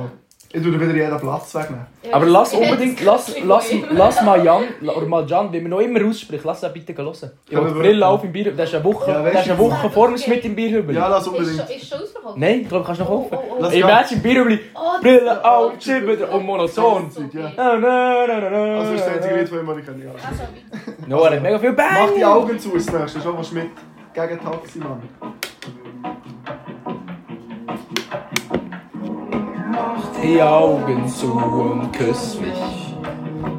Speaker 1: Ich würde wieder jeden Platz wegnehmen.
Speaker 6: Ja.
Speaker 2: Aber lass unbedingt, lass, lass, lass mal Jan, oder mal Jan, wie man noch immer ausspricht, lass ihn bitte hören. Ich will
Speaker 1: Aber
Speaker 2: die
Speaker 1: wirklich?
Speaker 2: Brille auf im Bier, das ist eine Woche,
Speaker 1: Ja,
Speaker 2: das ist eine
Speaker 1: weisst du-
Speaker 2: Woche vor uns mit im Bierhübel.
Speaker 1: Ja, lass
Speaker 6: Ist
Speaker 1: unbedingt.
Speaker 6: schon, ist schon ausverkauft?
Speaker 2: Nein, ich glaube, kannst du noch
Speaker 6: Oh,
Speaker 2: hoffen.
Speaker 6: oh, oh.
Speaker 1: Lass-
Speaker 2: Im Match im Bierhübel,
Speaker 6: Oh,
Speaker 2: Brille auf, Schibber und Monoton.
Speaker 1: Zeit, ja.
Speaker 2: Na, na, na, na, na.
Speaker 1: Also ist das einzige Lied, das ich mal nicht kenne. Ja.
Speaker 6: Also, wie-
Speaker 2: Noah hat mega viel Bang.
Speaker 1: Mach die Augen zu, das nächste. Schon was mit gegen Taximann.
Speaker 2: die Augen zu und küss mich.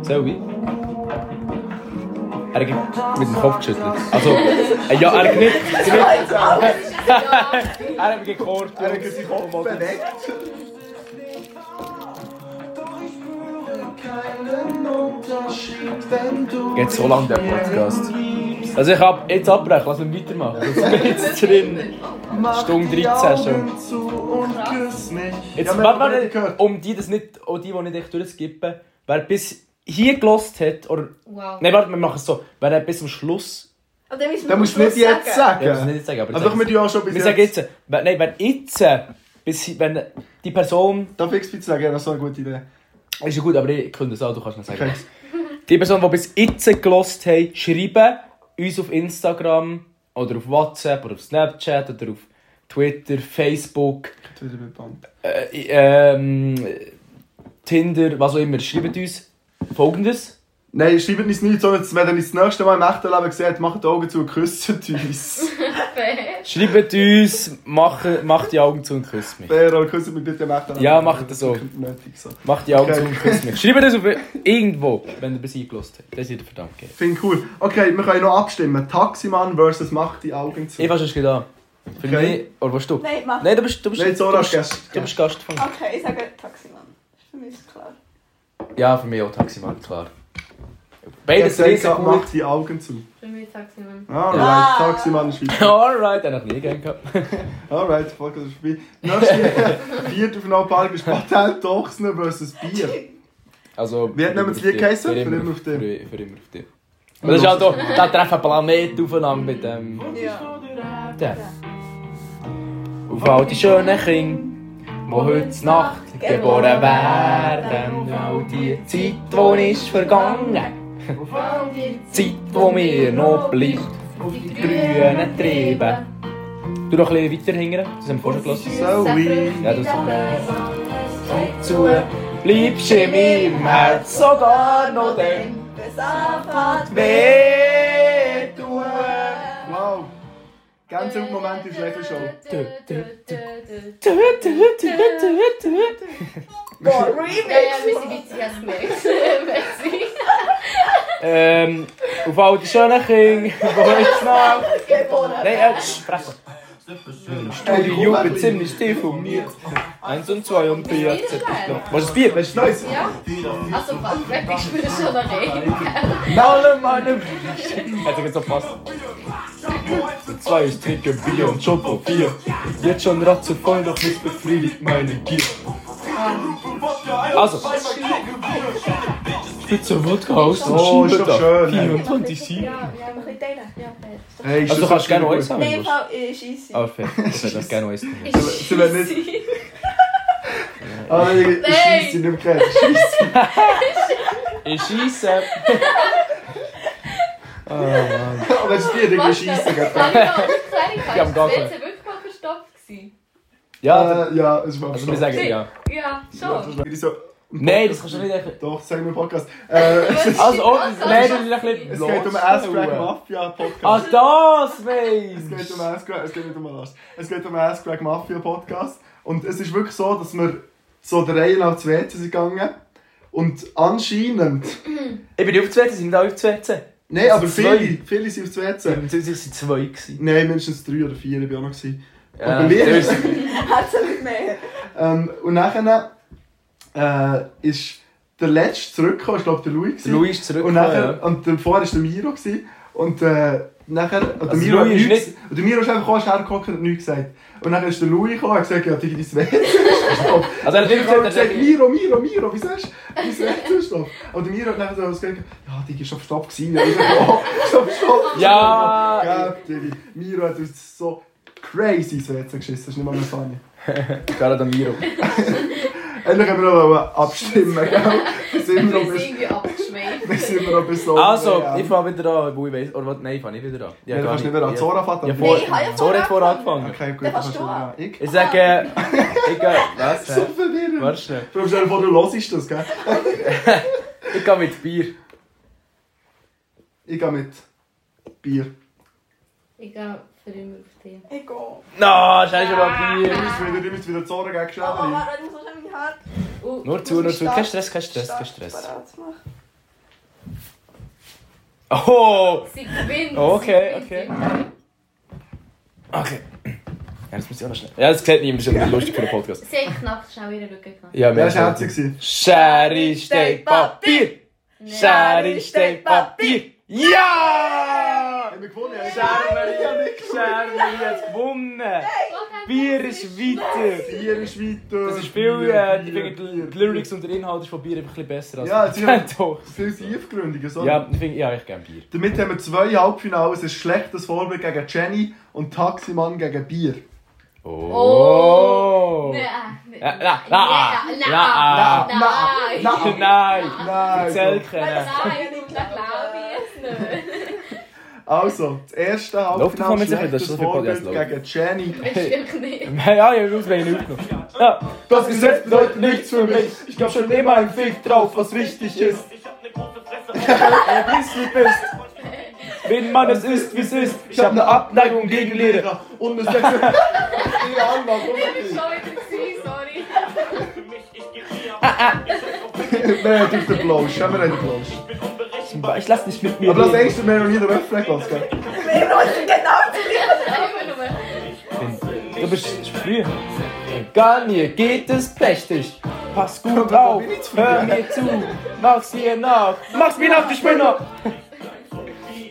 Speaker 2: Selby? Er hat mit dem Kopf geschüttelt. Also, äh, ja, er hat nicht. Er hat gekocht.
Speaker 1: Er hat sich Kopf bewegt.
Speaker 10: Doch ich spüre keinen Unterschied, wenn du
Speaker 2: Geht so lang der Podcast. Also ich hab jetzt abbrechen, lass mich weitermachen. Das ist jetzt drin.
Speaker 1: Mach
Speaker 2: Stunde
Speaker 1: die
Speaker 2: 13 schon.
Speaker 1: Augen zu und küss mich.
Speaker 2: Jetzt
Speaker 1: Ja, wir
Speaker 2: warte,
Speaker 1: haben nicht
Speaker 2: warte,
Speaker 1: gehört.
Speaker 2: um die das nicht, oh, die, die nicht echt durchskippen, wer bis hier gelost hat, oder.
Speaker 6: Wow.
Speaker 2: Nein, warte, wir machen es so. Wer hat bis zum Schluss.
Speaker 3: Und dann müssen wir
Speaker 1: Dann musst du nicht jetzt
Speaker 2: Ich ja. das
Speaker 1: sagen. Also,
Speaker 2: nicht sagen, aber.
Speaker 1: Aber doch, wir
Speaker 2: jetzt-
Speaker 1: tun auch schon bis
Speaker 2: wir sagen jetzt. Wer, nein, wer jetzt. Bis, wenn die Person.
Speaker 1: Darf ich es sagen? Ja, das ist so eine gute Idee.
Speaker 2: Ist ja gut, aber ich könnte es auch, du kannst nicht sagen.
Speaker 1: Okay.
Speaker 2: Die Person, die bis jetzt gelost haben, schreiben uns auf Instagram oder auf WhatsApp oder auf Snapchat oder auf Twitter, Facebook.
Speaker 1: Jetzt wieder mit Band.
Speaker 2: äh, ähm, Tinder, was auch immer, schreibt uns folgendes.
Speaker 1: Nein, schreibt uns nichts, sondern wenn ihr uns das nächste Mal im echten Leben seht, macht die Augen zu und küsst uns.
Speaker 2: Schreibt uns, macht, macht die Augen zu und küsst mich.
Speaker 1: Bärer, küsst mich bitte im echten Leben.
Speaker 2: Ja, macht das so.
Speaker 1: Nötig so.
Speaker 2: Macht die Augen
Speaker 1: Okay.
Speaker 2: zu und küsst mich. Schreibt uns auf irgendwo, wenn ihr bis eingelost habt. Das ist verdammt geil.
Speaker 1: Finde ich cool. Okay, wir können noch abstimmen. Taximann versus Macht die Augen zu.
Speaker 2: Ich weiß, was getan. Für
Speaker 1: Okay.
Speaker 2: mich. Oder was du?
Speaker 3: Nein, mach.
Speaker 2: Nein, du bist. Du bist,
Speaker 1: Nein, Zora
Speaker 2: du
Speaker 1: ist
Speaker 2: bist,
Speaker 1: Gast.
Speaker 2: du bist Gast von.
Speaker 3: Okay, ich sage Taximann. Ist für mich klar.
Speaker 2: Ja, für mich auch Taximann, klar.
Speaker 1: Ich
Speaker 2: Beides
Speaker 1: hab
Speaker 2: riesig
Speaker 1: gesagt,
Speaker 2: gut.
Speaker 1: mach die Augen zu.
Speaker 6: Für mich Taximann.
Speaker 1: Alright,
Speaker 3: Ah.
Speaker 1: Taximann ist weiter.
Speaker 2: Alright, den hab ich nie gern gehabt.
Speaker 1: Alright, fuck, das ist vorbei. Nächste, vierte Finalpark ist Patent Ochsner vs. Bier.
Speaker 2: Also,
Speaker 1: Wie hat
Speaker 2: für
Speaker 1: nämlich das
Speaker 2: immer
Speaker 1: Lied
Speaker 2: auf
Speaker 1: geheißen?
Speaker 2: dich.
Speaker 1: Für immer auf dich.
Speaker 2: Für, für immer auf dich. Und das ist halt auch, da treffen Planeten aufeinander mit dem.
Speaker 3: Ja.
Speaker 2: Ja. Auf all die schönen Kinder, die heute Nacht geboren werden. All die Zeit, die ist vergangen. Auf all die Zeit, die mir noch bleibt. Auf die grünen Triebe. Du noch ein bisschen weiter hingern, das haben wir vorher gelassen.
Speaker 1: So wie.
Speaker 2: Ja, das ist zu. Bleibst in meinem Herz sogar noch dann,
Speaker 3: Es anfängt
Speaker 2: weh tun.
Speaker 1: Wow. Ganz im Moment ist Level Show.
Speaker 2: Du, du, du, du, du.
Speaker 3: Boah,
Speaker 6: Ja, ja, wir sind
Speaker 3: Remix!
Speaker 6: witzig, hast du gemerkt. Merci.
Speaker 2: Ähm, auf all die schönen Kinder, die heute Nacht
Speaker 3: Gewonnen!
Speaker 2: Nein, äh, Fresse. Studio wird ziemlich deformiert. Eins und zwei und vier.
Speaker 6: Ist das geil?
Speaker 2: Was ist das Bier? Was ist Neues?
Speaker 6: Ja. Also, was weg, ich spüre schon noch rein.
Speaker 2: Alle meine Hätte jetzt noch passt. Zwei ist trinke Bier und Job auf vier. Jetzt schon ratze voll, noch nicht befriedigt meine Gier. Also. Spitze Wodka aus dem
Speaker 1: Oh, ist doch
Speaker 2: Schienbedarf.
Speaker 1: schön, ey.
Speaker 2: 24 7.
Speaker 6: Ja, ja,
Speaker 3: Ein bisschen teilen.
Speaker 1: Hey, ist
Speaker 2: Also du
Speaker 1: das
Speaker 2: kannst gerne
Speaker 1: gut?
Speaker 2: uns haben, wenn
Speaker 3: Nein,
Speaker 2: du
Speaker 3: im
Speaker 2: willst.
Speaker 3: Fall ist easy.
Speaker 2: Ah, fair. Ich hätte das gerne uns nehmen.
Speaker 6: ist
Speaker 1: Sie werden nicht.
Speaker 6: easy.
Speaker 1: Ah, ich
Speaker 6: Nein.
Speaker 1: scheisse nicht mehr kennt.
Speaker 2: Ich schieße. Oh Mann.
Speaker 1: Aber es ist Bier, dann
Speaker 6: Was?
Speaker 1: scheisse
Speaker 6: Ich
Speaker 1: ich.
Speaker 6: habe gar
Speaker 2: hab
Speaker 6: nicht
Speaker 2: gar
Speaker 6: Das
Speaker 2: keine.
Speaker 6: WC wirklich mal verstopft. gewesen.
Speaker 2: Ja,
Speaker 1: Äh, Ja, es war
Speaker 2: also wir sagen ja.
Speaker 6: Ja, schon.
Speaker 1: so.
Speaker 2: Nein, das kannst du nicht echt.
Speaker 1: Doch, sagen wir im Podcast. Äh,
Speaker 2: Also, oh,
Speaker 6: Also,
Speaker 2: nein, das ist ein bisschen.
Speaker 1: es geht um einen Ass-Crack Mafia
Speaker 2: Ah,
Speaker 1: Podcast.
Speaker 2: das,
Speaker 1: Es geht um
Speaker 2: Mensch!
Speaker 1: einen Ass-Crack, es geht nicht um einen Lars. Es geht um einen Ass-Crack Mafia Podcast. Und es ist wirklich so, dass wir so der Reihe nach zu WC sind gegangen. Und anscheinend.
Speaker 2: Ich bin nicht auf 12, sind wir alle auf 12?
Speaker 1: Nein, aber
Speaker 2: Zwei.
Speaker 1: viele, viele sind aufs WC.
Speaker 2: Sind sie zwei gewesen?
Speaker 1: Nein, mindestens drei oder vier, ich war auch noch. gewesen.
Speaker 2: Ja,
Speaker 1: Und bei mir-
Speaker 2: der ist-
Speaker 3: Herzlich mehr.
Speaker 1: Ähm, und nachher äh, ist der letzte zurückgekommen, ich glaube der Louis.
Speaker 2: der
Speaker 1: gewesen.
Speaker 2: Louis ist zurück.
Speaker 1: und, nachher,
Speaker 2: ja.
Speaker 1: und davor war der Miro. Gewesen. Und äh, nachher. Und der,
Speaker 2: Also
Speaker 1: Miro hat
Speaker 2: Louis ist
Speaker 1: nichts, und der Miro ist einfach gekommen, ist hergekommen und hat nichts gesagt. Und nachher ist der Louis gekommen und hat gesagt: Ja, Digi, dein WC ist gestopp.
Speaker 2: Also, er hat
Speaker 1: Und
Speaker 2: wirklich
Speaker 1: ich habe gesagt:
Speaker 2: gesagt,
Speaker 1: Miro, Miro, Miro, wieso ist wieso ist der Stopp? Und der Miro hat nachher so gesagt: Ja, Digi, ist auf Stopp gewesen. Ja, ich so, oh, ist auf Stopp.
Speaker 2: ja!
Speaker 1: Gell, Digi. Miro hat uns so crazy ins WC geschissen, das ist nicht mal mehr funny.
Speaker 2: Gerade an Miro.
Speaker 1: Endlich haben wir noch abstimmen, gell? Wir sind noch
Speaker 6: Wir
Speaker 1: ein
Speaker 6: sind
Speaker 1: bisschen-
Speaker 6: irgendwie abgeschmeckt.
Speaker 1: wir sind noch ein bisschen...
Speaker 2: Also,
Speaker 1: Oh, Ja.
Speaker 2: ich fange wieder an, wo ich weiß. Oder was? Nein, ich fange nicht wieder an.
Speaker 1: Ja, du
Speaker 2: gar
Speaker 1: kannst nicht mehr an
Speaker 2: Ja.
Speaker 1: Zora fahren.
Speaker 2: Ja,
Speaker 1: aber-
Speaker 2: vor.
Speaker 3: ich habe ja
Speaker 2: Zora hat vorher angefangen.
Speaker 1: Okay, gut,
Speaker 3: Dann
Speaker 1: dann
Speaker 3: kannst
Speaker 1: kannst
Speaker 3: du
Speaker 1: du... Ja, ich...
Speaker 2: Ich sage. Ich gehe. Was?
Speaker 1: So
Speaker 2: hä?
Speaker 1: verwirrend.
Speaker 2: Warte schnell.
Speaker 1: Du stell dir vor, du hörst das, gell?
Speaker 2: Ich gehe mit Bier.
Speaker 1: Ich gehe mit Bier.
Speaker 6: Ich gehe für immer auf den.
Speaker 3: Ich gehe. Oh,
Speaker 2: Na, scheiße, ich habe
Speaker 1: Du
Speaker 2: Bier.
Speaker 1: musst wieder, du musst wieder Zora gegen Schädel.
Speaker 3: warte, ich muss schon meine Haare...
Speaker 6: Uh,
Speaker 2: Nur zu, nur zu. Kein Stress, kein Stress, kein Stress.
Speaker 1: Ah.
Speaker 2: Oh!
Speaker 6: Sie gewinnt.
Speaker 2: Okay,
Speaker 6: Sie
Speaker 2: okay.
Speaker 6: gewinnt.
Speaker 2: Okay. Ja, das muss ich auch noch schnell. Ja, das sieht niemand, das ist aber lustig für den Podcast.
Speaker 6: Sie hat knapp schnell ihre Lücke gemacht.
Speaker 2: Ja,
Speaker 1: Wer war herzig? gewesen?
Speaker 2: Schere, Stein, Papier! Schere, Stein, Papier! Ja!
Speaker 1: Haben wir gewonnen? Ja,
Speaker 2: Schere,
Speaker 1: ich habe
Speaker 2: Maria,
Speaker 1: nicht gewonnen.
Speaker 2: Schere, Maria hat gewonnen! Bier ist weiter!
Speaker 1: Bier ist weiter.
Speaker 2: Das ist viel, äh, die,
Speaker 1: Bier, Bier,
Speaker 2: die Lyrics und der Inhalt ist von Bier einfach ein bisschen besser als
Speaker 1: Ja, sie haben-
Speaker 2: Doch.
Speaker 1: Viel tiefgründiger, so.
Speaker 2: Ja, ich finde, ja, ich gerne Bier.
Speaker 1: Damit haben wir zwei Halbfinale. Es ist schlechtes Vorbild gegen Jenny und Taximann gegen Bier.
Speaker 6: Oh.
Speaker 2: Nein!
Speaker 6: Nein.
Speaker 2: Na, na, na, na,
Speaker 1: na,
Speaker 6: Nein.
Speaker 1: na.
Speaker 2: Nein!
Speaker 1: Nein!
Speaker 2: Zeltkennen!
Speaker 6: Nein, ich glaube ich es nicht.
Speaker 1: Also, das erste
Speaker 2: Lauf doch mal
Speaker 1: Halbfinale
Speaker 2: mit sich, das
Speaker 1: schlechtes
Speaker 2: ist so viel
Speaker 1: Vorbild
Speaker 2: Podcast,
Speaker 1: gegen
Speaker 2: lauf.
Speaker 1: Jenny.
Speaker 6: Bestimmt nicht.
Speaker 2: Ja, ich habe zwei Minuten noch. Ja.
Speaker 1: Das Gesetz bedeutet nichts für mich. Ich glaub schon immer einen Fick drauf, was wichtig ist.
Speaker 8: Ich hab ne große Fresse.
Speaker 2: Du bist, wie bist. Wenn man es ist, wie es ist. ne
Speaker 1: Ich habe eine Abneigung gegen Lehrer und eine sexuelle... Die Anlage,
Speaker 6: Das
Speaker 1: oder
Speaker 6: war schon wieder gewesen, sorry.
Speaker 8: Für mich, ich geb dir ab. Ich scheiß auf dich,
Speaker 1: nicht? Nein, durch den Blausch. Schau mal den Blausch.
Speaker 8: ich bin unberechenbar.
Speaker 2: Aber ich lass dich mit mir
Speaker 1: Aber das
Speaker 2: reden.
Speaker 1: denkst du mir noch nie den Öffnen gelassen, gell?
Speaker 3: Genau,
Speaker 6: Einfach nur.
Speaker 2: Du bist zu früh. Egal mir geht es prächtig. Pass gut auf, hör mir zu. Mach's mir nach. Mach's mir nach, ich bin noch.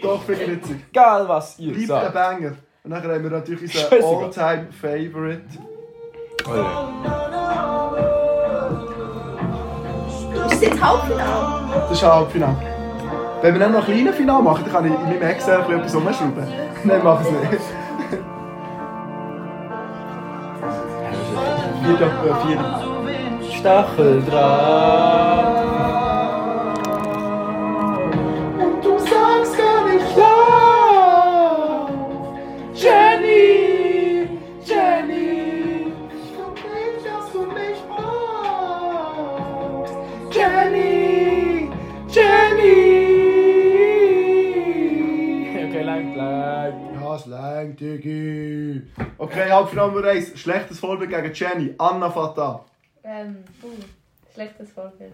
Speaker 1: Doch, finde ich witzig.
Speaker 2: Egal was ihr
Speaker 1: Bleibt ein
Speaker 2: sagt.
Speaker 1: Banger. Und dann haben wir natürlich unseren
Speaker 2: Scheißegal.
Speaker 1: All-Time-Favorite.
Speaker 3: Ist jetzt Halbfinale?
Speaker 1: Das ist ein Halbfinale. Wenn wir dann noch ein kleines Finale machen, dann kann ich in meinem Excel ein bisschen etwas umschrauben. Nein, mach es nicht. Vier, äh, vier.
Speaker 2: Stacheldraht.
Speaker 1: Und du sagst gar nicht ja. Jenny, Jenny. Ich glaub nicht, dass du mich magst. Jenny, Jenny.
Speaker 2: Okay, lang, lang.
Speaker 1: Ja, es längt, Digi. Okay, Halbfinale Nummer 1. Schlechtes Vorbild gegen Jenny. Anna Fatah.
Speaker 6: Ähm, uh, schlechtes Vorbild.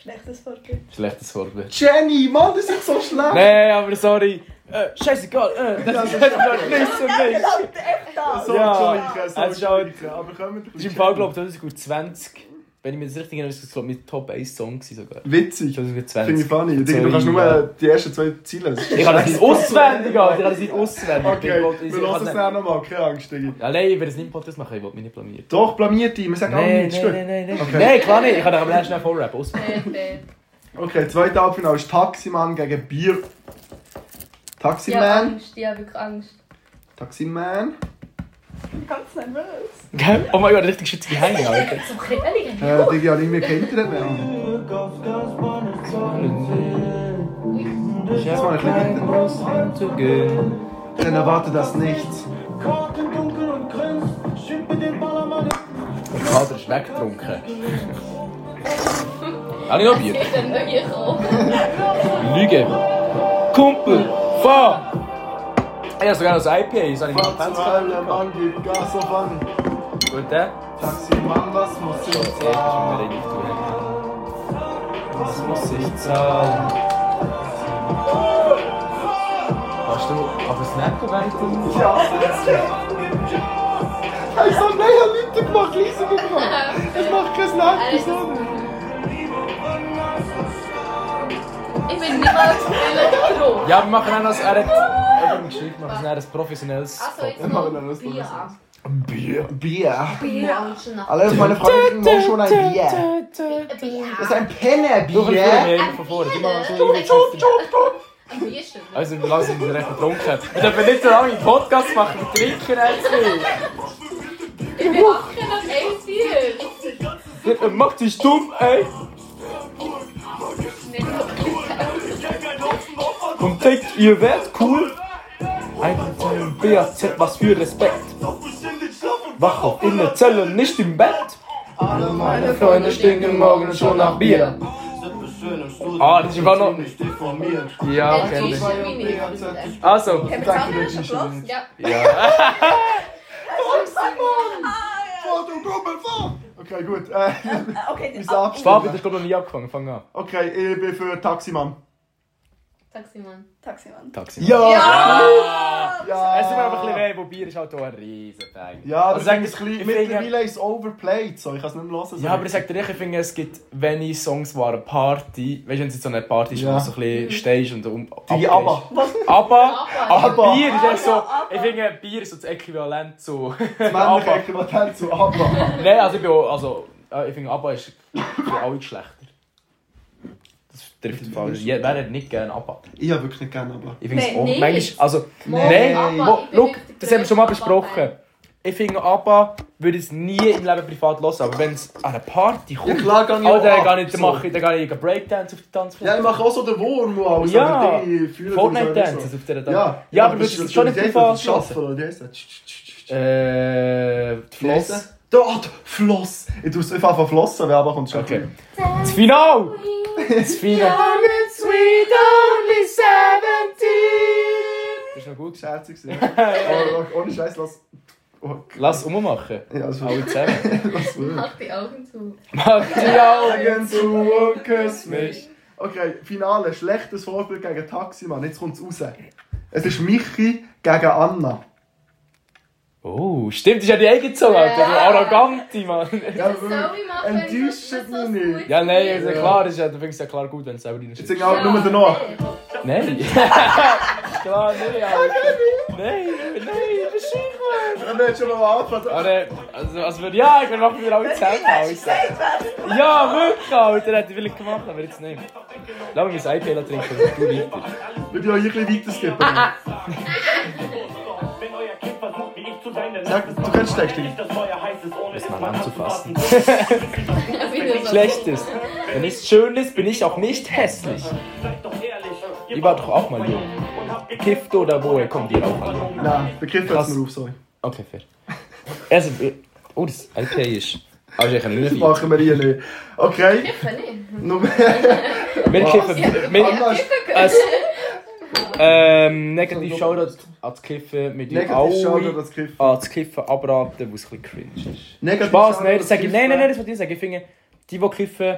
Speaker 3: Schlechtes Vorbild.
Speaker 2: Schlechtes Vorbild.
Speaker 1: Jenny, Mann, das ist so schlecht.
Speaker 2: Nee, aber sorry. Äh, scheißegal, äh, das ist doch nichts für mich.
Speaker 3: Läuft echt da!
Speaker 1: So
Speaker 2: Ja,
Speaker 1: Joyke, so
Speaker 2: es ist auch-
Speaker 1: Joyke. Aber kommen wir
Speaker 2: Das ist im Fall, glaube ich, 2020. Wenn ich mir das richtig erinnere, ist das glaub ich, mein Top 1 Song gewesen sogar.
Speaker 1: Witzig. Finde ich
Speaker 2: 2020.
Speaker 1: funny. Ich denke, du
Speaker 2: Sorry,
Speaker 1: kannst
Speaker 2: ja.
Speaker 1: nur eh, die ersten zwei Ziele.
Speaker 2: Ich kann das nicht auswendig, Alter. Ich kann das nicht auswendig.
Speaker 1: Okay,
Speaker 2: Ich ne-
Speaker 1: wir
Speaker 2: kann
Speaker 1: lassen es
Speaker 2: nicht-
Speaker 1: dann nochmal. Keine Angst, Digi.
Speaker 2: Allein, ich werde es nicht im Podcast machen, ich will mich nicht blamieren.
Speaker 1: Doch, blamiert dich. Wir sagen alle
Speaker 2: Nein,
Speaker 1: nichts.
Speaker 2: nein, nein, nein.
Speaker 1: Okay.
Speaker 2: Nein, klar nicht. Ich kann aber schnell vorrappen. auswendig.
Speaker 6: Äh,
Speaker 1: Okay, zweite Halbfinale ist Taximann gegen Bier.
Speaker 6: ich habe
Speaker 1: Taximan.
Speaker 6: Angst, ich habe wirklich Angst.
Speaker 1: Taximan.
Speaker 3: Ganz nervös.
Speaker 2: Gell? Oh mein Gott, richtig schützige Hänge, Alter.
Speaker 6: So ehrlich?
Speaker 1: Äh, Digi hat irgendwie kein Internet mehr.
Speaker 2: Ich
Speaker 1: war ein kleiner Hinter-
Speaker 2: großen Hang zu gehen.
Speaker 1: Dann erwarte das nichts.
Speaker 2: Der Kader ist weggetrunken. Habe ich noch Bier?
Speaker 6: Ich bin neu gekommen.
Speaker 2: Lüge. Kumpel, fahr! Ich hab sogar noch ein IPA, das habe ich nicht
Speaker 1: Was
Speaker 2: ganz
Speaker 1: zur Hölle, Mann, gib Gas auf an.
Speaker 2: Gut, der?
Speaker 1: Taximann, was muss ich
Speaker 2: Das ist mir richtig gut. Was muss ich zahlen? Hast du aber Snack verwendet?
Speaker 1: Ja, das ist Ich sag, nein, ich hab nichts gemacht, Lisa gemacht. Ich mach kein Snack, so.
Speaker 6: Ich bin niemals Elektro.
Speaker 2: Ja, wir machen auch noch ein... Er hat geschrieben, wir machen ein professionelles...
Speaker 6: Also jetzt
Speaker 1: Dann machen wir noch
Speaker 6: noch
Speaker 1: das
Speaker 6: Bier
Speaker 1: Bonus.
Speaker 6: an.
Speaker 1: Bier. Bier.
Speaker 6: Bier. Schon nach
Speaker 1: Alle meine Freunde machen schon ein Bier.
Speaker 6: Bier.
Speaker 1: Das ist ein Penner-Bier.
Speaker 2: Yeah. Von vorne. Die machen so ewig
Speaker 6: Ein Bierchen.
Speaker 2: Also, wir lassen uns recht betrunken. Wir dürfen nicht so lange Podcasts machen, wir trinken jetzt viel.
Speaker 6: Ich bin abgegangen auf ein Bier.
Speaker 2: Äh, Mach dich dumm, ey! Und denkt, ihr wärt cool? Einfach zum BAZ, was für Respekt! Wach auf in der Zelle, nicht im Bett!
Speaker 1: Alle meine
Speaker 2: Freunde stinken morgen schon nach Bier. Ah, das ist immer noch- Ja,
Speaker 6: Äh,
Speaker 2: kenn
Speaker 6: die
Speaker 2: ich.
Speaker 6: Schweiz ist nicht.
Speaker 2: Also,
Speaker 3: Haben wir das
Speaker 1: Danke,
Speaker 3: andere
Speaker 1: Reggie.
Speaker 3: schon gelassen?
Speaker 6: Ja.
Speaker 2: ja.
Speaker 1: Fahr, du Gruppe, fahr! Okay, gut. Äh,
Speaker 3: Äh, Okay,
Speaker 1: ich
Speaker 3: die- ah,
Speaker 1: sag's
Speaker 2: Fabi, das ist glaub ich noch nie abgefangen, fang an.
Speaker 1: Okay, ich bin für Taximann.
Speaker 6: Taximann.
Speaker 3: Taximann.
Speaker 2: Taxi.
Speaker 1: Ja! Ja!
Speaker 2: Es tut mir aber ein bisschen weh, wo Bier ist halt auch ein Riesending.
Speaker 1: Ja, aber also,
Speaker 2: sag
Speaker 1: es ist ein bisschen,
Speaker 2: ich finde-
Speaker 1: mittlerweile ist es overplayed, so. ich kann es nicht mehr hören. so.
Speaker 2: Ja, aber ich sag dir ehrlich, ich finde, es gibt wenige Songs, die an einer Party, weißt du, wenn es jetzt so eine Party ist,
Speaker 1: Ja.
Speaker 2: wo du so ein bisschen stehst und um.
Speaker 1: Die aber.
Speaker 2: Aber, aber,
Speaker 1: Abba.
Speaker 2: Ah, Bier ist echt so,
Speaker 3: Abba, Abba.
Speaker 2: ich finde, Bier ist so das Äquivalent zu.
Speaker 1: Das männliche Äquivalent zu Abba.
Speaker 2: Nein, also ich bin auch, also, äh, ich finde, Abba ist für alle schlechter. Das trifft den
Speaker 1: dus-
Speaker 2: Fall. Je- Wer hat nicht gerne Abba?
Speaker 1: Ich hab wirklich nicht gerne Abba.
Speaker 2: Ich finde es
Speaker 6: Nein,
Speaker 2: auch
Speaker 6: nicht.
Speaker 2: manchmal, also,
Speaker 1: Nein.
Speaker 2: nein,
Speaker 6: Abba,
Speaker 2: wo,
Speaker 6: ich bin
Speaker 2: look,
Speaker 6: wirklich
Speaker 2: das haben wir schon mal
Speaker 6: der grösste
Speaker 2: besprochen. Ich finde, Abba würde es nie im Leben privat hören, aber wenn es an eine Party
Speaker 1: Ja,
Speaker 2: kommt,
Speaker 1: klar, kann ich
Speaker 2: oh, dann
Speaker 1: ab,
Speaker 2: gehe ich, dann
Speaker 1: so.
Speaker 2: mache ich, dann gehe ich einen Breakdance auf die Tanzfläche.
Speaker 1: Ja, ich mache auch so den Wurm und alles.
Speaker 2: Ja,
Speaker 1: aber die fühlen
Speaker 2: Fortnite
Speaker 1: sich so-
Speaker 2: Dances auf dieser Tanz.
Speaker 1: Ja,
Speaker 2: ja, aber das ist schon nicht privat.
Speaker 1: Schaffen, oder? Die heisst das? Tsch, tsch, tsch, tsch.
Speaker 2: Äh, die
Speaker 1: Wie heisst
Speaker 2: Floss.
Speaker 1: das? Da, da, Floss. Ich tue es einfach von Flossen, wer aber kommt schon.
Speaker 2: Okay. Das Final! Das Final! sweet, only 17! Das ist noch gut.
Speaker 1: Scherz gewesen. Aber look, Ohne Scheiß, lass. Oh,
Speaker 2: Lass ummachen.
Speaker 1: ja, also- das war
Speaker 2: Alle zusammen.
Speaker 1: das war-
Speaker 6: Mach die Augen zu.
Speaker 2: Mach die Augen
Speaker 1: Augen
Speaker 2: zu und küss mich.
Speaker 1: Okay, Finale. Schlechtes Vorbild gegen Taximann. Jetzt kommt es raus. Es ist Michi gegen Anna.
Speaker 2: Oh, stimmt, ist ja die eigene Zunge, Alter.
Speaker 6: Ja.
Speaker 2: Du Arrogante, Mann.
Speaker 1: Ja,
Speaker 6: Was soll ich machen, wenn das-
Speaker 1: enttäuscht
Speaker 6: wenn
Speaker 1: mich
Speaker 6: das
Speaker 1: nicht.
Speaker 6: gut
Speaker 2: Ja, nein, ist ja
Speaker 1: Ja.
Speaker 2: klar, ist ja, du findest ja klar gut, wenn du selber
Speaker 1: Jetzt
Speaker 2: reinschreibst.
Speaker 1: sing auch nur den Nachbar.
Speaker 2: Nein! klar, nein, Alter. Nein, nein, beschreib mal!
Speaker 1: Und dann schon mal anfangen.
Speaker 2: Oh, Aber, also, also, würde- ja, ich würde machen wir alle zusammen, Alter. Ja, wirklich, Alter, hätte ich vielleicht gemacht, aber jetzt nicht. Lass mich mein iPad trinken und du weiter.
Speaker 1: Würde ich euch ein bisschen weiterskippen.
Speaker 8: Wenn euer Kind versucht, wie ich zu sein, dann
Speaker 1: Sag, du kannst Steckstück.
Speaker 8: nicht das Feuer heiß ist, ohne
Speaker 2: Lass
Speaker 8: es
Speaker 2: mal
Speaker 8: mal
Speaker 2: anzufassen.
Speaker 8: anzufassen.
Speaker 6: Ich bin so-
Speaker 2: Schlechtes. Wenn nichts Schönes, bin ich auch nicht hässlich.
Speaker 8: Seid doch ehrlich. ihr
Speaker 2: Ich war doch auch mal jung.
Speaker 8: Und habt gekifft
Speaker 2: Kifft oder woher kommt ihr auch an?
Speaker 1: Nein, der Kiff hört
Speaker 2: Krass.
Speaker 1: es mir auf, sorry.
Speaker 2: Okay, fair. Also, oh, das iPad ist... Also, ich kann nicht
Speaker 1: Das
Speaker 2: mehr
Speaker 1: machen wir hier nicht. Okay,
Speaker 6: Ich kann nicht.
Speaker 1: Nummer.
Speaker 2: Wir kiffen... Wir,
Speaker 1: Anna,
Speaker 2: als, ähm, negativ Shoutout an das Kiffen. Mit euch
Speaker 1: negativ schauen,
Speaker 2: alle
Speaker 1: das Kiff.
Speaker 2: an das Kiffen abraten, was ein bisschen cringe ist.
Speaker 1: Negativ
Speaker 2: Spaß,
Speaker 1: schauen,
Speaker 2: nein, das sage ich.
Speaker 1: Kiff
Speaker 2: Nein, nein, nein,
Speaker 1: wäre-
Speaker 2: das wollte ich sagen. Ich finde, die, die kiffen,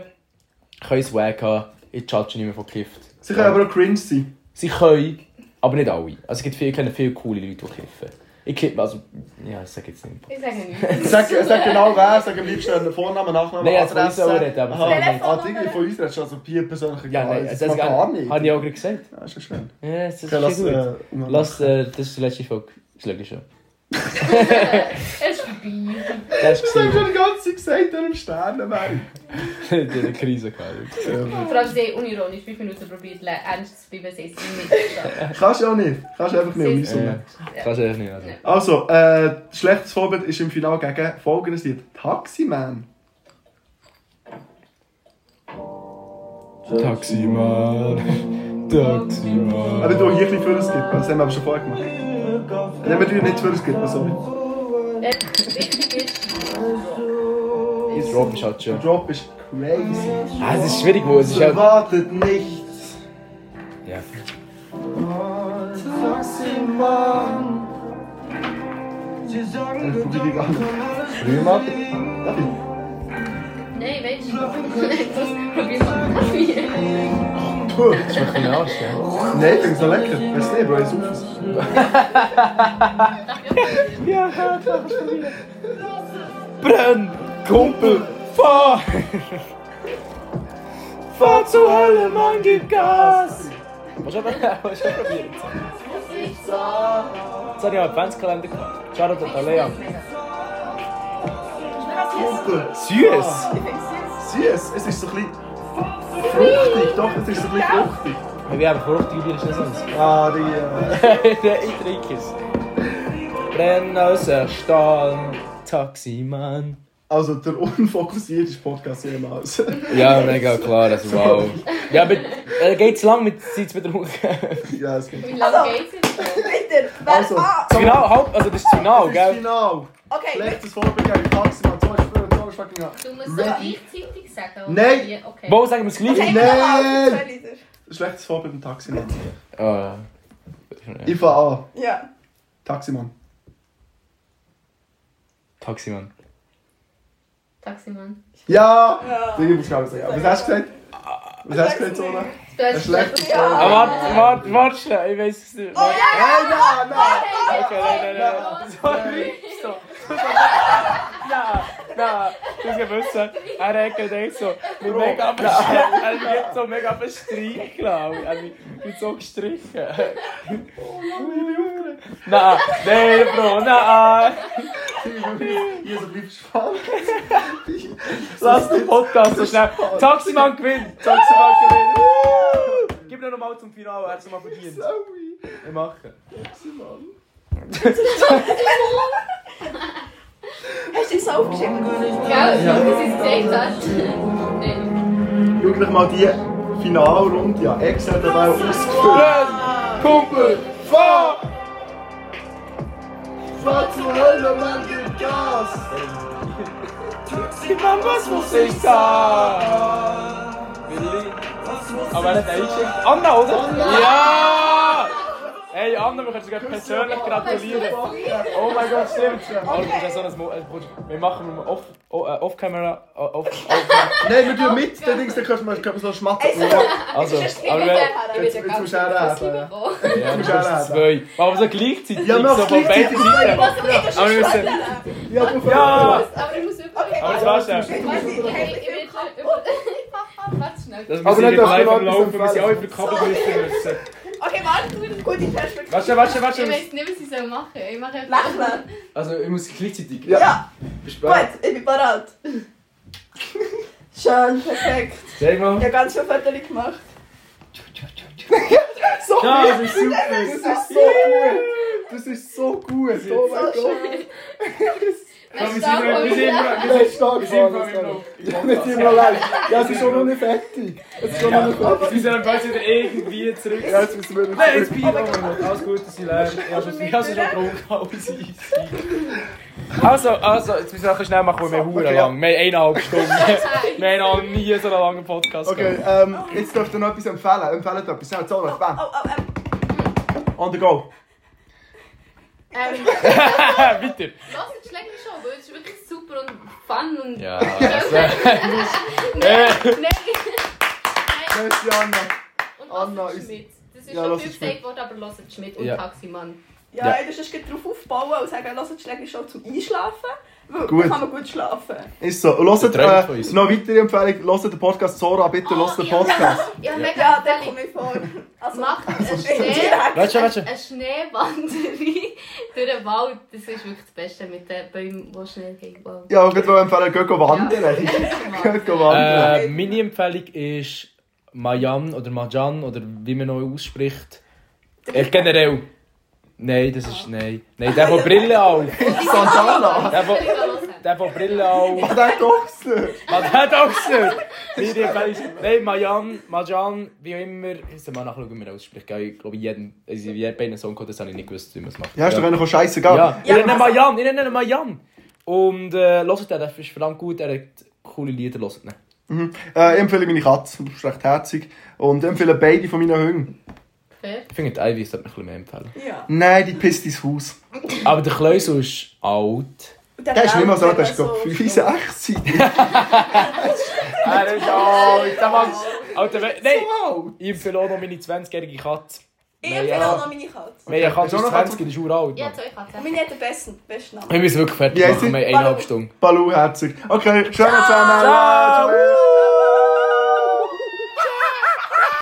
Speaker 2: können es weg haben. Ich judge nicht mehr von gekifft.
Speaker 1: Sie können aber auch cringe sein.
Speaker 2: Sie können, aber nicht alle. Also es gibt viele, ich kenne viele coole Leute, die kiffen. Ich kippe, also, ja, das sage ich jetzt nicht.
Speaker 6: Ich sage nichts.
Speaker 1: Sag, sag genau wer, sag am liebsten einen Vornamen, Nachnamen,
Speaker 2: Nein, jetzt wollte ich auch reden, aber
Speaker 1: Aha.
Speaker 2: sorry.
Speaker 1: Ah, Digi, von uns redest du also vier persönliche
Speaker 2: Ja, nein,
Speaker 1: das
Speaker 2: das,
Speaker 1: mag
Speaker 2: das
Speaker 1: gar
Speaker 2: gar
Speaker 1: nicht.
Speaker 2: Habe ich auch gerade gesagt.
Speaker 1: Ja, ist ja schön.
Speaker 2: Ja, das ist
Speaker 1: Okay, lass,
Speaker 2: gut.
Speaker 1: äh, umgehen.
Speaker 2: Lass, äh, das ist die letzte Folge. Das schaue ich schon.
Speaker 6: Es ist vorbei.
Speaker 2: Das
Speaker 1: Das habe ich
Speaker 2: war
Speaker 1: schon die ganze Zeit gesagt, an einem Sternenweg.
Speaker 2: eine Krise. gehabt.
Speaker 6: Vor allem sehr unironisch, fünf Minuten probiert, le- ernst zu bleiben, sie ist nicht.
Speaker 1: Kannst du auch nicht. Kannst du einfach nicht um uns
Speaker 2: Ja,
Speaker 1: herum.
Speaker 2: kannst du echt nicht. Also.
Speaker 1: Also, äh, schlechtes Vorbild ist im Finale gegen folgendes Lied. Taxi Man.
Speaker 2: Taximan, Taximan.
Speaker 1: Aber du hier ein bisschen für uns gibt, das haben wir aber schon vorher gemacht. Nein, wir tun nicht für uns gibt, sorry.
Speaker 6: Äh, Wichtig ist,
Speaker 2: Das Robben schaut schon.
Speaker 1: Der Drop ist crazy.
Speaker 2: Ah, es ist schwierig, wo es ist
Speaker 1: Sie
Speaker 2: ja.
Speaker 1: erwartet nichts.
Speaker 2: Ja.
Speaker 1: Taxi Man.
Speaker 10: Sie sagen,
Speaker 1: Das kommt richtig an. Rühmann.
Speaker 6: nein, weißt du, das probiert man das nie.
Speaker 1: Puh.
Speaker 2: Das macht mich Arsch, ja.
Speaker 1: Nein, ich finde es noch lecker. Weißt du nicht, Bro, ich suche es.
Speaker 2: Brenn, Kumpel, fahr! fahr zur Hölle, Mann, gib Gas! Was hat er was hat er probiert? Jetzt habe ich einen Adventskalender gemacht. Shoutout an Alea.
Speaker 1: Kumpel.
Speaker 2: Süß!
Speaker 1: Süß. Es ist so ein bisschen fruchtig. Doch, es ist so ein bisschen fruchtig.
Speaker 2: Wir haben verrückte Bier, ist nicht sonst.
Speaker 1: Ah, die... Äh...
Speaker 2: Nein, ich trinke es. Brenn aus der Stahl, Taximann.
Speaker 1: Also der unfokussierteste Podcast jemals.
Speaker 2: Ja, mega klar, also wow. Ja, aber äh, geht's lang mit Sitz mit der Hunger?
Speaker 1: ja, es geht.
Speaker 6: Wie lange geht's jetzt? noch?
Speaker 3: Bitte, wer
Speaker 1: Also,
Speaker 3: ah,
Speaker 2: Genau, Haupt, also das ist das
Speaker 1: Das
Speaker 2: Finale,
Speaker 1: ist
Speaker 2: gell?
Speaker 1: genau.
Speaker 3: Okay,
Speaker 1: Schlechtes Vorbild gegen Taximan. Zum Beispiel, zum Beispiel fucking an.
Speaker 6: Du musst so
Speaker 1: Ready?
Speaker 6: gleichzeitig sagen. oder?
Speaker 1: Nein.
Speaker 6: Ja, Okay.
Speaker 2: Wo sagen wir es gleich?
Speaker 3: okay,
Speaker 1: Nein.
Speaker 3: komm mal, Lisa.
Speaker 1: Schlechtes Vorbild im Taximan.
Speaker 2: Ah.
Speaker 1: Ich fange an.
Speaker 3: Ja.
Speaker 1: Taximan.
Speaker 2: Taximann.
Speaker 6: Taximann.
Speaker 1: Ja!
Speaker 3: Ja.
Speaker 1: Digi, musst du auch sagen. Was hast du gesagt? Was hast du gesagt, Sona?
Speaker 6: Du
Speaker 1: Ein
Speaker 6: hast
Speaker 1: ne? schlechtes ne?
Speaker 6: Ja.
Speaker 1: Vorbild.
Speaker 2: Ah, warte, warte, warte schnell, ich weiß es nicht.
Speaker 1: Oh,
Speaker 2: Warte,
Speaker 1: Hey, nein, nein! oh,
Speaker 2: okay, nein, nein, nein. Sorry, Nou, so. Nein, nein, du musst ja wissen, er hat gedacht so, mit mega bestreichen, er wird so mega bestreichen, glaube ich. Er wird so gestrichen. Nein, nein, Nou, Bro, nou. nein.
Speaker 1: Hier so bleibst du spannend.
Speaker 2: Lass den Podcast dus nou. so schnell. Taximann gewinnt! Taximann gewinnt! Woo! Gib nou noch mal zum Finale, er hat es mal verdient.
Speaker 1: Sorry.
Speaker 2: Wir machen.
Speaker 1: Taximan.
Speaker 3: Hast du das aufgeschrieben?
Speaker 6: Gell, ja. das ist echt das. Nein.
Speaker 1: Schau dich mal die Finalrunde an. Excel hat dabei ausgefüllt.
Speaker 2: Brenn! Kumpel! Fahr!
Speaker 1: Was zur Hölle, Mann, gib Gas!
Speaker 2: Taximann, was muss ich sagen? Willi? Aber er hat eingeschickt. Anna, oder? Ja! Hey, Anna! verstanden, wir können sogar persönlich gratulieren. Oh mein Gott, stimmt. Alter, das ist so ein Mo- ein Projekt. Wir machen mal off, oh, äh, off Camera, oh, off, off.
Speaker 1: Nein, wir tun mit, dann denkst du, dann können wir so einen Schmatz
Speaker 2: Also, aber wir-
Speaker 1: Jetzt- jetzt musst du auch reden.
Speaker 2: ja, du
Speaker 1: musst auch
Speaker 2: hast zwei. Aber so gleichzeitig.
Speaker 1: Ja, mach
Speaker 2: so von beiden
Speaker 1: gleichzeitig.
Speaker 2: Seiten.
Speaker 3: Aber
Speaker 2: wir müssen-
Speaker 1: Ja, du
Speaker 2: Ja!
Speaker 6: Aber ich muss überlegen.
Speaker 2: Aber das war's ja.
Speaker 6: Hey, ich will gerade über... Warte schnell.
Speaker 2: Das
Speaker 1: Aber
Speaker 2: muss ich
Speaker 1: nicht,
Speaker 2: nicht
Speaker 1: dass wir
Speaker 2: live
Speaker 1: noch
Speaker 2: am Laufen,
Speaker 1: etwas
Speaker 2: wir sind auch über Kabelwissen müssen.
Speaker 3: Okay, warte, gut, gute Perspektive.
Speaker 2: Warte, warte,
Speaker 6: Ich
Speaker 2: warte.
Speaker 6: weiß nicht, was ich soll machen soll. Ich mache einfach...
Speaker 3: Lächeln.
Speaker 2: Also, ich muss gleichzeitig.
Speaker 1: Ja.
Speaker 3: Ja,
Speaker 2: Bist du bereit?
Speaker 3: gut, ich bin bereit. Schön, perfekt.
Speaker 2: Sag
Speaker 3: Ich
Speaker 2: mal.
Speaker 3: habe ganz viele Fotos gemacht.
Speaker 1: Oh,
Speaker 2: Ja, das ist super.
Speaker 1: Das ist so gut! Das ist so gut! Oh mein Gott!
Speaker 3: So
Speaker 2: Komm, wir sind wir sind- wir
Speaker 1: Das ist stark
Speaker 2: sind- wir sind
Speaker 1: gefahren, sorry. Nicht immer leid! Ja, es ist schon noch nicht fertig! Es ist schon noch nicht fertig!
Speaker 2: Wir sind bald wieder irgendwie zurück.
Speaker 1: Ja, jetzt müssen wir
Speaker 2: Nein,
Speaker 1: wieder
Speaker 2: jetzt bin ich Alles gut, dass ich lerne. Ich habe schon ich habe schon getrunken, alles easy. Also, also, jetzt müssen wir nachher schnell machen, weil wir
Speaker 1: Okay,
Speaker 2: Huren
Speaker 1: ja.
Speaker 2: lang. Wir haben eineinhalb Stunden. Wir haben noch nie so einen langen Podcast
Speaker 1: Okay,
Speaker 2: gehabt.
Speaker 1: ähm, jetzt dürft ihr noch etwas empfehlen. Empfehlt etwas. Schnell, Zola, bam!
Speaker 3: Oh, ähm,
Speaker 1: On the go!
Speaker 6: Ähm,
Speaker 2: Äh, weiter.
Speaker 6: lass es schlägt mich schon, weil es ist wirklich super und fun und...
Speaker 2: Ja.
Speaker 6: Nein, nein.
Speaker 1: Merci, Anna!
Speaker 6: Und
Speaker 1: Anna
Speaker 6: Anna
Speaker 1: ist-
Speaker 6: Schmidt. Das ist
Speaker 1: Ja,
Speaker 6: schon
Speaker 1: lass
Speaker 6: viel
Speaker 1: es Schmidt.
Speaker 6: gesagt worden, aber lass es Schmidt und
Speaker 2: Ja.
Speaker 6: Taximann.
Speaker 3: ja,
Speaker 2: Ja.
Speaker 3: ja. du sollst gleich darauf aufbauen und sagen, lass uns die schon zum Einschlafen. Weil
Speaker 1: Gut.
Speaker 3: dann kann man gut schlafen.
Speaker 1: Ist so. Und
Speaker 2: Der träumt
Speaker 1: hört,
Speaker 2: von
Speaker 1: äh,
Speaker 2: uns.
Speaker 1: noch weitere Empfehlung. Hört den Podcast Sora, bitte hört den
Speaker 6: ja.
Speaker 1: Podcast.
Speaker 6: Ja,
Speaker 3: Ja,
Speaker 6: mega
Speaker 3: der
Speaker 6: ehrlich.
Speaker 3: komme ich vor. Also,
Speaker 6: Macht eine, Schnee,
Speaker 3: direkt.
Speaker 2: Warte, warte.
Speaker 6: eine Schneewanderung durch den Wald. Das ist wirklich das Beste mit den Bäumen, die schnell gehen. Wow.
Speaker 1: Ja, und gerade empfehlen, geht wandern. Geht wandern.
Speaker 2: Äh, meine Empfehlung ist Mayan oder Majan oder wie man neu ausspricht. Äh, generell. Nein, das ist. Nein. Nein, der, der Brille auf.
Speaker 1: Santana!
Speaker 2: Der, der,
Speaker 6: Äh,
Speaker 2: der Brille auf.
Speaker 1: Ah, der Gokster!
Speaker 2: Was hat auch gesagt? Nein, die Empfehlung ist- Nein, Majan, Majan, wie auch immer. Ich muss mal nachschauen, wie man ausspricht. gell? Ich glaube, jeden, also jeden bei einem Song kommt, das habe ich nicht gewusst, wie man es macht.
Speaker 1: Ja, hast du
Speaker 2: dus ja.
Speaker 1: doch eigentlich auch scheißegal.
Speaker 2: Ja, ich nenne ihn Majan, ich nenne ihn Majan. Und äh, hört den, der ist verdammt gut, er hat coole Lieder, hört ihn.
Speaker 1: Äh, ich empfehle meine Katze, du bist recht herzig. Und ich empfehle beide von meinen Hunden.
Speaker 2: Ich finde, die Ivy sollte man ein bisschen mehr empfehlen.
Speaker 3: Ja.
Speaker 1: Nein, die pisst ins Haus.
Speaker 2: Aber der Kleusel ist alt.
Speaker 3: Und
Speaker 1: Der ist nicht mal so,
Speaker 3: Bauch,
Speaker 1: der ist
Speaker 3: der
Speaker 1: gerade
Speaker 3: so-
Speaker 1: 5, 6 Seiten.
Speaker 2: Er ist alt, der Mann. Alter, we- nein! Ich empfehle auch noch meine 20-jährige Katze.
Speaker 3: Ich
Speaker 2: Nein,
Speaker 3: empfehle
Speaker 2: ja.
Speaker 3: auch noch meine Katze.
Speaker 2: Meine Katze
Speaker 1: Hast
Speaker 2: ist
Speaker 1: du auch noch
Speaker 2: 20, die ist uralt.
Speaker 6: Ja,
Speaker 2: Mann.
Speaker 6: zwei Katzen.
Speaker 3: Und meine hat den besten, besten Namen.
Speaker 2: Wir müssen wirklich fertig
Speaker 1: Ja,
Speaker 2: machen, wir
Speaker 1: sind-
Speaker 2: haben eineinhalb Stunden.
Speaker 1: Ah,
Speaker 2: Ah,
Speaker 1: Balu herzig. Okay, schön zusammen. Ciao!